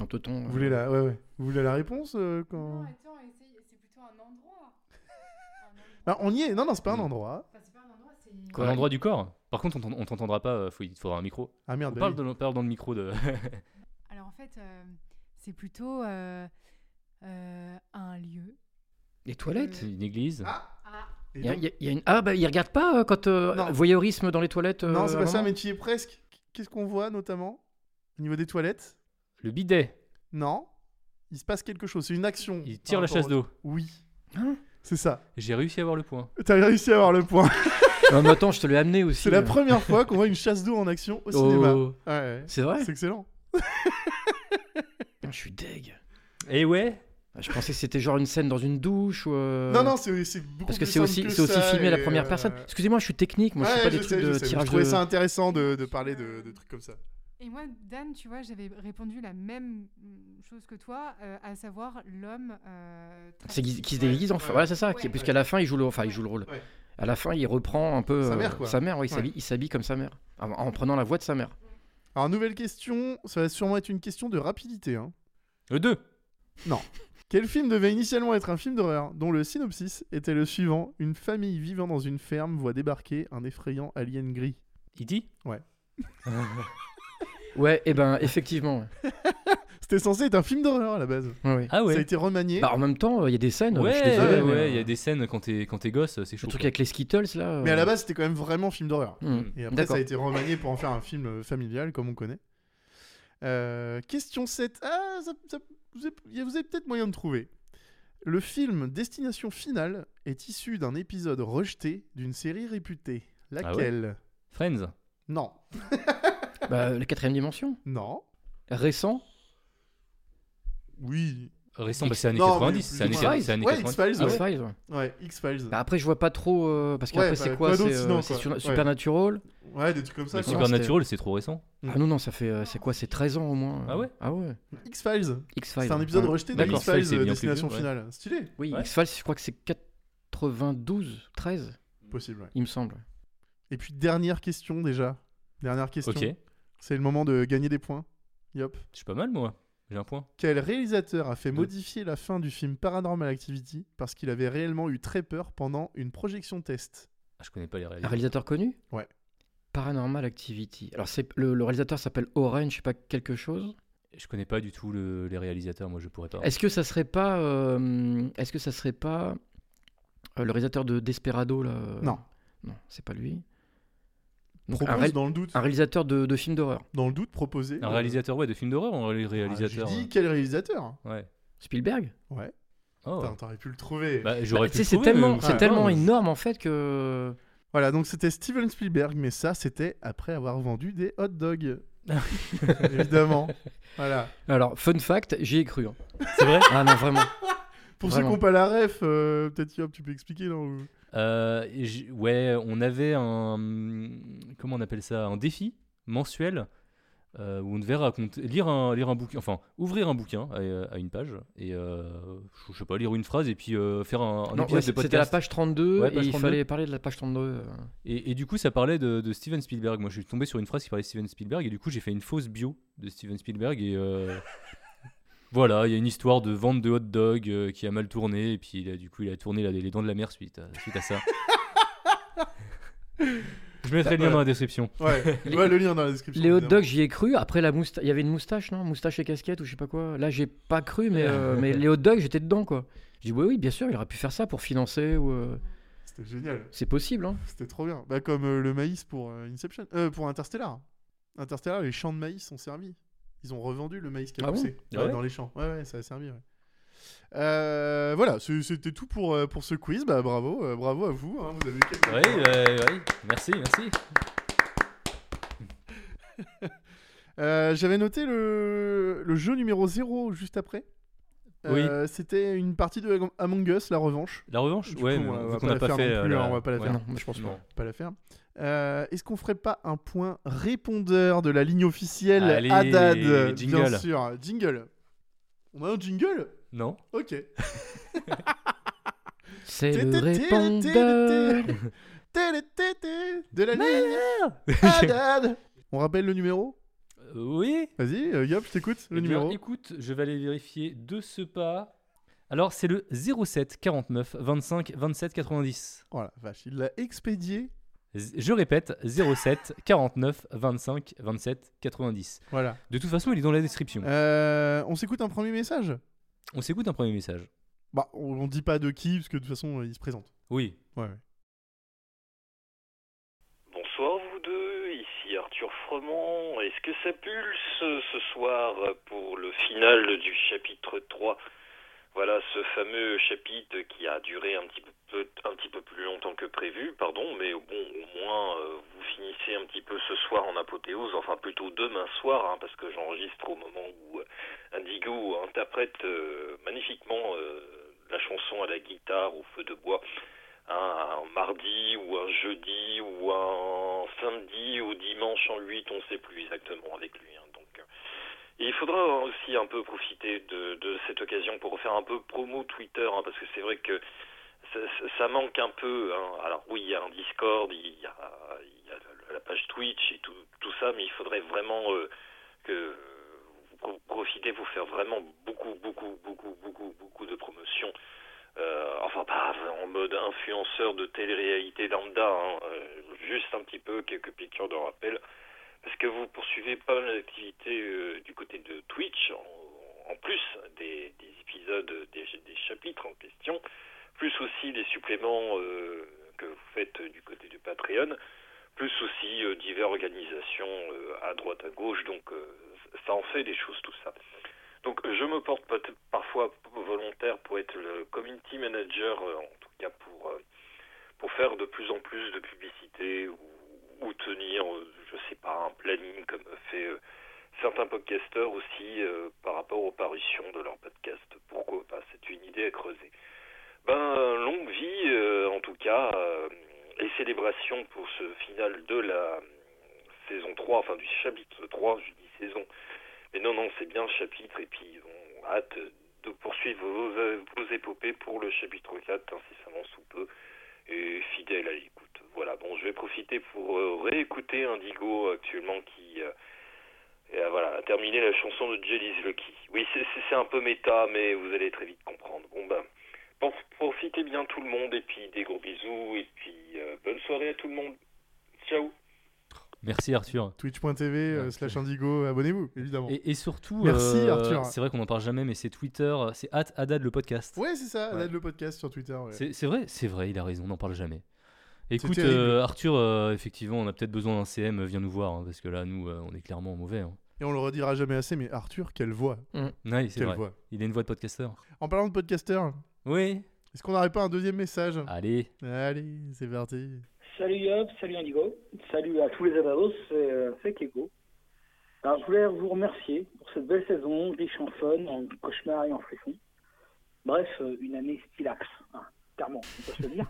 D: Un teuton. euh,
A: Vous voulez la, ouais, ouais. Vous voulez la réponse euh, quand...
F: attends, essaye, c'est plutôt un endroit. Un endroit.
A: Ah, on y est. Non, non, c'est pas
D: Mmh.
A: un
B: Mm.
A: endroit.
F: Enfin, c'est pas un endroit, c'est.
D: Quoi,
B: Un endroit du corps Par contre, on t'en- on t'entendra pas, euh, faut- il te faudra un micro.
A: Ah merde.
B: On
A: bah
B: parle,
A: oui.
B: de- parle dans le micro de. [laughs]
F: Alors en fait, euh, c'est plutôt euh, euh, un lieu.
D: Les toilettes.
B: une église.
F: Ah,
A: Et
D: Il y a-
A: donc-
D: il y a- il y a une- Ah, bah, il regarde pas euh, quand. euh,
A: Non.
D: voyeurisme dans les toilettes. euh,
A: Non, c'est
D: à
A: pas
D: un
A: ça,
D: moment
A: mais tu y es presque. Qu'est-ce qu'on voit notamment au niveau des toilettes
B: Le bidet,
A: Non. Il se passe quelque chose. C'est une action.
B: il
A: par
B: tire la
A: rapport
B: chasse
A: au-
B: d'eau.
A: Oui.
D: Hein
A: c'est ça.
B: J'ai réussi à avoir le point.
A: T'as réussi à avoir le point.
D: Non, mais attends, je te l'ai amené aussi. euh.
A: C'est la première
D: [laughs]
A: fois qu'on voit une chasse d'eau en action au cinéma.
D: Oh,
A: Ouais, ouais.
D: C'est vrai
A: C'est excellent.
D: Putain, Je suis deg. Eh
B: Et ouais
D: Bah, Je pensais que c'était genre une scène dans une douche ou. euh,
A: Non, non, c'est c'est beaucoup
D: Parce que
A: plus
D: c'est
A: simple
D: aussi,
A: que
D: c'est aussi
A: ça
D: filmé à la
A: et,
D: première
A: euh,
D: personne. Excusez-moi, je suis technique, moi je
A: ouais,
D: fais pas des
A: sais,
D: trucs
A: je
D: de
A: sais, mais
D: tirage
A: Je trouvais
D: de-
A: ça intéressant de, de parler de, de trucs comme ça.
F: Et moi, Dan, tu vois, j'avais répondu la même mm, chose que toi, euh, à savoir l'homme. euh,
D: C'est qui,
F: trafiqué.
D: qui se déguise en
A: Ouais.
D: femme. Voilà, c'est ça. qui-
F: Ouais.
D: Puisqu'à la fin, il joue le, enfin, il joue le rôle.
A: Ouais.
D: À la fin, il reprend un peu.
A: Sa
D: euh,
A: mère, quoi.
D: Sa mère, oui, il s'habille- il s'habille comme sa mère. En, en prenant la voix de sa mère.
A: Alors, nouvelle question, ça va sûrement être une question de rapidité. hein.
B: Le 2
D: [laughs]
A: Quel film devait initialement être un film d'horreur, dont le synopsis était le suivant Une famille vivant dans une ferme voit débarquer un effrayant alien gris.
B: Il dit
D: [laughs] Ouais, et ben, effectivement.
A: [laughs] C'était censé être un film d'horreur à la base.
D: ouais. Ouais, ouais.
B: Ah
A: Ça a
B: ouais
A: été remanié.
D: Bah, en même temps, il y a des scènes. je
B: Ouais,
D: suis désolé,
B: ouais,
D: mais,
B: ouais, il y
D: euh,
B: a des scènes quand t'es quand t'es gosse, c'est chaud.
D: Le truc
B: quoi.
D: avec les Skittles là.
A: mais à
D: euh,
A: la base, c'était quand même vraiment film d'horreur.
D: hmm.
A: Et après,
D: D'accord.
A: ça a été remanié pour en faire un film euh, familial, comme on connaît. Euh, question 7. Ah, ça- ça- vous avez, il y a- vous avez peut-être moyen de trouver. Le film Destination Finale est issu d'un épisode rejeté d'une série réputée.
B: Ah ouais
A: Laquelle
B: Friends
A: Non.
D: [laughs] Bah, la quatrième dimension.
A: Non.
D: Récent.
A: Oui.
B: Récent,
D: X-
B: bah, c'est années
A: Non, mais
B: 90. C'est
A: plus-
B: années, c'est années
A: Ouais, X-Files,
B: 90. Ah
A: ouais.
D: X-Files,
B: ouais. Ah.
D: ouais.
A: Ouais, X-Files.
D: Bah, après, je vois pas trop. euh, parce qu'après,
A: Ouais,
D: c'est
A: bah,
D: quoi
A: quoi
D: C'est
A: d'autre sinon,
D: euh, c'est
A: quoi.
D: sur-
A: Ouais.
D: Supernatural
A: Ouais, des trucs comme ça.
B: Mais
A: quoi.
D: Ouais, super-
B: Supernatural, c'est trop récent.
A: Mm.
D: Ah non, non, ça fait. euh, c'est quoi C'est 13 ans au moins.
B: Ah ouais
D: Ah ouais.
A: X-Files.
D: X-Files. Ah
A: C'est un épisode
D: ouais.
A: rejeté de
B: D'accord, ça,
A: X-Files
B: c'est
A: euh,
B: bien plus
A: Destination
B: vieux, ouais.
A: Finale. Stylé.
D: Oui,
B: Ouais.
D: X-Files, je crois que c'est 92, 13,
A: Possible, ouais.
D: il me semble.
A: Et puis, dernière question déjà. Dernière question.
B: Ok, je
A: C'est le moment de gagner des points. Yop.
B: suis pas mal moi. J'ai un point.
A: Quel réalisateur a fait
B: Deux.
A: modifier la fin du film Paranormal Activity parce qu'il avait réellement eu très peur pendant une projection test
B: Ah, je connais pas les
D: Un
B: réalisateurs.
D: réalisateur connu
A: Ouais.
D: Paranormal Activity. Alors, c'est le, le réalisateur s'appelle Orange, je sais pas quelque chose.
B: Je connais pas du tout le- les réalisateurs, moi je pourrais pas.
D: Est-ce que ça serait pas. euh, Est-ce que ça serait pas. euh, le réalisateur de Desperado, là euh,
A: Non.
D: Non, c'est pas lui. Donc,
A: Propose
D: un, ré-
A: dans le doute.
D: un réalisateur de, de films d'horreur.
A: Dans le doute, proposé.
B: Un réalisateur, ouais, de films d'horreur ou un ré- réalisateur
A: Ah, J'ai dit quel réalisateur
B: euh, Ouais.
D: Spielberg
A: Ouais.
B: Oh.
A: Putain, T'aurais pu le trouver.
B: Bah, j'aurais
D: Bah,
B: pu
D: tu sais,
B: le
D: c'est
B: trouver,
D: tellement,
B: mais-
D: c'est
A: ouais,
D: tellement
B: ouais.
D: énorme en fait que.
A: Voilà, donc c'était Steven Spielberg, mais ça, c'était après avoir vendu des hot
D: [laughs]
A: dogs. [laughs] Évidemment. Voilà.
D: Alors, fun fact, j'y ai cru. hein.
B: C'est vrai
D: Ah non, vraiment.
A: [laughs] Pour
D: Vraiment.
A: ceux qui n'ont pas la ref, euh, peut-être Yop, tu peux expliquer. Non ou-
B: Euh, et j- ouais, on avait un. Comment on appelle ça Un défi mensuel euh, où on devait raconter, lire un, lire un bouquin, enfin ouvrir un bouquin à, euh, à une page et euh, je, je sais pas lire une phrase et puis euh, faire un, un
D: Non,
B: épisode
D: ouais,
B: de
D: c'était la
B: podcast.
D: page 32
B: Ouais,
D: et
B: page
D: il
B: 32.
D: fallait parler de la page 32. euh.
B: Et, et du coup, ça parlait de, de Steven Spielberg. Moi, je suis tombé sur une phrase qui parlait de Steven Spielberg, et du coup, j'ai fait une fausse bio de Steven Spielberg. Et
D: [laughs]
B: euh, voilà, il y a une histoire de vente de hot dog euh, qui a mal tourné, et puis il a- du coup, il a tourné la- les dents de la mer suite à, suite à ça. je mettrai le lien dans la description. [laughs]
A: [laughs] Ouais,
D: Les-
A: ouais, le lien dans la description.
D: Les hot
A: évidemment.
D: dogs, j'y ai cru. Après, la moustache, il y avait une moustache, non Moustache et casquette ou je sais pas quoi. Là, j'ai pas cru, mais,
B: [laughs]
D: euh, mais les hot dogs, j'étais dedans, quoi. J'ai dit, oui, oui, bien sûr, il aurait pu faire ça pour financer. ou euh,
A: C'était génial.
D: C'est possible, hein.
A: C'était trop bien. Bah, comme euh, le maïs pour euh, Inception. Euh, pour Interstellar. Interstellar, les champs de maïs sont servis. Ils ont revendu le maïs qui a
D: Ah bon
A: poussé euh,
B: Ah ouais
A: dans les champs. Ouais, ouais, ça a servi. ouais. Euh, voilà, c'est- c'était tout pour, euh, pour ce quiz. Bah, bravo, euh, bravo à vous. hein, vous avez quelques-
B: Oui,
D: euh,
B: oui, merci, merci.
A: [laughs] Euh, J'avais noté le... le jeu numéro 0 juste après. Euh, C'était une partie de Among Us, la revanche.
B: La revanche,
A: Du coup,
B: ouais,
A: on
B: mais
A: va- on
B: vu
A: va
B: qu'on
A: pas
B: n'a
A: la
B: pas
A: faire
B: fait,
A: non
B: euh,
A: plus,
B: la-
A: hein, on va pas la faire.
B: ouais.
D: Non, moi, je pense
B: Non.
D: pas.
A: pas la faire. Euh, Est-ce qu'on ferait pas un point répondeur de la ligne officielle
B: Allez,
A: Haddad Bien
B: jingle.
A: sûr, jingle. On a un jingle
B: Non. [laughs]
A: Ok.
D: C'est
A: Té, té,
D: le
A: té, té, té,
D: répondeur.
B: [laughs]
A: té. Té, té, té, té, De la ligne Ah, Haddad On rappelle le numéro
B: Euh, oui.
A: Vas-y, euh, Yop, je t'écoute, le
B: Eh bien,
A: numéro.
B: Écoute, je vais aller vérifier de ce pas. Alors, c'est le 07 49 25 27 90.
A: Oh la vache, il l'a expédié.
B: Z- Je répète, [laughs] 07 49 25 27 90.
A: Voilà.
B: De toute façon, il est dans la description.
A: Euh, on s'écoute un premier message
B: On s'écoute un premier message.
A: Bah, on, on dit pas de qui, parce que de toute façon, euh, il se présente.
B: Oui.
A: Ouais, ouais.
G: Bonsoir vous deux, ici Arthur Fremont. Est-ce que ça pulse euh, ce soir pour le final du chapitre 3 Voilà ce fameux chapitre qui a duré un petit peu, un petit peu plus longtemps que prévu, pardon, mais bon, au moins euh, vous finissez un petit peu ce soir en apothéose, enfin plutôt demain soir, hein, parce que j'enregistre au moment où Indigo interprète euh, magnifiquement euh, la chanson à la guitare au feu de bois un, un mardi ou un jeudi ou un samedi ou dimanche en 8, on ne sait plus exactement avec lui. hein. donc, euh, et il faudra aussi un peu profiter de, de cette occasion pour faire un peu promo Twitter, hein, parce que c'est vrai que ça, ça- ça manque un peu. hein. Alors oui, il y a un Discord, il y a, il y a la page Twitch et tout, tout ça, mais il faudrait vraiment euh, que euh, vous pro- profitez pour faire vraiment beaucoup, beaucoup, beaucoup, beaucoup, beaucoup de promotion. Euh, enfin pas en mode influenceur de télé-réalité lambda, hein, euh, juste un petit peu quelques piqûres de rappel, parce que vous poursuivez pas mal d'activités euh, du côté de Twitch, en, en plus des, des épisodes, des, des chapitres en question, plus aussi les suppléments euh, que vous faites du côté du Patreon, plus aussi euh, diverses organisations euh, à droite à gauche, donc euh, ça en fait des choses tout ça. Donc je me porte peut-être parfois volontaire pour être le community manager, euh, en tout cas pour, euh, pour faire de plus en plus de publicité ou, ou tenir, euh, je sais pas, un planning comme fait euh, certains podcasteurs aussi euh, par rapport aux parutions de leurs podcasts. Pourquoi pas C'est une idée à creuser. Ben, longue vie euh, en tout cas, euh, et célébration pour ce final de la euh, saison 3, enfin du chapitre 3, je dis saison. Mais non, non, c'est bien le chapitre, et puis on a hâte de poursuivre vos, vos épopées pour le chapitre 4, incessamment sous peu, et fidèle à l'écoute. Voilà, bon, je vais profiter pour euh, réécouter Indigo actuellement qui euh, et, euh, voilà, a terminé la chanson de Jelly's Lucky. Oui, c'est- c'est c'est un peu méta, mais vous allez très vite comprendre. Bon, ben, prof- profitez bien tout le monde, et puis des gros bisous, et puis euh, bonne soirée à tout le monde. Ciao
B: Merci, Arthur.
A: Twitch.tv euh,
B: Ouais,
A: slash indigo, abonnez-vous, évidemment.
B: Et, et surtout,
A: Merci,
B: euh,
A: Arthur.
B: c'est vrai qu'on n'en parle jamais, mais c'est Twitter, c'est at Haddad le podcast.
A: Ouais, c'est ça,
B: Ouais.
A: là, le podcast sur Twitter. ouais.
B: C'est c'est vrai, c'est vrai, il a raison, on n'en parle jamais. Écoute,
A: terrible.
B: euh, Arthur, euh, effectivement, on a peut-être besoin d'un CM, euh, viens nous voir, hein, parce que là, nous, euh, on est clairement mauvais. hein.
A: Et on le redira jamais assez, mais Arthur, quelle voix
B: Ouais, c'est
A: Quelle
B: vrai.
A: voix
B: Il a une voix de podcasteur.
A: En parlant de podcasteur,
B: Oui.
A: est-ce qu'on n'aurait pas un deuxième message
B: Allez.
A: Allez, c'est parti.
H: Salut Yop, salut Indigo, salut à tous les abados, c'est euh, c'est Keko. Alors je voulais vous remercier pour cette belle saison, riche en fun, en cauchemar et en frisson. Bref, euh, une année stylax, hein, clairement, on peut se le dire.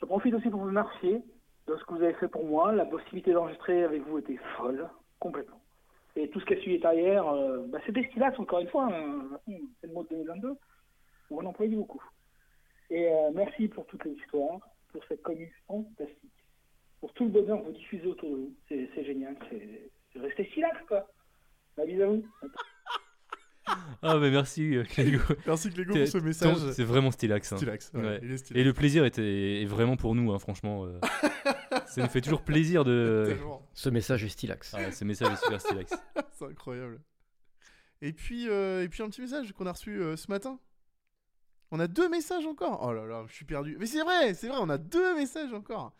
H: Je profite aussi pour vous remercier de ce que vous avez fait pour moi. La possibilité d'enregistrer avec vous était folle, complètement. Et tout ce qui a suivi derrière, euh, bah, c'était stylax encore une fois, hein. De toute façon, c'est le mot de 2022, où on employait beaucoup. Et euh, merci pour toutes les histoires, pour cette commune fantastique, pour tout le bonheur que vous diffusez autour de vous. C'est c'est génial, c'est c'est rester stylax quoi. Bah, bisous à vous.
B: Ah,
A: [laughs]
B: mais merci, euh, Clégo.
A: Merci Clégo
B: T'es-
A: pour ce message.
B: ton- C'est vraiment stylax. hein.
A: Stylax. ouais,
B: Ouais.
A: il est
B: Et
A: stylax.
B: le plaisir était est vraiment pour nous, hein,
A: [laughs]
B: franchement. euh, ça nous fait toujours plaisir de.
A: Tellement.
D: Ce message est stylax.
B: Ah, ce message est super stylax.
A: C'est incroyable. Et puis, euh, et puis un petit message qu'on a reçu euh, ce matin. On a deux messages encore. Oh là là, je suis perdu. Mais c'est vrai, c'est vrai, on a deux messages encore.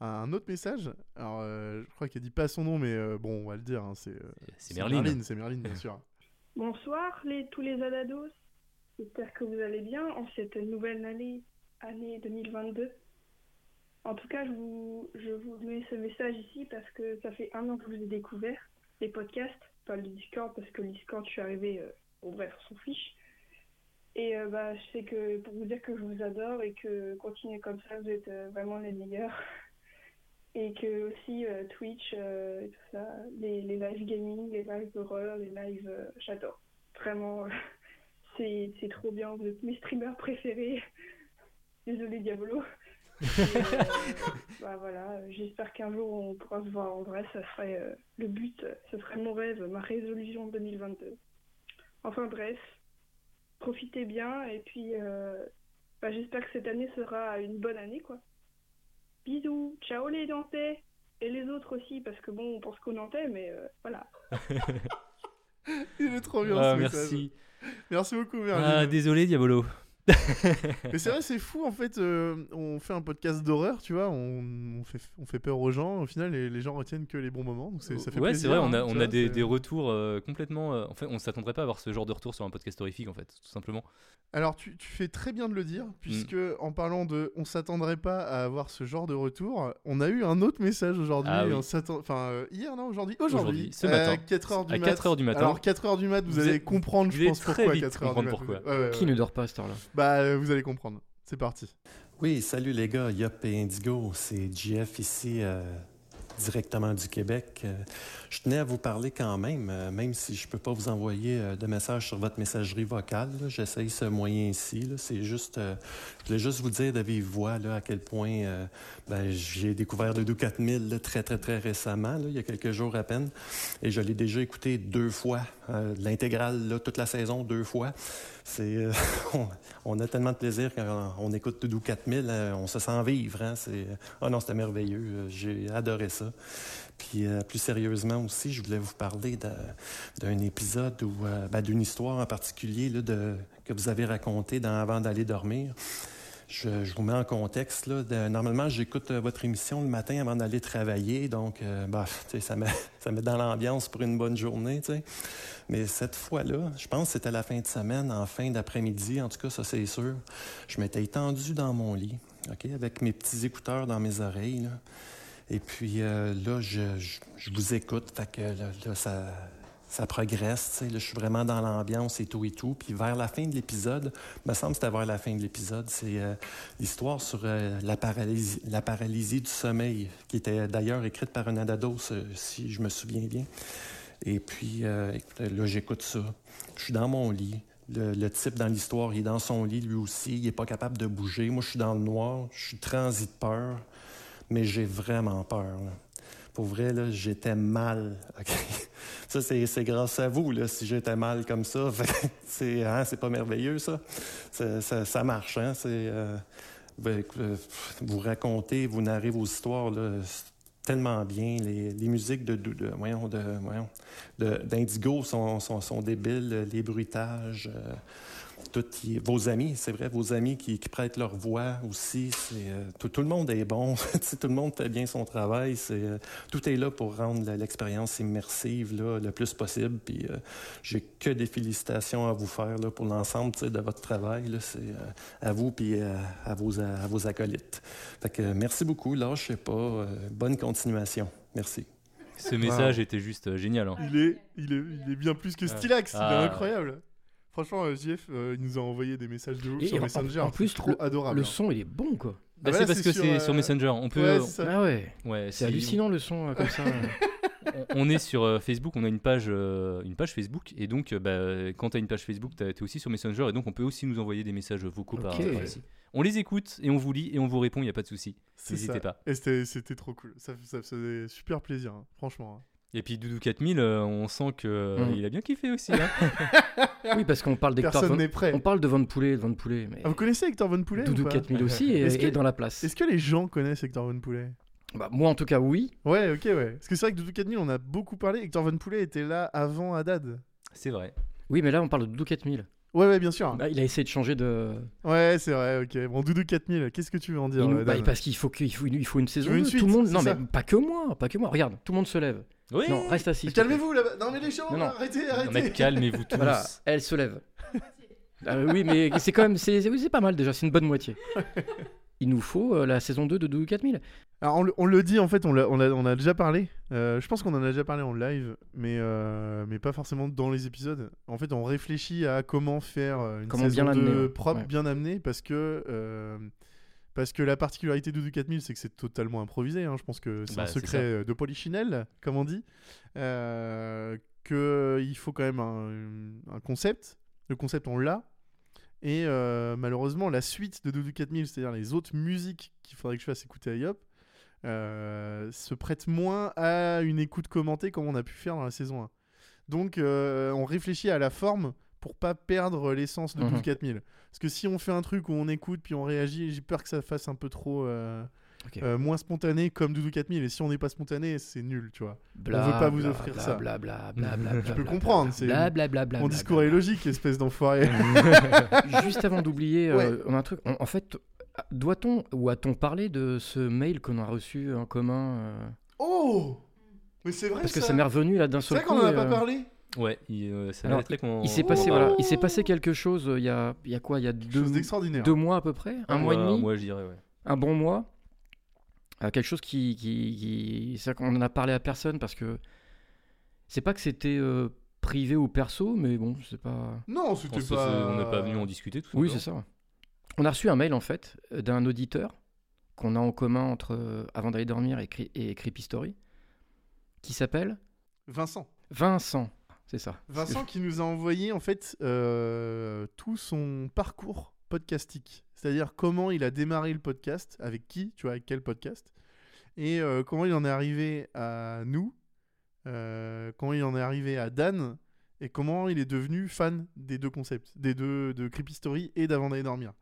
A: Un autre message. Alors, euh, je crois qu'il a dit pas son nom, mais euh, bon, on va le dire. hein, c'est euh,
B: C'est Merlin.
A: C'est Merlin, bien
B: [laughs]
A: sûr.
I: Bonsoir les, tous les Anados. J'espère que vous allez bien en cette nouvelle année, année 2022. En tout cas, je vous, je vous mets ce message ici parce que ça fait un an que je vous ai découvert les podcasts, pas le Discord parce que le Discord, je suis arrivée, euh, bon bref, on s'en fiche. Et euh, bah, je sais que pour vous dire que je vous adore et que continuez comme ça, vous êtes euh, vraiment les meilleurs. [laughs] Et que aussi euh, Twitch, euh, et tout ça, les, les lives gaming, les lives horreur, les lives, euh, j'adore. Vraiment, [laughs] euh, c'est c'est trop bien. Vous êtes mes streamers préférés. [laughs] Désolé Diablo. Et, euh, bah voilà, euh, j'espère qu'un jour on pourra se voir en vrai. Ça serait euh, le but, euh, ce serait mon rêve, ma résolution 2022. Enfin bref, profitez bien et puis euh, bah, j'espère que cette année sera une bonne année quoi. Bisous, ciao les Nantais et les autres aussi, parce que bon, on pense qu'aux Nantais, mais euh, voilà.
A: [laughs] Il est trop bien
B: Ah,
A: ce message.
B: merci.
A: Merci [laughs] beaucoup, Merlin.
B: Ah, désolé, Diabolo.
A: Mais c'est vrai, c'est fou en fait. euh, on fait un podcast d'horreur, tu vois. On, on fait, on fait peur aux gens. Au final, les, les gens retiennent que les bons moments. Donc c'est- ça fait
B: ouais, c'est
A: plaisir.
B: vrai, on
A: hein,
B: a,
A: tu
B: on
A: vois,
B: a des,
A: c'est-
B: des retours euh, complètement. euh, en fait, on s'attendrait pas à avoir ce genre de retour sur un podcast horrifique, en fait, tout simplement.
A: Alors, tu, tu fais très bien de le
B: Mm.
A: dire, puisque en parlant de on s'attendrait pas à avoir ce genre de retour, on a eu un autre message aujourd'hui.
B: Ah oui.
A: on s'attend- Enfin, euh, hier, non, aujourd'hui Aujourd'hui,
B: Aujourd'hui, ce
A: À
B: matin.
A: 4h du
B: À
A: mat.
B: 4 heures du matin.
A: Alors, 4h du mat, vous,
B: Vous
A: allez [laughs]
B: allez-
A: comprendre,
B: vous
A: je
B: allez
A: pense,
B: très
A: pourquoi
B: vite
A: 4 heures du
B: comprendre
A: mat.
B: pourquoi.
A: Ouais, ouais,
D: Qui
A: ouais.
D: ne dort pas à cette heure-là
A: Bah, euh, vous allez comprendre. C'est parti.
J: Oui, salut les gars, Yop et Indigo, c'est JF ici, euh, directement du Québec. Euh, je tenais à vous parler quand même, euh, même si je peux pas vous envoyer euh, de message sur votre messagerie vocale. là. J'essaye ce moyen-ci. là. C'est juste, euh, je voulais juste vous dire de vive voix là, à quel point euh, ben, j'ai découvert le Doo 4000 là, très, très, très récemment, là, il y a quelques jours à peine. Et je l'ai déjà écouté deux fois, euh, l'intégrale, là, toute la saison, deux fois. C'est... euh, [laughs] on- on a tellement de plaisir quand on écoute Toudou 4000, euh, on se sent vivre. Hein? C'est... Oh non, c'était merveilleux. euh, J'ai adoré ça. Puis euh, plus sérieusement aussi, je voulais vous parler d'un, d'un épisode ou euh, ben, d'une histoire en particulier là, de, que vous avez racontée dans Avant d'aller dormir. Je, je vous mets en contexte. Là, de- normalement, j'écoute euh, votre émission le matin avant d'aller travailler, donc euh, bah, [laughs] tu sais, ça, met, ça met dans l'ambiance pour une bonne journée. tu sais. Mais cette fois-là, je pense que c'était la fin de semaine, en fin d'après-midi, en tout cas, ça c'est sûr. Je m'étais étendu dans mon lit, OK, avec mes petits écouteurs dans mes oreilles. là. Et puis euh, là, je, je- je vous écoute, fait que là, là, ça, ça progresse, tu sais, là, je suis vraiment dans l'ambiance et tout et tout. Puis vers la fin de l'épisode, me semble que c'était vers la fin de l'épisode, c'est euh, l'histoire sur euh, la, paralysie, la paralysie du sommeil, qui était d'ailleurs écrite par un adados, euh, si je me souviens bien. Et puis, euh, écoute, là, j'écoute ça. Je suis dans mon lit. Le, le type dans l'histoire, il est dans son lit lui aussi. Il n'est pas capable de bouger. Moi, je suis dans le noir. Je suis transi de peur. Mais j'ai vraiment peur. là. Pour vrai, là, j'étais mal. [laughs] OK? Ça, c'est c'est grâce à vous, là, si j'étais mal comme ça. [laughs] Fait que c'est hein, c'est pas merveilleux, ça. Ça, ça- ça marche, hein? C'est, euh, ben, écoute, euh, vous racontez, vous narrez vos histoires, là, c'est tellement bien. Les, les musiques de, de, de- voyons, de, voyons, de- d'Indigo sont, sont, sont débiles, les bruitages, euh, tout y- vos amis, c'est vrai, vos amis qui, qui prêtent leur voix aussi, c'est, euh, tout, tout le monde est bon, [laughs] Tu sais, tout le monde fait bien son travail, c'est, euh, tout est là pour rendre la- l'expérience immersive là, le plus possible, puis euh, j'ai que des félicitations à vous faire là, pour l'ensemble tu sais, de votre travail, là. c'est euh, à vous puis euh, à, vos, à vos acolytes. Fait que, euh, merci beaucoup, là, je sais pas, euh, bonne continuation, merci.
B: Ce message était juste euh, génial. hein.
A: Il est, il, est, il est bien plus que
B: Ah.
A: Stylax, il
B: Ah.
A: est incroyable. Franchement, euh, JF, euh, il nous a envoyé des messages de ouf
D: Et
A: sur
D: en-
A: Messenger.
D: en plus,
A: C'est trop
D: le-
A: adorable. hein.
D: Le son, il est bon, quoi.
B: Bah,
A: Ah bah là,
B: c'est parce
A: c'est
B: que
A: sur,
B: c'est
A: euh,
B: sur Messenger. On peut.
A: Ouais, c'est ça.
D: Ah ouais,
B: ouais,
D: c'est
B: si- [laughs]
D: hallucinant le son euh, comme ça.
B: on- on est sur euh, Facebook, on a une page, euh, une page Facebook, et donc euh, bah, quand tu as une page Facebook, tu es aussi sur Messenger, et donc on peut aussi nous envoyer des messages vocaux par,
A: Ok.
B: par ici. On les écoute, et on vous lit, et on vous répond, il n'y a pas de souci.
A: C'est ça.
B: N'hésitez pas.
A: Et c'était c'était trop cool. Ça, ça faisait super plaisir, hein. franchement. hein.
B: Et puis Doudou 4000, euh, on sent qu'il il a bien kiffé aussi. hein.
D: Mm. [laughs] Oui, parce qu'on parle d'Hector.
A: Personne
D: Van-
A: n'est prêt.
D: On parle de Van Poulet, de Van Poulet, mais
A: Ah, vous connaissez Hector Von Poulet
D: Doudou
A: ou pas
D: 4000 aussi est,
A: [laughs] Est-ce que-
D: est dans la place.
A: Est-ce que les gens connaissent Hector Von Poulet
D: Bah, moi, en tout cas, oui.
A: Ouais, ok, ouais. Parce que c'est vrai que Doudou 4000, on a beaucoup parlé. Hector Von Poulet était là avant Haddad.
B: C'est vrai.
D: Oui, mais là, on parle de Doudou 4000.
A: Ouais, ouais, bien sûr.
D: Bah, il a essayé de changer de.
A: Ouais, c'est vrai, ok. Bon, Doudou 4000, qu'est-ce que tu veux en dire
D: Il nous-
A: euh,
D: bah,
A: Dan
D: parce qu'il faut, qu'il faut, une- il faut une saison.
A: veux une
D: deux,
A: suite,
D: tout le monde.
A: c'est
D: Non,
A: ça
D: mais pas que moi, pas que moi. Regarde, tout le monde se lève.
B: Oui.
D: Non, reste assis. s'il te plaît.
A: Calmez-vous là-bas. Non, mais les gens,
D: Non, non.
A: arrêtez, arrêtez. [laughs]
B: calmez-vous tous.
D: Voilà, elle se lève. Ah oui, mais c'est quand même c'est c'est- oui, c'est pas mal déjà, c'est une bonne moitié. [laughs] Il nous faut euh, la saison 2 de Doudou 4000.
A: Alors, on, le- on le dit, en fait, on l'a- on a, on a déjà parlé. Euh, je pense qu'on en a déjà parlé en live, mais, euh, mais pas forcément dans les épisodes. En fait, on réfléchit à comment faire euh, une
D: Comment
A: saison
D: bien
A: de
D: l'amener, ouais.
A: propre,
D: Ouais.
A: bien amenée, parce que... euh, parce que la particularité de Doudou 4000, c'est que c'est totalement improvisé. hein. Je pense que c'est
B: Bah,
A: un
B: c'est
A: secret
B: ça.
A: euh, de polichinelle, comme on dit. Euh, que il faut quand même un, un concept. Le concept, on l'a. Et euh, malheureusement, la suite de Doudou 4000, c'est-à-dire les autres musiques qu'il faudrait que je fasse écouter à Yop, euh, se prête moins à une écoute commentée comme on a pu faire dans la saison 1. Donc, euh, on réfléchit à la forme pour pas perdre l'essence de
D: Mhm.
A: Doudou 4000. Parce que si on fait un truc où on écoute puis on réagit, j'ai peur que ça fasse un peu trop euh,
D: Ok.
A: euh, moins spontané comme Doudou 4000. Et si on n'est pas spontané, c'est nul, tu vois.
D: Bla,
A: on veut pas vous
D: bla,
A: offrir
D: bla,
A: ça. [laughs]
D: bla, bla, bla, bla,
A: Je
D: bla,
A: peux
D: bla,
A: comprendre.
D: bla,
A: c'est-
D: bla, bla, bla, bla,
A: Mon
D: bla,
A: discours
D: bla,
A: est
D: bla.
A: logique, espèce d'enfoiré.
D: [laughs] Juste avant d'oublier, euh,
A: Ouais.
D: on a un truc. on- en fait, doit-on ou a-t-on parlé de ce mail qu'on a reçu en commun euh,
A: oh Mais c'est vrai
D: Parce que
A: ça.
D: ça m'est revenu là d'un
A: C'est
D: seul
A: vrai
D: coup.
A: qu'on en a
D: et,
A: pas
D: euh,
A: parlé
B: Ouais, il, euh, ça
D: alors,
B: mériterait qu'on-
D: il s'est
B: qu'on
D: passé,
B: en parle.
D: voilà, il s'est passé quelque chose euh, il y a, il y a quoi Il y a deux,
A: Oh. chose d'extraordinaire.
D: deux mois à peu près Un
B: Ouais,
D: mois et demi
B: Un mois, je dirais, ouais.
D: un bon mois. Euh, quelque chose qui. qui, qui- C'est vrai qu'on en a parlé à personne parce que. C'est pas que c'était euh, privé ou perso, mais bon, c'est pas.
A: Non, c'était
B: On se-
A: pas.
B: on n'est pas venu en discuter, tout
D: Oui, c'est
B: simplement.
D: ça. On a reçu un mail en fait euh, d'un auditeur qu'on a en commun entre euh, Avant d'aller dormir et, Cri- et Creepy Story qui s'appelle
A: Vincent.
D: Vincent. C'est ça.
A: Oh. Vincent qui nous a envoyé en fait euh, tout son parcours podcastique, c'est-à-dire comment il a démarré le podcast, avec qui, tu vois, avec quel podcast, et euh, comment il en est arrivé à nous, euh, comment il en est arrivé à Dan, et comment il est devenu fan des deux concepts, des deux de Creepy Story et d'Avant d'aller dormir.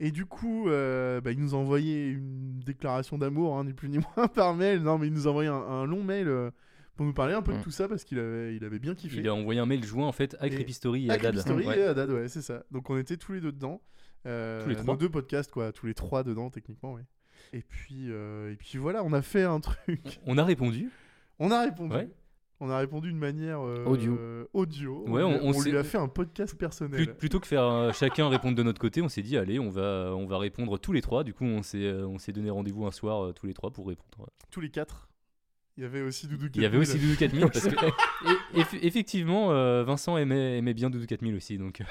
A: Et du coup, euh, bah, il nous a envoyé une déclaration d'amour, hein, ni plus ni [laughs] moins, par mail. Non, mais il nous a envoyé un, un long mail euh, pour nous parler un peu de
D: Mm.
A: tout ça parce qu'il avait, il avait bien kiffé.
B: Il a envoyé un mail joint en fait à
A: Et-
B: Creepy Story et
A: Ah,
B: à Dad.
A: Creepy Story
B: Ouais.
A: et Haddad, ouais, c'est ça. Donc on était tous les deux dedans. Euh,
B: Tous les
A: nos
B: trois.
A: deux podcasts, quoi. Tous les trois dedans, techniquement, ouais. Et puis, euh, et puis voilà, on a fait un truc.
B: [laughs] On a répondu.
A: On a répondu.
B: Ouais.
A: On a répondu d'une manière euh,
D: Audio.
A: audio.
B: Ouais, on-
A: lui-
B: on s'est-
A: lui a fait un podcast personnel.
B: Plut- plutôt que faire euh, chacun répondre de notre côté, on s'est dit allez, on va on va répondre tous les trois. Du coup, on s'est euh, on s'est donné rendez-vous un soir euh, tous les trois pour répondre.
A: Tous les quatre. Il y avait aussi Doudou
B: Il y avait
A: 4000.
B: aussi Doudou 4000 parce que
A: [laughs]
B: et- eff- effectivement euh, Vincent aimait, aimait bien Doudou 4000 aussi donc euh.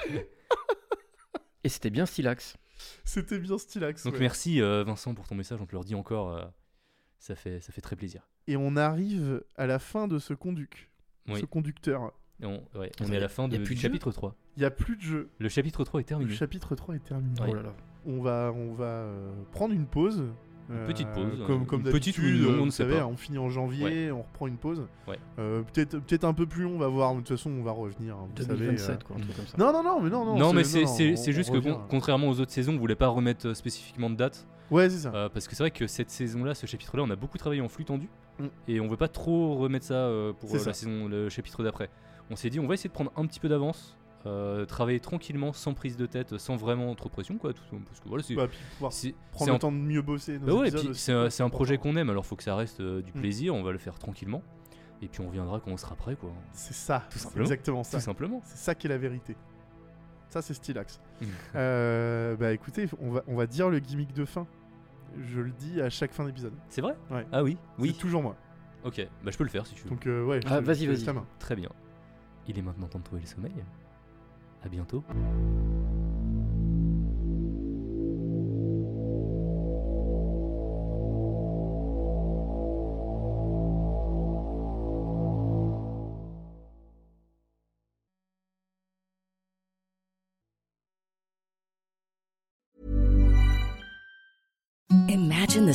D: Et c'était bien Stylax.
A: C'était bien stylax.
B: donc
A: ouais.
B: merci euh, Vincent pour ton message, on te le redit encore euh, ça fait ça fait très plaisir.
A: Et on arrive à la fin de ce conduc.
B: Oui.
A: Ce conducteur.
B: Et On, ouais,
D: Attends,
B: on est à
D: y
B: la
D: a-
B: fin
D: y a
B: de,
D: plus
B: du
D: de jeu
B: chapitre 3.
A: Il n'y a plus de jeu.
B: Le chapitre 3 est
A: Le
B: terminé.
A: chapitre 3 est terminé.
B: Ouais.
D: Oh là là.
A: On va, on va euh, prendre une pause.
B: Une petite
A: Euh,
B: pause,
A: Comme,
B: euh,
A: comme
B: une petite ou
A: d'habitude,
B: non,
A: euh,
B: on
A: vous
B: ne sait
A: savez,
B: pas.
A: On finit en janvier, on reprend une pause.
B: Ouais.
A: Euh, peut-être, peut-être un peu plus long, on va voir. De toute façon, on va revenir. hein, vous savez,
D: 2027,
A: euh.
D: quoi, un truc comme ça.
A: Non, non, non, mais non, non.
B: Non, mais c'est c'est-
A: on-
B: c'est
A: on
B: juste que
A: revient. hein.
B: con- contrairement aux autres saisons, on voulait pas remettre euh, spécifiquement de date.
A: Ouais, c'est ça.
B: Euh, parce que c'est vrai que cette saison-là, ce chapitre-là, on a beaucoup travaillé en flux tendu.
A: Mm.
B: Et on veut pas trop remettre ça euh, pour
A: C'est
B: euh,
A: ça.
B: la saison, le chapitre d'après. On s'est dit, on va essayer de prendre un petit peu d'avance, euh, travailler tranquillement, sans prise de tête, sans vraiment trop pression, quoi. Tout, parce que voilà, c'est.
A: Bah, puis pouvoir
B: c'est-
A: prendre
B: c'est
A: le
B: un-
A: temps de mieux bosser. nos
B: Bah ouais, et
A: épisodes
B: puis
A: aussi,
B: c'est un, c'est un projet
A: important.
B: qu'on aime, alors faut que ça reste euh, du
A: Mm.
B: plaisir, on va le faire tranquillement. Et puis on reviendra quand on sera prêt, quoi.
A: C'est ça.
B: Tout
A: c'est
B: simplement.
A: Exactement
B: Tout
A: ça.
B: simplement.
A: C'est ça qui est la vérité. Ça, c'est Stylax.
B: Mm.
A: [laughs] Euh, bah écoutez, on va, on va dire le gimmick de fin. Je le dis à chaque fin d'épisode.
B: C'est vrai
A: Ouais.
B: Ah oui Oui.
A: C'est toujours moi.
B: Ok, bah je peux le faire si tu veux.
A: Donc, euh, ouais. je
D: Ah,
A: te-
D: vas-y,
A: je te laisse
D: vas-y.
A: la main.
B: Très bien. Il est maintenant temps de trouver le sommeil. À bientôt.
K: Imagine the